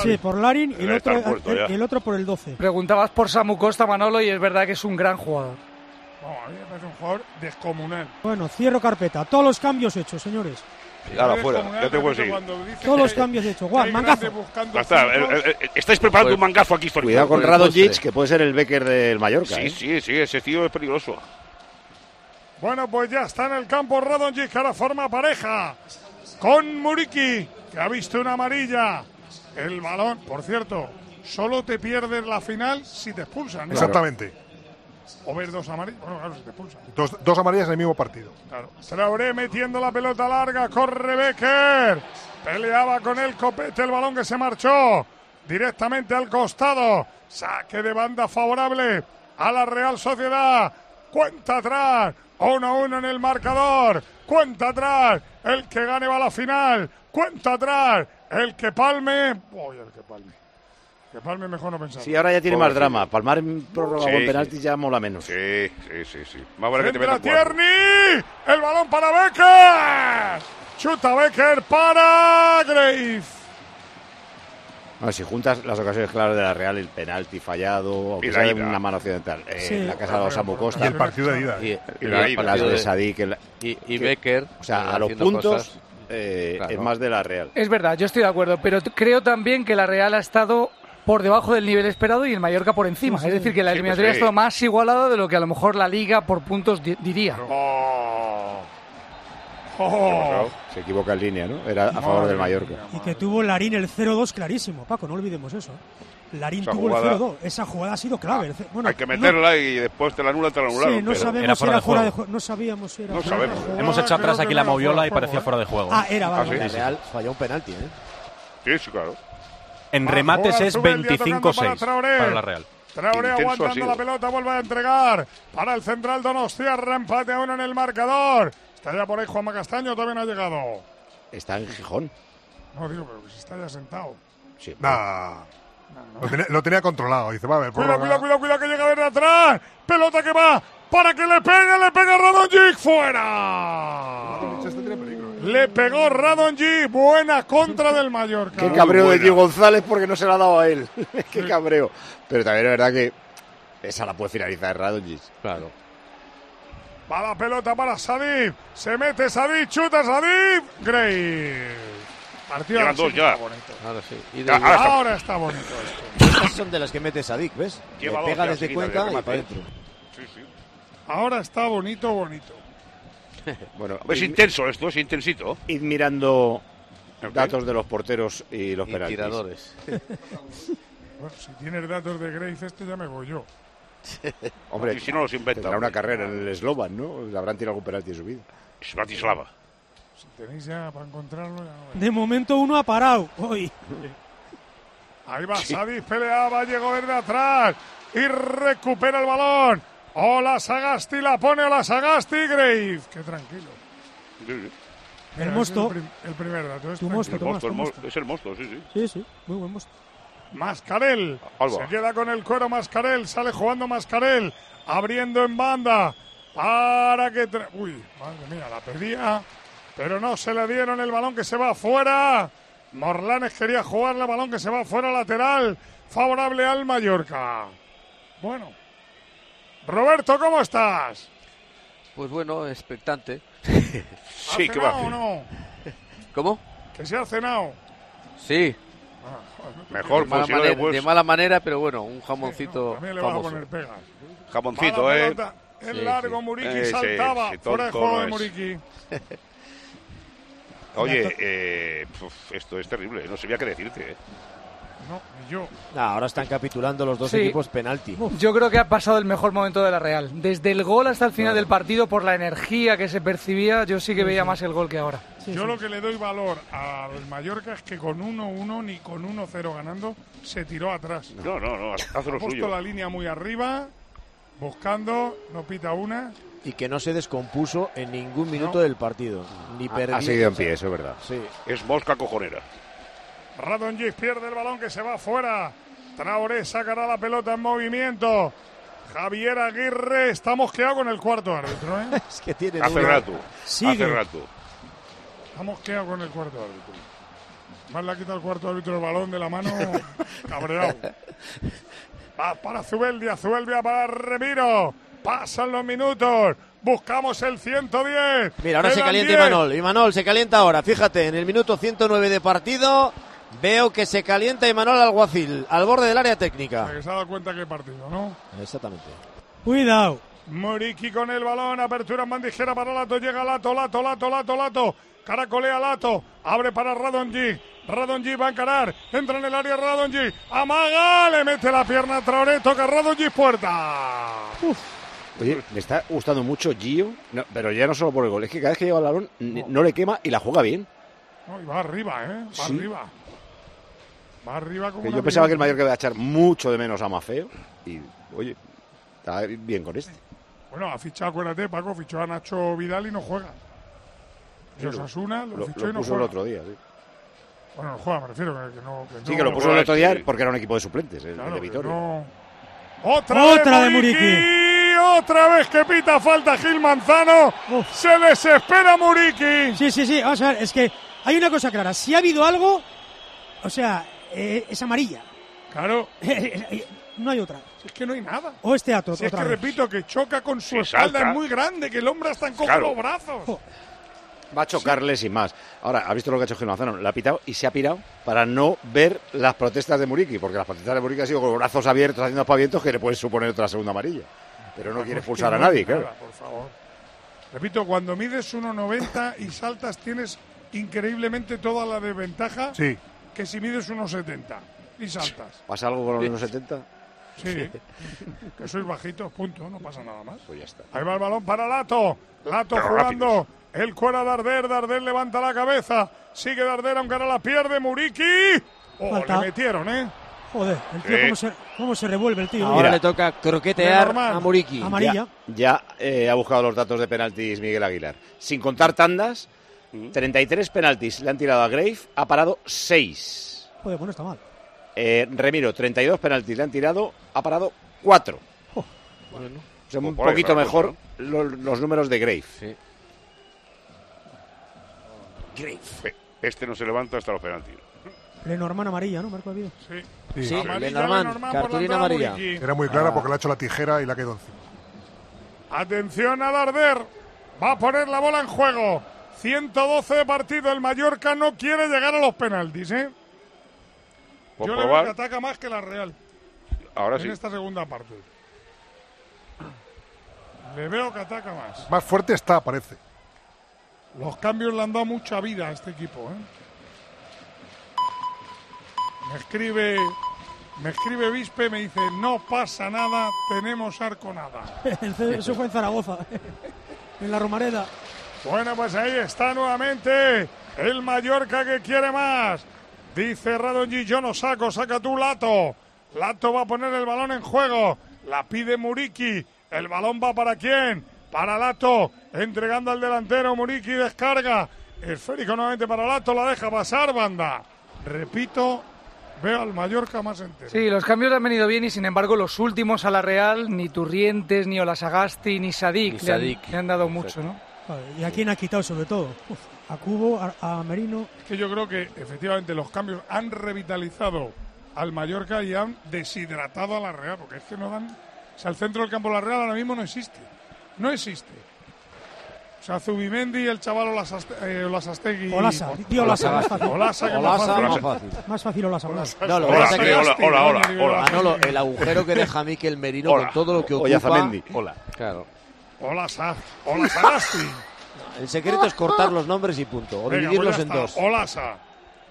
C: Sí, por Larin y el
E: Debe
C: otro,
E: estar muerto
C: el-
E: ya.
C: el otro por el 12.
E: Preguntabas por Samu Costa, Manolo, y es verdad que es un gran jugador.
L: No, a mí me parece pues un jugador descomunal.
C: Bueno, cierro carpeta. Todos los cambios hechos, señores.
F: Ahora fuera, ya te puedes ir.
C: Todos los cambios hechos. Guau, mangazo.
F: Ya está, eh, eh, eh, estáis preparando un mangazo aquí histórico.
A: Cuidado con
F: Por el
A: Radonjic,
F: postre.
A: que puede ser el Becker del Mallorca.
F: Sí,
A: ¿eh?
F: sí, sí, ese tío es peligroso.
L: Bueno, pues ya está en el campo Radonjic, que ahora forma pareja con Muriki, que ha visto una amarilla. El balón, por cierto, solo te pierdes la final si te expulsan. ¿no?
M: Exactamente.
L: O ver dos amarillas. Bueno, claro, si te expulsan.
M: Dos, dos amarillas en el mismo partido.
L: Claro. Traoré metiendo la pelota larga, corre Becker. Peleaba con el copete el balón que se marchó directamente al costado. Saque de banda favorable a la Real Sociedad. Cuenta atrás, 1-1 en el marcador. Cuenta atrás, el que gane va a la final. Cuenta atrás, el que palme. Uy, el que palme. Que palme mejor no pensar.
A: Sí, ahora ya tiene más
L: Pobrecillo.
A: drama. Palmar en prórroga
F: Sí,
A: o en
F: sí.
A: penalti ya mola menos.
F: Sí, sí, sí, sí. Más vale que te
L: Entra
F: metan cuatro.
L: Tierney, el balón para Becker. Chuta Becker para Grave.
A: No, si juntas las ocasiones claras de la Real, el penalti fallado, aunque
F: Y la
A: sea
F: ida.
A: una mano accidental, eh,
F: Sí.
A: la casa de los Samu Costa.
F: Y el partido de ida. eh.
A: Y,
F: Y- y la
A: la
F: ida.
A: Las
F: Partido
A: de
F: de-
A: Sadik. el-
D: Y,
A: que-
D: y Becker.
A: O sea, a los
D: haciendo
A: puntos
D: cosas.
A: eh,
D: Claro.
A: es más de la Real.
E: Es verdad, yo estoy de acuerdo, pero t- creo también que la Real ha estado por debajo del nivel esperado y el Mallorca por encima.
M: Sí, sí.
E: Es decir, que la
M: Sí, pues
E: eliminatoria
M: sí.
E: ha estado más igualada de lo que a lo mejor la Liga por puntos di- diría.
L: Oh.
A: Se equivoca en línea, ¿no? Era a favor del Mallorca.
C: Y que tuvo Larín el 0-2 clarísimo, Paco, no olvidemos eso. ¿eh? Larín
F: Esa
C: tuvo
F: jugada-
C: el 0-2. Esa jugada ha sido clave. El ce- Bueno,
F: Hay que
C: no-
F: meterla y después te la anula, te la
C: sí,
F: anularon.
C: no
F: pero-
C: sabemos si era fuera de juego. No sabíamos si era
F: No
C: fuera de
F: sabemos.
C: juego.
F: Hemos echado atrás aquí la moviola y parecía fuera de juego.
C: Ah, era, vale.
F: Ah, sí,
C: vale.
F: sí, sí. La Real
B: falló un penalti, ¿eh?
F: Sí, sí, claro.
L: Ah,
K: En remates
L: Juega
K: es
L: Zubeldia tocando
K: 25-6
L: Traoré.
K: para la Real.
L: Traoré
K: Intenso ha
L: aguantando
K: sido.
L: la pelota, vuelve a entregar para el central Donostia, reempate a uno en el marcador. Está ya por ahí Juanma Castaño, todavía no ha llegado.
A: Está en Gijón.
L: No, digo, pero que se está ya sentado.
A: Sí.
M: Nah. Lo, tenía, lo tenía controlado. Dice, va a ver,
L: Cuidado,
M: prórroga.
L: cuidado, cuidado, cuidado, que llega desde atrás. Pelota que va para que le pegue, le pega Radonjic, fuera. Le pegó Radonjic, buena contra del Mallorca.
A: Qué cabreo de Diego González porque no se la ha dado a él. Qué cabreo. Pero también es verdad que esa la puede finalizar Radonjic.
D: Claro.
L: Va la pelota para Sadib. Se mete Sadib, chuta Sadib. Gray. Partido
F: Llevan
L: ahora sí
F: dos
L: que
F: ya.
L: está bonito.
D: Ahora sí.
B: Y
L: Ahora,
B: de-
L: está... bonito esto.
B: Estas son de las que mete Sadik, ¿ves? Le
L: Lleva dos
B: pega
L: ya
B: desde
L: seguidas de
B: Cuenca y
L: remate.
B: para adentro.
F: Sí, sí.
L: Ahora está bonito, bonito.
A: Bueno,
F: Es intenso esto, es intensito.
A: Id mirando datos de los porteros y los
F: Y
A: penaltis.
F: tiradores.
L: Bueno, si tienes datos de Grace, este ya me voy yo.
A: Hombre,
F: Y si no los inventa.
A: tendrá una carrera en el Slovan, ¿no? Le habrán tirado algún penalti en su vida.
F: Es Bratislava.
L: Si tenéis ya para encontrarlo, ya no
C: De momento uno ha parado hoy.
L: Ahí va Sadis, peleaba, llegó desde atrás y recupera el balón. Hola Sagasti, la pone Hola Sagasti, Grave. Qué tranquilo. Mira, es
C: mosto.
L: El, prim- el primer dato. es
C: Tu
L: tranquilo.
C: mosto, tu mosto,
F: El mo- es el mosto, sí, sí.
C: Sí, sí, muy buen mosto.
L: Mascarel.
F: Alba.
L: Se queda con el cuero Mascarel. Sale jugando Mascarel. Abriendo en banda. Para que. tra- Uy, madre mía, la pedía. Pero no se le dieron el balón que se va afuera. Morlanes quería jugar el balón que se va afuera lateral. Favorable al Mallorca. Bueno. Roberto, ¿cómo estás?
D: Pues bueno, expectante.
L: ¿Has cenado o no?
D: ¿Cómo?
L: Que se ha cenado.
D: Sí.
F: Mejor
L: Ah,
D: de mala,
F: fusiló de
D: manera,
F: hueso.
D: de mala manera, pero bueno, un jamoncito
L: También le vas a
D: famoso.
L: poner pegas.
F: Jamoncito,
L: Mala
F: ¿eh?
L: pelota. El
F: Sí,
L: largo
F: sí.
L: Muriqui
F: Eh, sí,
L: saltaba.
F: sí,
L: fuera de
F: tonto
L: juego
F: no
L: de
F: es.
L: Muriqui.
F: Oye, eh, puf, esto es terrible. No sabía qué decirte. ¿eh?
L: No, yo.
B: Nah, ahora están capitulando los dos
E: Sí.
B: equipos penalti.
E: Yo creo que ha pasado el mejor momento de la Real. Desde el gol hasta el final del partido, por la energía que se percibía, yo sí que veía más el gol que ahora.
L: Yo lo que le doy valor al Mallorca es que con 1-1 ni con 1-0 ganando se tiró atrás.
F: No, no, no. Haz haz
L: Ha
F: lo
L: puesto
F: suyo.
L: la línea muy arriba, buscando, no pita una.
B: Y que no se descompuso en ningún minuto del partido. Ni
A: Ha-
B: perdió.
A: ha seguido en pie, eso es verdad.
F: Es mosca cojonera.
L: Radon pierde el balón que se va fuera. Traoré sacará la pelota en movimiento. Javier Aguirre está mosqueado con el cuarto árbitro. ¿eh?
B: es que tiene
F: Hace
B: duda.
F: rato.
B: Sigue.
F: Hace rato.
L: Está mosqueado con el cuarto árbitro. Más le ha quitado el cuarto árbitro el balón de la mano. Cabreado. Va para Zubeldia, Zubeldia para Remiro. Pasan los minutos. Buscamos el 110.
B: Mira, ahora se
L: Quedan
B: calienta
L: 10.
B: Imanol. Imanol se calienta ahora. Fíjate, en el minuto 109 de partido veo que se calienta Imanol Alguacil al borde del área
L: O sea,
B: técnica.
L: que se ha dado cuenta que partido, ¿no?
B: Exactamente.
C: Cuidado.
L: Moriqui con el balón, apertura en bandijera para Lato, llega Lato, Lato, Lato, Lato, Lato, caracolea Lato, abre para Radonji, Radonji va a encarar, entra en el área Radonji, amaga, le mete la pierna a Traoré, toca Radonji, puerta.
A: Oye, me está gustando mucho Gio, no, pero ya no solo por el gol, es que cada vez que lleva el balón n- no le quema y la juega bien.
L: No, y va arriba, ¿eh? Va
A: Sí.
L: arriba. Va arriba como
A: Que
L: una
A: yo pensaba que el
L: pelota.
A: Mallorca iba a echar mucho de menos a Mafeo y, oye, está bien con este.
L: Bueno, ha fichado, acuérdate, Paco, fichó a Nacho Vidal y no juega. Y
A: Sí, lo-
L: Osasuna lo,
A: lo-
L: fichó
A: lo
L: y no
A: puso
L: juega.
A: el otro día, sí.
L: Bueno, no juega, me refiero que, que no...
A: Sí,
L: no-
A: que lo puso el otro día
L: Sí.
A: porque era un equipo de suplentes, el, el de Vitoria.
L: Otra,
A: Otra
L: de
A: de
L: Muriqui.
A: Muriqui.
L: Otra vez que pita falta Gil Manzano. Se desespera Muriqui.
C: Sí, sí, sí. Vamos a ver, es que hay una cosa clara. Si ha habido algo, o sea, eh, es amarilla.
L: Claro.
C: no hay otra.
L: Es que no hay nada.
C: O este teatro.
L: Si es que
C: otra vez.
L: repito que choca con su
C: Si
L: espalda,
C: salta.
L: es muy grande, que el hombre hasta encoge
A: Pues Claro.
L: los
C: Oh.
L: brazos.
A: Va a chocarle sin más. Ahora, ¿ha visto lo que ha hecho Gil Manzano? La ha pitado y se ha pirado para no ver las protestas de Muriqui, porque las protestas de Muriqui han sido con los brazos abiertos haciendo espavientos que le pueden suponer otra segunda amarilla. Pero no quiere expulsar a
L: no hay
A: nadie, claro.
L: nada, por favor. Repito, cuando mides 1,90 y saltas tienes increíblemente toda la desventaja
A: Sí.
L: que si mides 1,70 y saltas.
A: ¿Pasa algo con los 1,70?
L: Sí, que sois bajitos, punto, no pasa nada más.
A: Pues ya está.
L: Ahí va el balón para Lato. Lato
A: Pero
L: jugando. El cuero a Darder. Darder levanta la cabeza. Sigue Darder, aunque ahora la pierde Muriqui. Oh,
C: Falta.
L: le metieron, ¿eh?
C: Joder, el tío,
L: Sí.
C: cómo, se, cómo se revuelve el tío.
A: Ahora Mira. le
B: toca
A: croquetear
B: a Muriqui.
C: Amarilla.
A: Ya, ya, eh, ha buscado los datos de penaltis Miguel Aguilar. Sin contar tandas, 33 penaltis le han tirado a Grave, ha parado 6.
C: Joder, bueno, está mal.
A: Eh, Remiro, 32 penaltis le han tirado, ha parado 4. O sea, un
F: Pues por ahí,
A: poquito
F: claro,
A: mejor lo- los, números de Grave.
F: Fe- Este no se levanta hasta los penaltis.
C: Lenormand amarilla, ¿no? Marco Avido.
L: Sí.
M: Sí. Sí,
L: Amarilla,
M: Lenormand,
L: por la
M: cartulina
L: entrada
M: amarilla.
L: Muriqui.
M: Era muy clara porque le ha hecho la tijera y la quedó encima.
L: Atención a Darder. Va a poner la bola en juego. 112 de partido. El Mallorca no quiere llegar a los penaltis, ¿eh?
A: Pues
F: Por
L: Yo le veo que
F: probar,
L: ataca más que la Real
F: ahora
L: en
F: sí.
L: esta segunda parte. Le veo que ataca más.
M: Más fuerte está, parece.
L: Los cambios le han dado mucha vida a este equipo. ¿eh? Me escribe, me escribe Vispe, me dice no pasa nada, tenemos arconada.
C: Eso fue en Zaragoza. en la Romareda.
L: Bueno, pues ahí está nuevamente el Mallorca que quiere más. Dice Radonji, yo no saco, saca tú Lato. Lato va a poner el balón en juego. La pide Muriqui. El balón va para quién? Para Lato. Entregando al delantero. Muriqui descarga. Esférico nuevamente para Lato. La deja pasar, banda. Repito, veo al Mallorca más entero.
E: Sí, los cambios han venido bien y sin embargo los últimos a la Real, ni Turrientes, ni Olasagasti, ni Sadik,
C: Ni
E: le han-
C: Sadik.
E: Le, han, dado mucho, ¿no?
C: Joder, ¿Y a quién ha quitado sobre todo? Uf, a Cubo, a, a Merino.
L: Es que yo creo que efectivamente los cambios han revitalizado al Mallorca y han deshidratado a la Real, porque es que no dan. O sea, el centro del campo de la Real ahora mismo no existe. No existe. O sea, Zubimendi, el chaval Olasaste- eh, Olasastegui.
C: Olasa, di Olasa, más fácil.
L: Olasa, que más
B: Olasa,
L: fácil.
B: más fácil.
C: Más fácil Olasa. Olasa.
B: No, lo que
L: Hola,
B: pasa es que-
L: hola, hola, hola, hola.
B: Manolo, el agujero que deja Miquel Merino
L: Hola.
B: con todo lo que
L: O- o
B: ocupa.
A: Yazamendi.
B: Hola. Claro.
L: Olasa, Olasagasti.
B: El secreto es cortar los nombres y punto. O
L: Venga,
B: dividirlos
L: pues
B: en
L: ya está.
B: dos.
L: Olasa,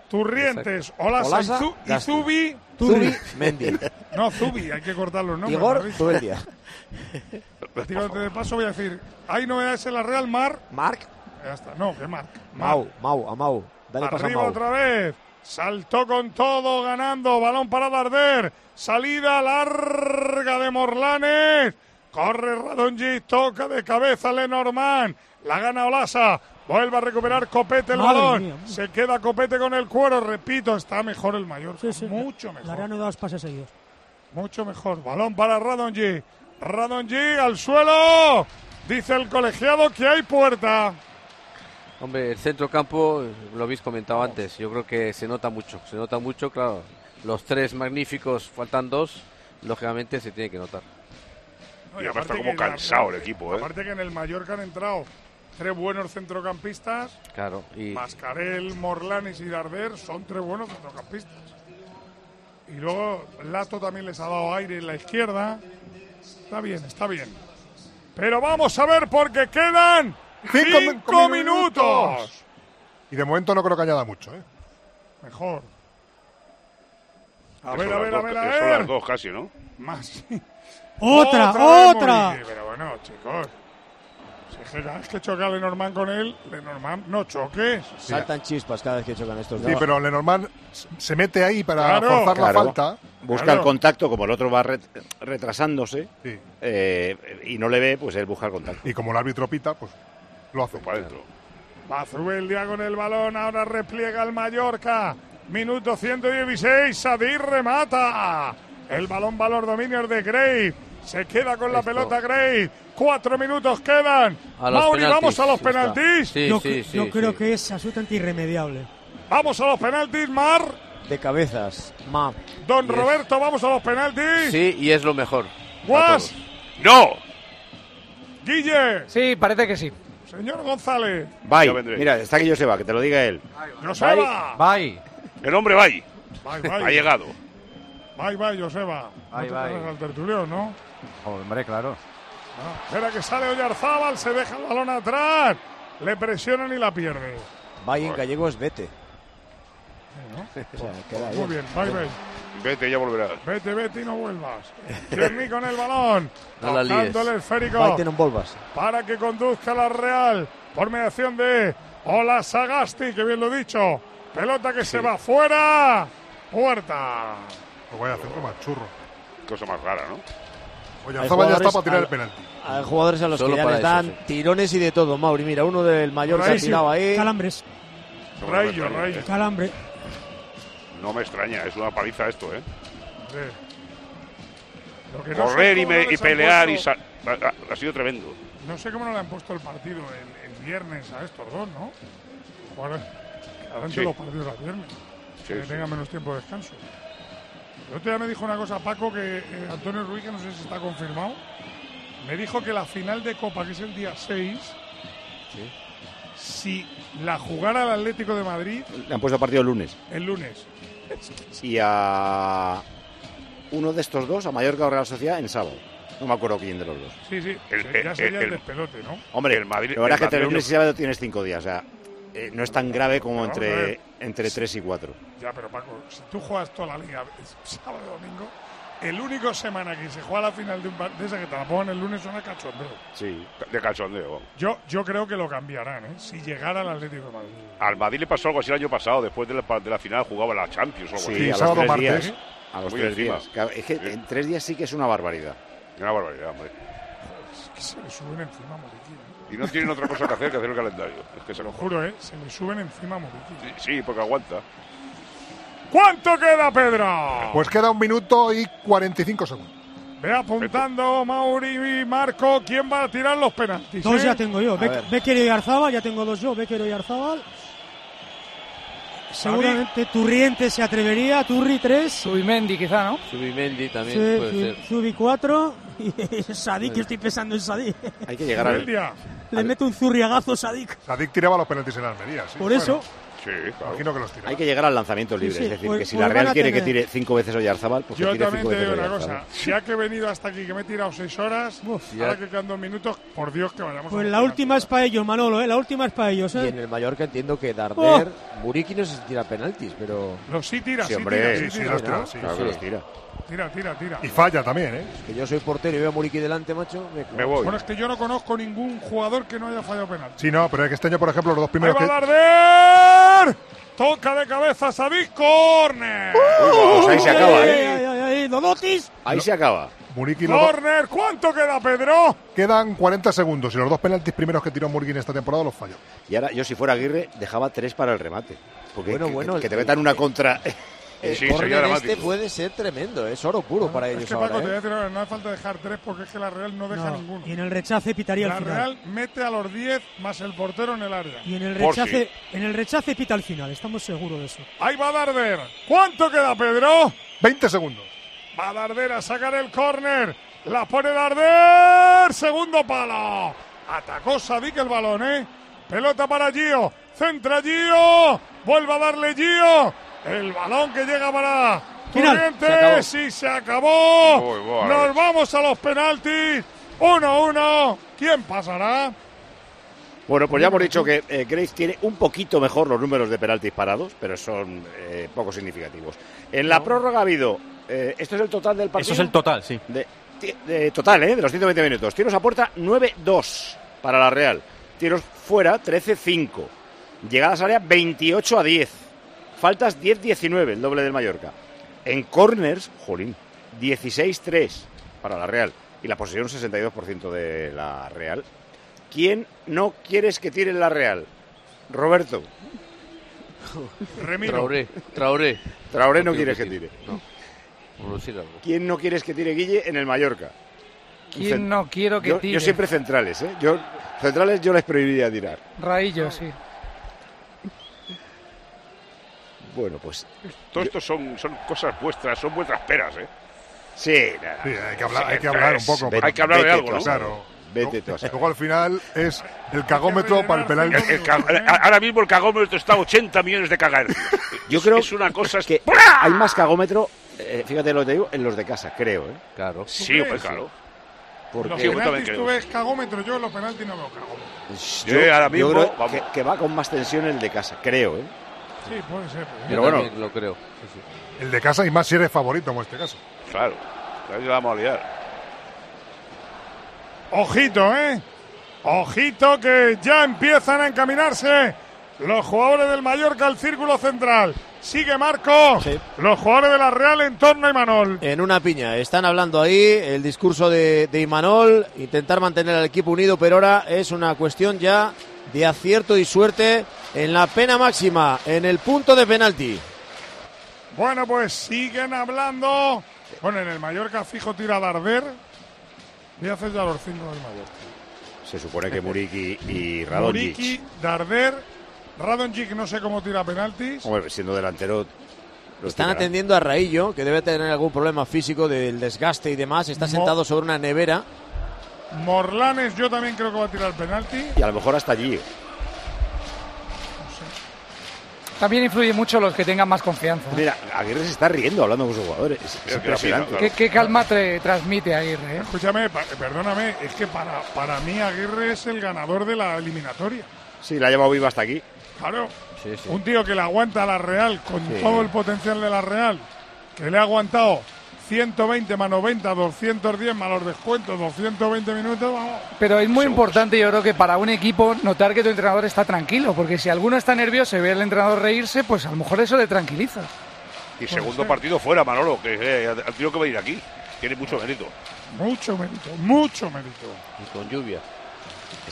L: Turrientes,
B: Exacto.
L: Olasa,
B: Olasa,
L: y, Zu- y
B: Gasti.
L: Zubi.
B: Zubi, Mendy.
L: No, Zubi, hay que cortar los nombres.
B: Igor,
L: David.
B: todo el día.
L: Digo, de paso voy a decir, hay novedades en la Real Mar.
B: Marc.
L: Ya está, no, que Marc.
B: Mau, Mau, a Mau. Dale paso a
L: Arriba
B: Mau.
L: otra vez. Saltó con todo, ganando. Balón para Darder. Salida larga de Morlanes. Corre Radonji, toca de cabeza Lenormand. La gana Olasa. Vuelve a recuperar Copete el
C: Madre
L: balón.
C: mía.
L: Se queda Copete con el cuero. Repito, está mejor el mayor. Mucho mejor.
C: La Real no da dos pases seguidos.
L: Mucho mejor. Balón para Radonji. Radonji al suelo. Dice el colegiado que hay puerta.
D: Hombre, el centrocampo, lo habéis comentado antes, yo creo que se nota mucho, se nota mucho, claro. Los tres magníficos, faltan dos, lógicamente se tiene que notar.
L: No,
F: Y además está
L: aparte
F: como
L: que la-
F: cansado el equipo, ¿eh?
L: Aparte que en el Mallorca han entrado tres buenos centrocampistas.
D: Claro, y
L: Mascarel, Morlanes y Darder son tres buenos centrocampistas. Y luego Lato también les ha dado aire en la izquierda. Está bien, está bien. Pero vamos a ver porque quedan cinco, minutos.
M: Y de momento no creo que añada mucho, ¿eh?
L: Mejor. A
F: Que
L: ver,
F: son
L: a
F: las
L: ver,
F: dos-
L: a ver,
F: que
L: a
F: son
L: ver.
F: las dos casi, ¿no?
L: Más.
C: Otra,
L: vez
C: otra.
L: Moribe, Pero bueno, chicos. Si es que- Es que choca Lenormand con él. Lenormand, no choques.
B: Saltan chispas cada vez que chocan estos
M: Sí,
B: dos.
M: pero Lenormand s- se mete ahí para
L: Claro.
M: forzar
A: Claro.
M: la falta.
A: Busca
M: Claro.
A: el contacto, como el otro va ret- retrasándose
M: Sí.
A: eh, y no le ve, pues él busca el contacto. Pues
M: Y como el árbitro pita, pues lo hace.
F: para adentro.
L: Bazubelia con el balón, ahora repliega el Mallorca. Minuto 116, Sadir remata. El balón va a los dominios de Gray. Se queda con la pelota Gray. Cuatro minutos quedan.
D: A los
L: Mauri,
D: penaltis,
L: vamos a los
D: ya está.
L: penaltis.
D: Sí,
C: yo
D: sí,
C: cre-
D: sí,
C: yo
D: sí.
C: creo que es absolutamente irremediable.
L: Vamos a los penaltis, Mar.
B: De cabezas. Ma.
L: Don
D: Yes.
L: Roberto, vamos a los penaltis.
D: sí, y es lo mejor.
L: Guas.
F: ¡No!
L: Guille.
E: Sí, parece que sí.
L: Señor González.
A: Bye.
F: Ya vendré.
A: Mira, está que yo se va, que te lo diga él.
L: Joseba.
E: Bye.
F: El hombre va ahí.
L: Bye,
F: Ha
L: bye.
F: llegado.
L: Bye, bye, Joseba.
K: Bye,
L: no te
K: bye.
L: cargas al tertulión, ¿no?
K: Hombre, claro.
L: Ah, Espera que sale Oyarzábal, se deja el balón atrás. Le presionan y la pierde.
B: Vaya en gallego es vete. O sea, queda
L: Muy bien, bye bye.
F: Vete, ya volverás.
L: Vete, vete y no vuelvas. Tierney con el balón.
D: No la líes.
L: Tocando el esférico.
B: Baiten en volvas.
L: Para que conduzca la Real. Por mediación de Ola Sagasti, que bien lo he dicho. Pelota que se va fuera. Puerta.
M: Lo voy a hacer como churro.
F: Cosa más rara, ¿no?
M: Oye, Zabal ya está para tirar
B: al-
M: el penalti.
B: Hay jugadores a los
D: Solo
B: que ya
D: para
B: les
D: eso,
B: dan tirones y de todo, Mauri. Mira, uno del mayor que ha
L: Raísio.
B: tirado ahí.
C: Calambres,
L: Rayo, rayo.
C: calambre.
F: No me extraña, es una paliza esto, ¿eh?
L: Lo que no sé
F: Correr y,
L: cómo
F: me-
L: no
F: y
L: les han
F: pelear y
L: puesto-
F: sal- ha, ha- ha sido tremendo.
L: No sé cómo no le han puesto el partido el, el viernes a estos dos, ¿no? Jugar adelante
F: Ah, Sí.
L: los partidos al viernes.
F: Sí,
L: que
F: sí.
L: tengan menos tiempo de descanso. El otro día me dijo una cosa Paco que eh, Antonio Ruiz, que no sé si está confirmado, me dijo que la final de Copa, que es el día 6, si la jugara el Atlético de Madrid
A: Le han puesto partido el lunes.
L: el lunes.
A: Y a uno de estos dos, a Mallorca o Real Sociedad, en sábado. No me acuerdo quién de los dos.
L: Sí, sí,
F: El-
L: se- ya
F: el-
L: sería el,
F: el-
L: despelote, ¿no?
A: Hombre,
F: El Madrid-
A: la verdad
F: el
A: es que entre
F: madrileño-
A: lunes y sábado tienes cinco días. O sea, eh, no es tan grave como
L: Vamos a ver.
A: entre, entre tres y cuatro.
L: Ya, pero Paco, si tú juegas toda la liga sábado y domingo, el único semana que se juega la final de, un, par- de esa que te la pongan el lunes son a cachondeo.
A: Sí.
F: De cachondeo. vamos.
L: Yo, yo creo que lo cambiarán, ¿eh? Si llegara el Atlético de Madrid.
F: Al Madrid le pasó algo así el año pasado. Después de la, pa- de la final jugaba la Champions o algo
A: Sí,
F: así.
A: a los
M: sábado,
A: tres
M: martes.
A: días. A los
F: Muy
A: tres
F: encima.
A: días. Claro, Es que en tres días sí que es una barbaridad.
F: Una barbaridad, hombre.
L: Es que se le suben encima a Muriqui, ¿eh?
F: Y no tienen otra cosa que hacer que hacer el calendario. Es que se lo
L: Lo juro, ¿eh? Se le suben encima a Muriqui.
F: Sí, sí, porque aguanta.
L: ¿Cuánto queda, Pedro?
M: Pues queda un minuto y 45 segundos.
L: Ve apuntando Mauri y Marco. ¿Quién va a tirar los penaltis?
C: Dos
L: eh?
C: ya tengo yo.
B: A
C: Be-
B: ver.
C: Becker y Arzabal, ya tengo dos yo. Becker y Arzabal. Seguramente Turriente se atrevería. Turri 3.
E: Subimendi quizá, ¿no?
D: Subimendi también puede ser.
C: Subi 4. Y Sadik, que estoy pensando en Sadik.
A: Hay que llegar al,
L: Eldia.
C: le mete un zurriagazo Sadik.
M: Sadik tiraba los penaltis en Almería, sí.
C: Por
L: pues
C: eso.
F: Sí,
M: claro. Imagino que los tiraba.
A: Hay que llegar al lanzamiento libre.
M: Sí, sí,
A: es decir,
M: pues-
A: que si
M: pues
A: la Real
M: van a
A: quiere que
M: tener.
A: tire cinco veces Oyarzabal, pues
M: Yo
A: que tire
M: también
A: cinco
M: te
A: veces
M: digo una
A: Oyarzabal.
M: cosa.
L: Ya que he venido hasta aquí, que me he tirado seis horas, ahora
B: ya.
L: que quedan dos minutos, por Dios que vayamos
C: Pues
L: a
C: la última es para ellos, Manolo, ¿eh? La última es para ellos,
B: Y en
C: ¿eh? Oh.
B: el Mallorca entiendo que Darder, Muriqui no se tira penaltis, pero.
L: No, sí tira,
M: Sí, sí hombre, tira, sí sí tira, los tira, ¿no? sí, claro que los
A: tira.
L: Tira, tira, tira.
M: Y falla también, ¿eh?
B: Que yo soy portero y veo a Muriqui delante, macho.
L: Bueno, es que yo no conozco ningún jugador que no haya fallado penal.
M: Sí, no, pero es que este año, por ejemplo, los dos
L: ¡Ahí
M: primeros
L: va
M: que...
L: Darder! Toca de cabeza Sadik Corner.
M: pues ahí se acaba, ¿eh?
C: Ay, ay, ay, Dodotis.
A: Ahí se acaba.
M: Muriqui los dos-
L: Corner, ¿cuánto queda, Pedro?
M: Quedan 40 segundos y los dos penaltis primeros que tiró Murgui en esta temporada los falló.
A: Y ahora, yo si fuera Aguirre, dejaba tres para el remate. Porque
M: Bueno,
A: que,
M: bueno,
A: que te
M: el-
A: metan una contra.
B: El
A: eh, Sí,
B: córner
A: sería dramático.
B: este puede ser tremendo, es oro puro
M: Ah,
B: para ellos
L: Es que
B: ahora.
L: Paco, te voy a
B: ¿eh?
L: decir ahora, no hace falta dejar tres porque es que la Real no deja
C: No,
L: ninguno.
C: y en el rechace pitaría
L: La
C: al final.
L: Real mete a los 10 más el portero en el área.
C: Y en el rechace, en el rechace pita al final, estamos seguros de eso.
L: Ahí va Darder. ¿Cuánto queda, Pedro?
M: 20 segundos.
L: Va Darder a sacar el córner. La pone Darder. Segundo palo. Atacó Sadik el balón, ¿eh? Pelota para Gio. Centra Gio. Vuelve a darle Gio. El balón que llega para
C: Final.
L: Corrientes.
C: Se
L: Y se acabó.
C: Muy buena.
L: Nos vamos a los penaltis. 1-1. ¿Quién pasará?
A: Bueno, pues ya hemos dicho que eh, Grace tiene un poquito mejor los números de penaltis parados, pero son eh, poco significativos. En la prórroga ha habido. eh, esto es el total del partido.
K: Eso es el total, sí.
A: De, ti- de total, ¿eh? De los 120 minutos. Tiros a puerta 9-2 para la Real. Tiros fuera 13-5. Llegadas a área 28 a 10. Faltas 10-19, el doble del Mallorca. En corners, jolín, 16-3 para la Real. Y la posesión 62% de la Real. ¿Quién no quieres que tire la Real? Roberto.
L: Remiro.
D: Traoré, Traoré.
A: Traoré no
D: quiero
A: quieres que tire.
D: No. Por decir algo.
A: ¿Quién no quieres que tire Guille en el Mallorca?
E: ¿Quién
A: Cent-
E: no quiero que
A: yo,
E: tire?
A: Yo siempre centrales, ¿eh? Yo, centrales yo les prohibiría tirar.
E: Raillo, sí.
A: Bueno, pues
F: Todo esto son, son cosas vuestras, son vuestras peras, ¿eh?
A: sí. nada.
M: Sí, hay que hablar, hay que hablar un poco.
F: pues, Hay que hablar de algo, ¿no?
M: Claro.
A: Vete tú a saber.
M: Luego al final es el cagómetro para el penalti.
F: El- el ca- ahora mismo el cagómetro está a 80 millones de cagar.
A: Yo creo
F: es una cosa
A: que hay más cagómetro, eh, fíjate lo que te digo, en los de casa, creo, ¿eh?
D: Claro.
F: Sí, hombre, claro.
A: Porque
L: los penaltis tú ves cagómetro. Yo en los penaltis no veo cagómetro.
A: yo,
F: Yo Eh, ahora
A: yo
F: mismo,
A: creo
F: vamos.
A: que, que va con más tensión el de casa, creo, ¿eh?
L: Sí, puede ser.
A: Pero bueno,
D: lo creo.
M: El de casa y más si eres favorito en este caso.
F: Claro, ahí la vamos a liar.
L: Ojito, ¿eh? Ojito que ya empiezan a encaminarse los jugadores del Mallorca al círculo central. Sigue Marco. Los jugadores de la Real en torno a Imanol.
B: En una piña, están hablando ahí el discurso de, de Imanol, intentar mantener al equipo unido, pero ahora es una cuestión ya de acierto y suerte en la pena máxima, en el punto de penalti.
L: Bueno, pues siguen hablando. Bueno, en el Mallorca fijo tira Darder. Y hace ya los cinco del Mallorca.
A: Se supone que Muriqui y Radonjic.
L: Muriqui, Darder, Radonjic no sé cómo tira penaltis.
A: Hombre, siendo delantero. lo
B: Están
A: tirará.
B: atendiendo a Raillo, que debe tener algún problema físico del desgaste y demás. Está
L: Mo-
B: sentado sobre una nevera.
L: Morlanes yo también creo que va a tirar penalti.
A: Y a lo mejor hasta allí. ¿eh?
E: También influye mucho los que tengan más confianza. ¿eh?
A: Mira, Aguirre se está riendo hablando con sus jugadores. Es, es
F: Mira que la
A: impresionante.
F: pila,
E: ¿Qué, qué calma tra- transmite Aguirre? ¿eh?
L: Escúchame, pa- perdóname, es que para, para mí Aguirre es el ganador de la eliminatoria.
A: Sí, la ha llevado viva hasta aquí.
L: Claro,
A: Sí, sí.
L: un tío que le aguanta a la Real con
A: Sí.
L: todo el potencial de la Real, que le ha aguantado 120 más 90, 210 más los descuentos, 220 minutos, vamos.
E: Pero es muy importante, yo creo que para un equipo notar que tu entrenador está tranquilo, porque si alguno está nervioso y ve al entrenador reírse, pues a lo mejor eso le tranquiliza.
F: Y segundo partido fuera, Manolo, que eh, ha tenido que venir aquí. Tiene mucho mérito.
L: Mucho mérito, mucho mérito.
D: Y con lluvia.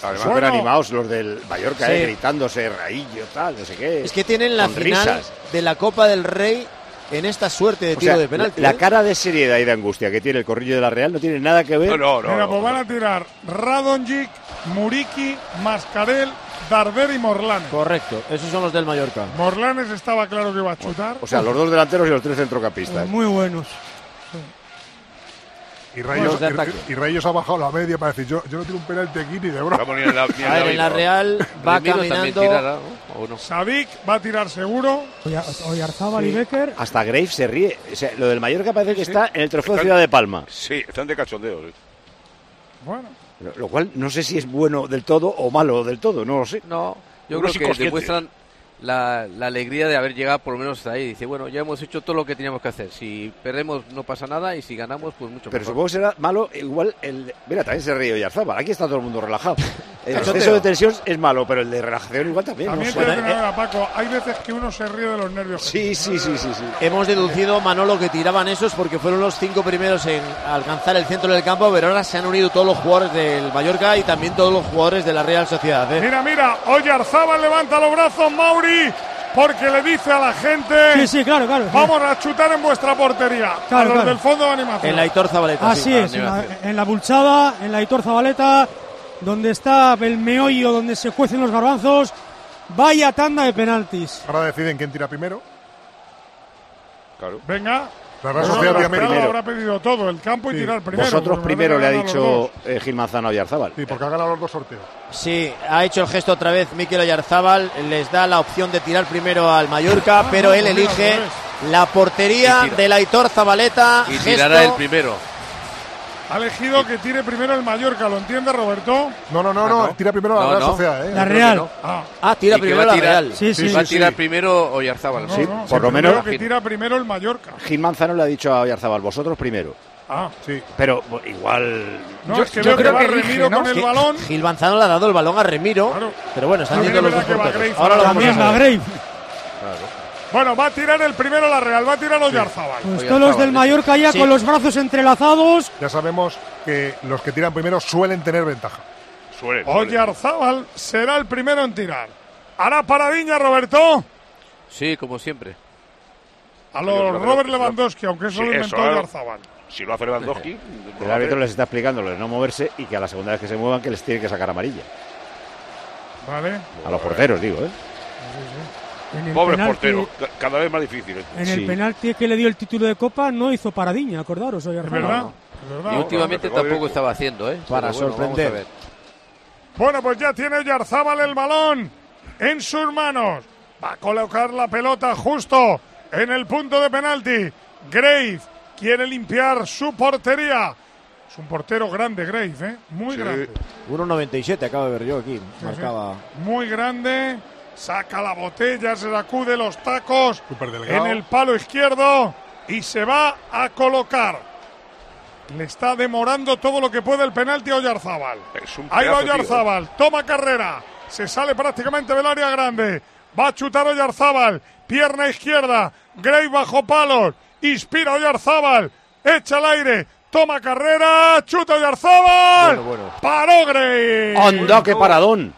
A: Además,
L: Bueno.
A: fueron animados los del Mallorca,
B: Sí.
A: eh, gritándose, raillo, tal, no sé qué.
B: Es que tienen la
A: Con
B: final
A: risas.
B: de la Copa del Rey en esta suerte de
A: O
B: tiro
A: sea,
B: de penalti.
A: La,
B: ¿eh?
A: la cara de seriedad y de angustia que tiene el corrillo de la Real no tiene nada que ver.
L: Mira, pues van a tirar Radonjic, Muriqui, Mascarel, Darder y Morlanes.
B: Correcto, esos son los del Mallorca.
L: Morlanes estaba claro que iba a chutar.
A: O sea, los dos delanteros y los tres centrocampistas.
C: Muy buenos.
M: Y Y Rayos,
B: Los de ataque.
M: y- y Rayos ha bajado la media para decir, yo, yo no tiro un penalti aquí ni de broma.
F: Vamos, ni en la- ni en A ver, la en la vida.
B: Real
F: va caminando-
L: Sadik va a tirar seguro.
A: Sí. Hasta Graves se ríe. O sea, lo del Mallorca parece que está en el trofeo
F: Están-
A: Ciudad de Palma.
F: Sí, están de cachondeo. eh. sí.
L: Bueno.
A: Lo lo cual no sé si es bueno del todo o malo del todo, no lo sé.
D: No, yo
A: Uno es
D: creo que
A: inconsciente.
D: demuestran la, la alegría de haber llegado por lo menos hasta ahí. Dice, bueno, ya hemos hecho todo lo que teníamos que hacer. Si perdemos no pasa nada y si ganamos pues mucho
A: Pero
D: mejor.
A: supongo que será malo igual el... Mira, también se ríe Oyarzabal. Aquí está todo el mundo relajado. El
L: Cachondeo.
A: exceso de tensión es malo, pero el de relajación igual también.
L: También
A: no
L: te
A: sé.
L: voy a tener ahora, Paco. Hay veces que uno se ríe de los nervios.
A: Sí, sí, sí, sí. sí.
B: Hemos deducido, Manolo, que tiraban esos porque fueron los cinco primeros en alcanzar el centro del campo, pero ahora se han unido todos los jugadores del Mallorca y también todos los jugadores de la Real Sociedad. ¿eh?
L: Mira, mira, Oyarzábal levanta los brazos, Mauri, porque le dice a la gente.
C: Sí, sí, claro, claro. sí.
L: Vamos a chutar en vuestra portería. a
C: Claro,
L: los
C: claro.
L: del fondo de animación.
B: En la Aitor Zabaleta.
C: Así Ah,
A: Ah,
C: es, en la, en la Bulchada, en la Hitor Zabaleta, donde está el meollo, donde se cuecen los garbanzos. Vaya tanda de penaltis.
M: Ahora deciden quién tira primero.
F: Claro.
L: Venga.
A: Real
M: La
L: Bueno,
A: Sociedad
L: habrá-
A: primero.
L: pero habrá pedido todo, el campo y
A: Sí.
L: tirar primero.
A: Vosotros
L: porque
A: primero le ha
L: parece que ganan los
A: dicho eh, Gil Manzano a Oyarzabal.
M: Sí, porque ha ganado los dos sorteos.
B: Sí, ha hecho el gesto otra vez Mikel Oyarzábal, les da la opción de tirar primero al
L: Ah,
B: Mallorca, pero
D: no,
B: él
D: mira,
B: elige
D: al revés.
B: la
D: Y
B: portería
D: tira.
B: de la Aitor Zabaleta.
D: Y
B: gesto-
D: tirará el primero.
L: dos. Ha elegido que tire primero el Mallorca, ¿lo entiende Roberto?
M: No, no, no, no, tira primero la
D: Ah, No,
M: Real
D: no.
M: Sociedad, ¿eh?
D: La Real.
L: Ah,
B: Ah, tira
D: Y que
B: primero
D: va a
B: la
D: tirar-
B: Real.
D: va a tirar primero Oyarzábal.
A: Sí, No, no, por lo menos-
L: que tira primero el Mallorca.
A: Gil Manzano le ha dicho a Oyarzabal, vosotros primero.
L: Ah,
M: sí.
A: Pero bueno, igual...
L: No, es que veo que va Remiro con el balón.
B: Gil Manzano le ha dado el balón a Remiro. Pero bueno, están
L: También
B: yendo los
L: es
B: dos
L: verdad que va
B: porteros.
L: Grave
B: Ahora lo
L: también.
B: vamos a
L: También va
B: ver.
L: Bueno, va a tirar el primero la Real, va a tirar Oyarzábal.
C: Pues todos los del Mallorca ya con los brazos entrelazados.
M: Ya sabemos que los que tiran primero suelen tener ventaja.
F: Suelen.
L: Oyarzábal será el primero en tirar. Hará paradiña, Roberto.
D: Sí, como siempre.
L: A
F: Yo
L: los
F: creo que-
L: Robert Lewandowski, aunque eso
F: Sí,
L: lo inventó
F: eso, ¿eh? claro.
L: Oyarzábal.
F: Si lo hace Lewandowski, lo
A: El
F: hace-
A: árbitro les está explicando lo de no moverse y que a la segunda vez que se muevan que les tiene que sacar amarilla.
L: Vale.
A: A los porteros, digo, ¿eh?
C: En el
F: Pobre
C: penalti-
F: portero, ca- cada vez más difícil. eh. esto.
C: En el penalti que le dio el título de Copa no hizo paradiña, acordaros, hoy
D: Y últimamente tampoco estaba haciendo, ¿eh?
B: Para
D: Pero bueno, vamos a
B: sorprender.
D: ver.
L: Bueno, pues ya tiene Yarzábal el balón en sus manos. Va a colocar la pelota justo en el punto de penalti. Grave quiere limpiar su portería. Es un portero grande, Grave, ¿eh? Muy grande.
B: 1.97 acabo de ver yo aquí.
L: Sí,
B: Marcaba.
L: sí. Muy grande. Saca la botella, se sacude los tacos
M: delgado.
L: en el palo izquierdo y se va a colocar. Le está demorando todo lo que puede el penalti a Oyarzábal. Ahí va
F: pedazo, tío.
L: Oyarzábal, toma carrera, se sale prácticamente del área grande, va a chutar Oyarzábal, pierna izquierda, Gray bajo palos, inspira Oyarzábal, echa al aire, toma carrera, chuta Oyarzábal, paró Gray.
A: ¡Onda, qué paradón!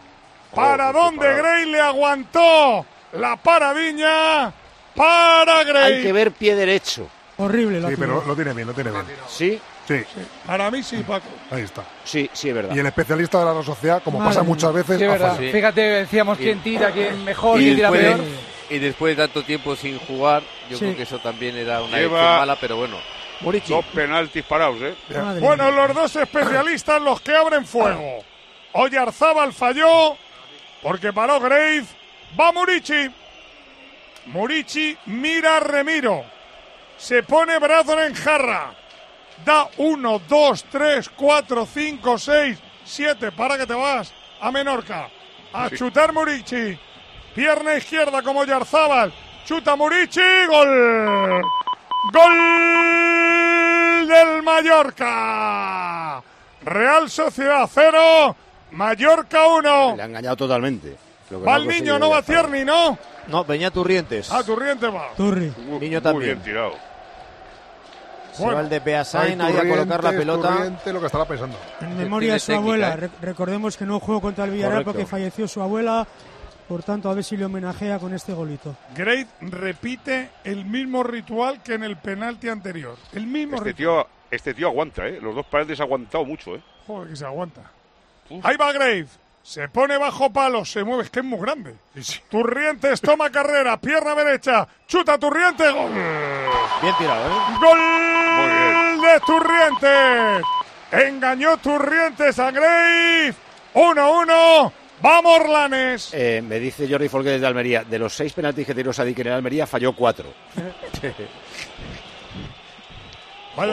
L: ¿Para dónde Gray le aguantó la paradiña? Para Gray.
A: Hay que ver pie derecho.
C: Horrible
M: Sí, pero lo tiene bien, lo tiene bien.
A: ¿Sí?
M: Sí,
L: Para mí sí, Paco.
M: ahí está.
A: Sí, sí, es verdad.
M: Y el especialista de la Real Sociedad, como
A: Madre
M: pasa
A: mía.
M: muchas veces,
E: Sí, es
M: ha
E: verdad.
M: fallado.
E: Fíjate, decíamos
D: Y-
E: quién tira, quién mejor,
D: y
E: quién tira
D: después,
E: peor.
D: y después de tanto tiempo sin jugar, yo
E: Sí.
D: creo que eso también era una
F: Lleva-
D: decisión mala, pero bueno.
F: Dos penaltis parados, ¿eh?
L: Bueno, los dos especialistas los que abren fuego. Oyarzábal falló porque paró Grave. Va Murici. Murici mira a Remiro. Se pone brazo en jarra. Da 1, 2, 3, 4, 5, 6, 7. Para que te vas a Menorca. A
F: Sí.
L: chutar Murici. Pierna izquierda como Oyarzábal. Chuta Murici. Gol. Gol del Mallorca. Real Sociedad 0, Mallorca 1.
A: Le ha engañado totalmente. Lo que
L: Va el
A: ha
L: niño,
A: conseguido
L: no va
A: Oyarzabal.
L: Tierney, ¿no?
B: No, venía Turrientes.
L: Ah, Turriente va.
C: Turri.
B: Niño también.
F: bien tirado.
B: Se va el de Beasain
M: Hay
B: ahí a colocar la
M: Turrientes,
B: pelota. ¿eh?
M: Turrientes, lo que estará pensando.
C: En memoria de su abuela. Re- Recordemos que no jugó contra el Villarreal
M: ¿eh? Correcto.
C: porque falleció su abuela. Por tanto, a ver si le homenajea con este golito.
L: Great repite el mismo ritual que en el penalti anterior. El mismo
F: Este
L: ritual.
F: tío, este tío aguanta, ¿eh? Los dos penaltis ha aguantado mucho, ¿eh?
L: Joder, que se aguanta. Ahí va Grave. Se pone bajo palo, se mueve, es que es muy grande. Turrientes toma carrera, pierna derecha, chuta Turrientes, gol.
B: Bien tirado, ¿eh?
L: Gol de Turrientes. Turrientes. Engañó Turrientes a Grave. 1-1. Vamos, Orlanes.
A: Eh, me dice Jordi Folgué desde Almería, de los seis penaltis que tiró Sadik en el Almería, falló cuatro.
L: Vaya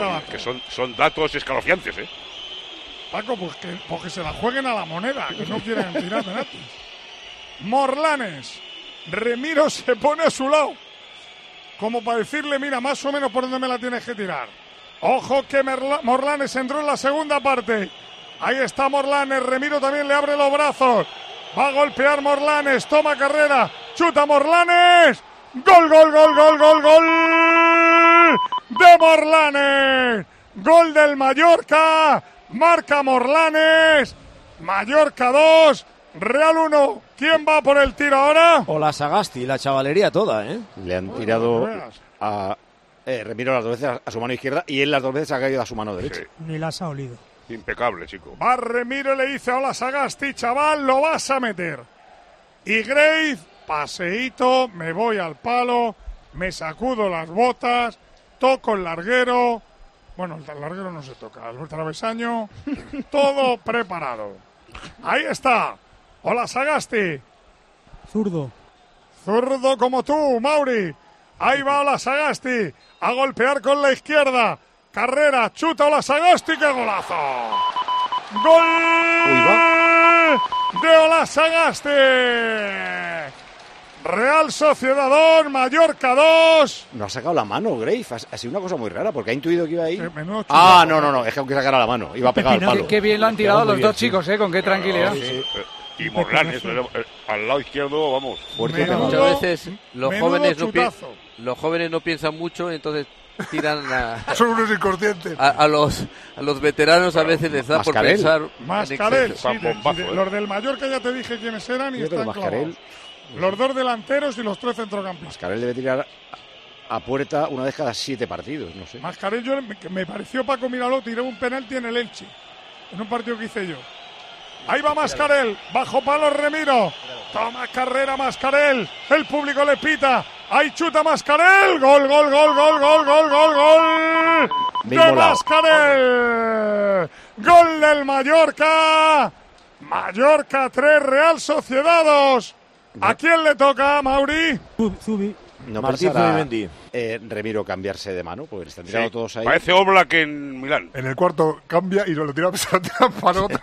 F: Joder,
L: dato.
F: que son, son datos escalofriantes, ¿eh?
L: Paco, pues que, pues que se la jueguen a la moneda, que no quieren tirar penaltis. Morlanes. Remiro se pone a su lado. Como para decirle, mira, más o menos por dónde me la tienes que tirar. Ojo que Merla- Morlanes entró en la segunda parte. Ahí está Morlanes. Remiro también le abre los brazos. Va a golpear Morlanes. Toma carrera. Chuta Morlanes. Gol, gol, gol, gol, gol, gol. De Morlanes. Gol del Mallorca. Marca Morlanes. Mallorca 2. Real 1. ¿Quién va por el tiro ahora?
B: O la Sagasti, la chavalería toda, ¿eh?
A: Le han tirado a eh, Remiro las dos veces a, a su mano izquierda y él las dos veces ha caído a su mano derecha.
C: Ni las ha olido.
F: Impecable, chico.
L: Va Remiro, le dice, hola Sagasti, chaval, lo vas a meter. Y Grave, paseíto, me voy al palo, me sacudo las botas, toco el larguero. Bueno, el larguero no se toca, el travesaño, todo preparado. Ahí está. Hola Sagasti.
C: Zurdo.
L: Zurdo como tú, Mauri. Ahí va Ola Sagasti a golpear con la izquierda. Carrera, chuta Ola Sagasti, qué golazo. Gol de Ola Sagasti. Real Sociedad 2, Mallorca 2.
A: No ha sacado la mano, Grave. Ha, ha sido una cosa muy rara porque ha intuido que iba ahí.
L: Eh, menudo
A: ah, no, no, no. Es que aunque sacara la mano, iba a pegar al palo.
E: Este Qué, qué bien lo han tirado los dos chicos, ¿eh? Con qué tranquilidad.
F: Sí, sí. Eh, Y Morlanes, eh, al lado izquierdo, vamos.
A: Fuerte
D: Muchas veces los
F: menudo
D: jóvenes, no pi-
F: chutazo.
D: los jóvenes no piensan mucho, entonces tiran a,
M: Son unos inconscientes.
D: a, a los, a los veteranos, a veces les da por
A: Mascarell.
D: pensar.
L: Mascarell, sí, de- sí,
D: ¿eh?
F: ¿eh?
L: de- los del Mallorca ya te dije quiénes eran y
A: Yo creo que
L: están
A: Mascarell,
L: clavados. Los dos delanteros y los tres centrocampistas.
A: Mascarell debe tirar a puerta una vez cada siete partidos, no sé.
L: Mascarell yo- me, me pareció Paco Miraló tiró un penalti en el Elche, en un partido que hice yo. Ahí va Mascarell, bajo palo Remiro. Toma carrera Mascarell, el público le pita. Ahí chuta Mascarell, gol, gol, gol, gol, gol, gol, gol, gol. De
A: Mismo lado.
L: Mascarell. Gol del Mallorca. Mallorca 3, Real Sociedad 2. ¿A quién le toca, Mauri?
C: Zubi.
A: No
B: Martín
A: pensará,
B: Zubimendi.
A: eh, Remiro cambiarse de mano, porque le están tirando
F: Sí,
B: Pues
A: todos ahí.
F: Parece Oblak en Milán.
M: En el cuarto cambia y no lo tira a pesar de la palota.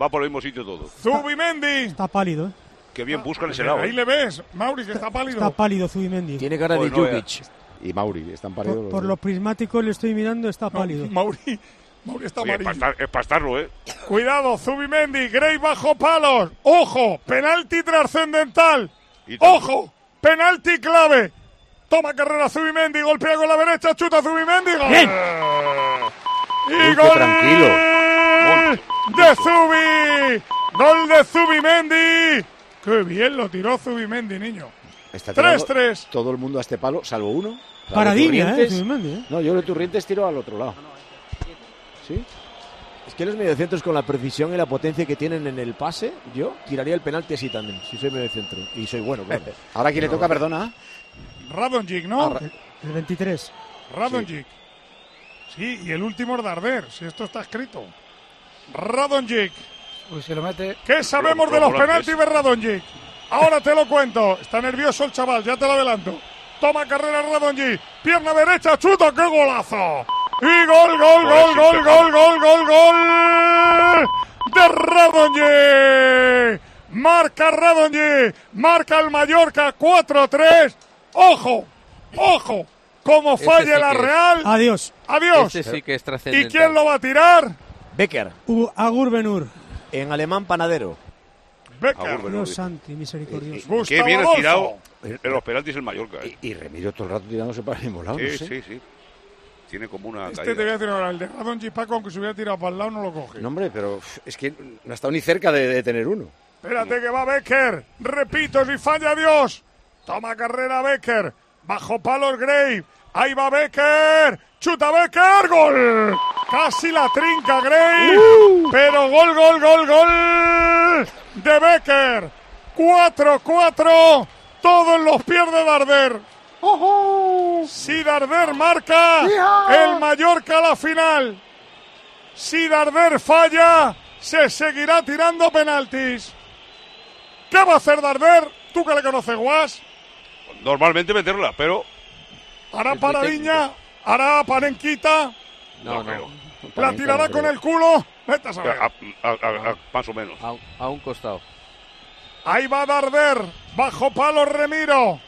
F: Va por el mismo sitio todo.
L: Zubimendi.
C: Está pálido, ¿eh?
F: Que bien buscan ese lado. eh.
L: Ahí le ves, Mauri, que está pálido.
C: Está pálido Zubimendi.
A: Tiene
L: cara de Joder, no
A: Jokic. Y Mauri, están
C: Por,
A: paridos los
C: por
A: dos.
C: los prismáticos le estoy mirando, está pálido.
L: Mauri, Mauri está
F: Sí, es
L: amarillo.
F: para estar- es para estarlo, ¿eh?
L: Cuidado, Zubimendi, Gray bajo palos. Ojo, penalti trascendental. Ojo, penalti clave. Toma carrera Zubimendi, golpea con la derecha, chuta Zubimendi. Gol.
C: Bien.
L: Y
A: Uy, qué
L: gol
A: tranquilo.
L: de Zubi. Gol de Zubimendi. Qué bien lo tiró Zubimendi, niño.
A: Está tirando
L: 3-3.
A: Todo el mundo a este palo, salvo uno. Claro,
C: Paradiña, ¿eh?
A: Turrientes-
C: Zubimendi, ¿eh?
A: No, yo de Turrientes tiro al otro lado. ¿Sí?
B: Es que los mediocentros con la precisión y la potencia que tienen en el pase, yo tiraría el penalti así también, si soy mediocentro. Y soy bueno, claro.
A: Ahora quién le toca, perdona.
L: Radonjic, ¿no?
C: El 23.
L: Radonjic. Sí, y el último es Darder, si esto está escrito. Radonjic.
E: Uy, Pues se lo mete.
L: ¿Qué sabemos
E: Los-
L: de
E: los
L: los
E: volantes.
L: penaltis de Radonjic? Ahora te lo cuento. Está nervioso el chaval, ya te lo adelanto. Toma carrera Radonjic. Pierna derecha, chuta, qué golazo. Y gol, gol, gol, gol, gol, gol, gol, gol. De Radonjic. Marca Radonjic. Marca el Mallorca 4-3. Ojo, ojo. Como
D: Este
L: falle
D: sí
L: la
D: que es.
L: Real.
C: Adiós.
L: Adiós.
D: Este sí que es
L: ¿Y
D: trascendental.
L: quién lo va a tirar?
B: Becker.
C: Agur Benur.
B: En alemán, panadero.
L: Becker.
C: Dios santi,
B: Eh,
C: misericordioso.
F: Qué bien ha tirado en los penaltis el Mallorca. ¿eh?
A: Y Remiro todo el rato tirándose para el mismo lado.
F: Sí,
A: no sé.
F: sí, sí. Tiene como una
L: Este
F: caída.
L: te voy a decir ahora, el de Radonjic, Paco, aunque se hubiera tirado para el lado, no lo coge.
A: No, hombre, pero uf, es que no ha estado ni cerca de, de tener uno.
L: Espérate que va Becker. Repito, si falla Dios. Toma carrera Becker. Bajo palos Grave. Ahí va Becker. Chuta Becker. Gol. Casi la trinca Grave. Pero gol, gol, gol, gol. De Becker. 4-4. Todos los pierde Darder. Si Darder marca, el Mallorca a la final. Si Darder falla, se seguirá tirando penaltis. ¿Qué va a hacer Darder? Tú que le conoces, Guas.
F: Normalmente meterla, pero.
L: Hará paradiña, hará panenquita,
F: No, creo.
L: la tirará con el culo. Vete a saber.
F: A- a- a- a- más o menos.
D: A, a un costado.
L: Ahí va Darder, bajo palo Remiro.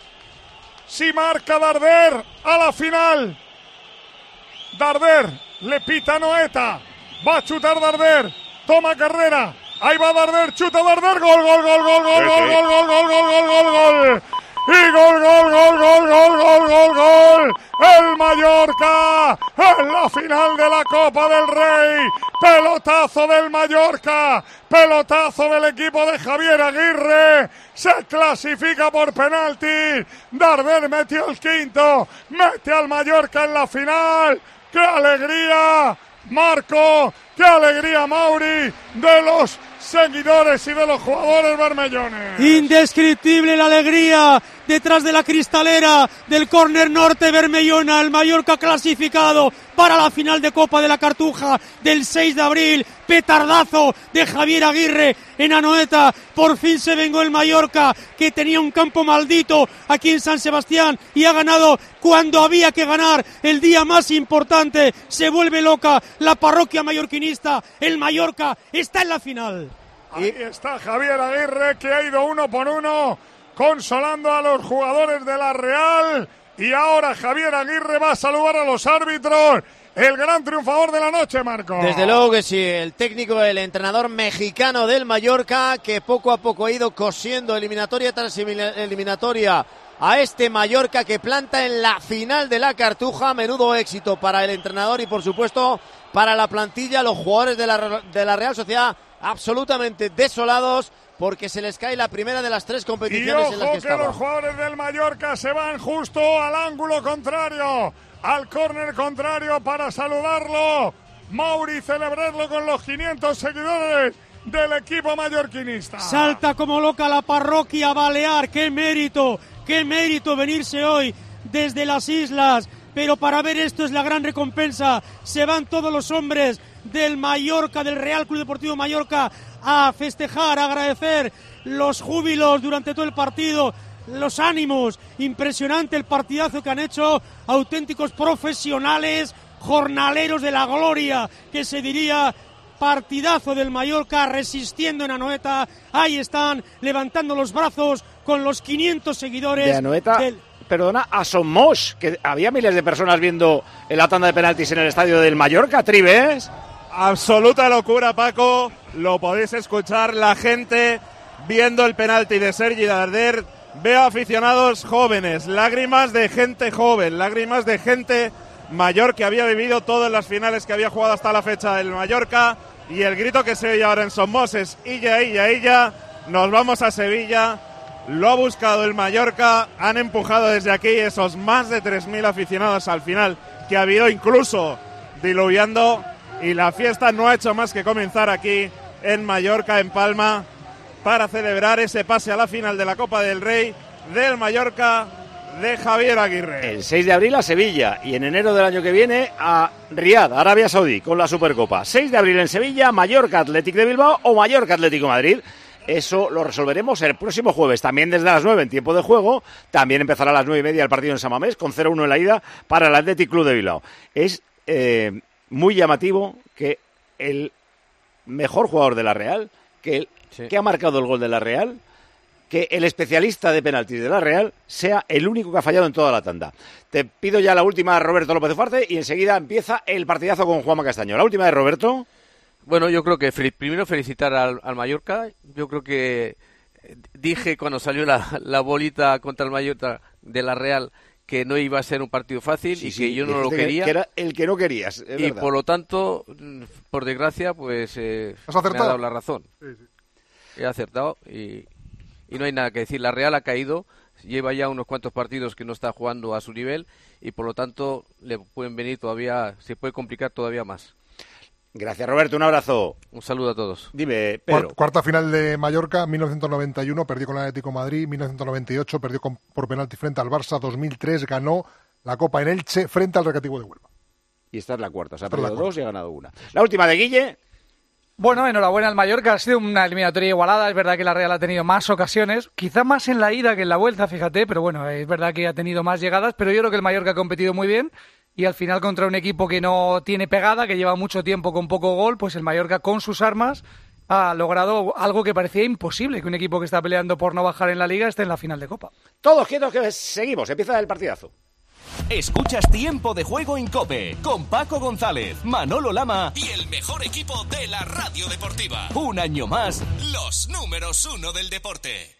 L: Si marca Darder, a la final. Darder, le pita Noeta. Va a chutar Darder, toma carrera. Ahí va Darder, chuta Darder, gol, gol, gol, gol, gol, gol, gol, gol, gol, gol, gol, gol, gol. Y gol, gol, gol, gol, gol, gol, gol, gol. El Mallorca en la final de la Copa del Rey. Pelotazo del Mallorca. Pelotazo del equipo de Javier Aguirre. Se clasifica por penalti. Darder metió el quinto. Mete al Mallorca en la final. ¡Qué alegría! Marco, qué alegría Mauri de los seguidores y de los jugadores bermellones.
C: Indescriptible la alegría detrás de la cristalera del córner norte Bermellona, el Mallorca clasificado para la final de Copa de la Cartuja del 6 de abril. Petardazo de Javier Aguirre en Anoeta. Por fin se vengó el Mallorca, que tenía un campo maldito aquí en San Sebastián y ha ganado cuando había que ganar. El día más importante se vuelve loca la parroquia mallorquinista. El Mallorca está en la final.
L: Ahí está Javier Aguirre que ha ido uno por uno consolando a los jugadores de la Real y ahora Javier Aguirre va a saludar a los árbitros. El gran triunfador de la noche, Marco.
B: Desde luego que sí, el técnico, el entrenador mexicano del Mallorca, que poco a poco ha ido cosiendo eliminatoria tras elimina- eliminatoria a este Mallorca que planta en la final de la Cartuja. Menudo éxito para el entrenador y, por supuesto, para la plantilla, los jugadores de la, de la Real Sociedad absolutamente desolados porque se les cae la primera de las tres
L: Y
B: competiciones en las
L: ojo
B: que
L: que los
B: estaban.
L: jugadores del Mallorca se van justo al ángulo contrario, al córner contrario para saludarlo. Mauri celebrarlo con los 500 seguidores del equipo mallorquinista.
C: Salta como loca la parroquia Balear. ¡Qué mérito! ¡Qué mérito venirse hoy desde las islas! Pero para ver esto es la gran recompensa. Se van todos los hombres del Mallorca, del Real Club Deportivo Mallorca, a festejar, a agradecer los júbilos durante todo el partido, los ánimos. Impresionante el partidazo que han hecho auténticos profesionales, jornaleros de la gloria, que se diría Partidazo del Mallorca resistiendo en Anoeta. Ahí están levantando los brazos con los 500 seguidores.
A: de Anoeta,
C: del-
A: perdona, a Somos, que había miles de personas viendo la tanda de penaltis en el estadio del Mallorca, Tribes.
K: Absoluta locura, Paco. Lo podéis escuchar. La gente viendo el penalti de Sergi Darder. Veo aficionados jóvenes, lágrimas de gente joven, lágrimas de gente mayor que había vivido todas las finales que había jugado hasta la fecha del Mallorca. Y el grito que se oye ahora en Somos es Illa, Illa, Illa. Nos vamos a Sevilla. Lo ha buscado el Mallorca. Han empujado desde aquí esos más de 3.000 aficionados al final que ha habido incluso diluviando y la fiesta no ha hecho más que comenzar aquí en Mallorca, en Palma, para celebrar ese pase a la final de la Copa del Rey del Mallorca de Javier Aguirre.
A: El 6 de abril a Sevilla y en enero del año que viene a Riad, Arabia Saudí, con la Supercopa. 6 de abril en Sevilla, Mallorca Atlético de Bilbao o Mallorca Atlético de Madrid. Eso lo resolveremos el próximo jueves, también desde las 9 en tiempo de juego. También empezará a las 9 y media el partido en Samamés con 0-1 en la ida para el Athletic Club de Bilbao. Es eh, muy llamativo que el mejor jugador de la Real, que, el- que ha marcado el gol de la Real, que el especialista de penaltis de la Real sea el único que ha fallado en toda la tanda. Te pido ya la última, Roberto López Ufarte, y enseguida empieza el partidazo con Juanma Castaño. La última de Roberto.
D: Bueno, yo creo que fel- primero felicitar al, al Mallorca. Yo creo que eh, dije cuando salió la, la bolita contra el Mallorca de la Real que no iba a ser un partido fácil y que yo no lo
A: Dijiste que-
D: quería.
A: que era el que no querías. es
D: y
A: verdad.
D: por lo tanto, mm, por desgracia, pues eh,
A: ¿Has
D: me ha
A: acertado?
D: dado la razón. He acertado y, y no hay nada que decir. La Real ha caído, lleva ya unos cuantos partidos que no está jugando a su nivel y por lo tanto le pueden venir todavía, se puede complicar todavía más.
A: Gracias, Roberto. Un abrazo.
D: Un saludo a todos.
A: Dime,
M: Cuar-
D: Pedro.
M: Cuarta final de Mallorca, 1991 perdió con el Atlético de Madrid, 1998 perdió con- por penalti frente al Barça, 2003 ganó la Copa en Elche frente al Recreativo de Huelva.
A: y esta es la cuarta. O sea, ha
E: Esta es la
A: perdido dos y ha ganado una. La última de Guille.
E: Bueno, enhorabuena al Mallorca. Ha sido una eliminatoria igualada. Es verdad que la Real ha tenido más ocasiones, quizá más en la ida que en la vuelta, fíjate. Pero bueno, es verdad que ha tenido más llegadas. Pero yo creo que el Mallorca ha competido muy bien. Y al final, contra un equipo que no tiene pegada, que lleva mucho tiempo con poco gol, pues el Mallorca con sus armas ha logrado algo que parecía imposible: que un equipo que está peleando por no bajar en la liga esté en la final de Copa.
A: Todos quietos que seguimos. Empieza el partidazo.
J: Escuchas Tiempo de Juego en Cope con Paco González, Manolo Lama y el mejor equipo de la radio deportiva. Un año más, los números uno del deporte.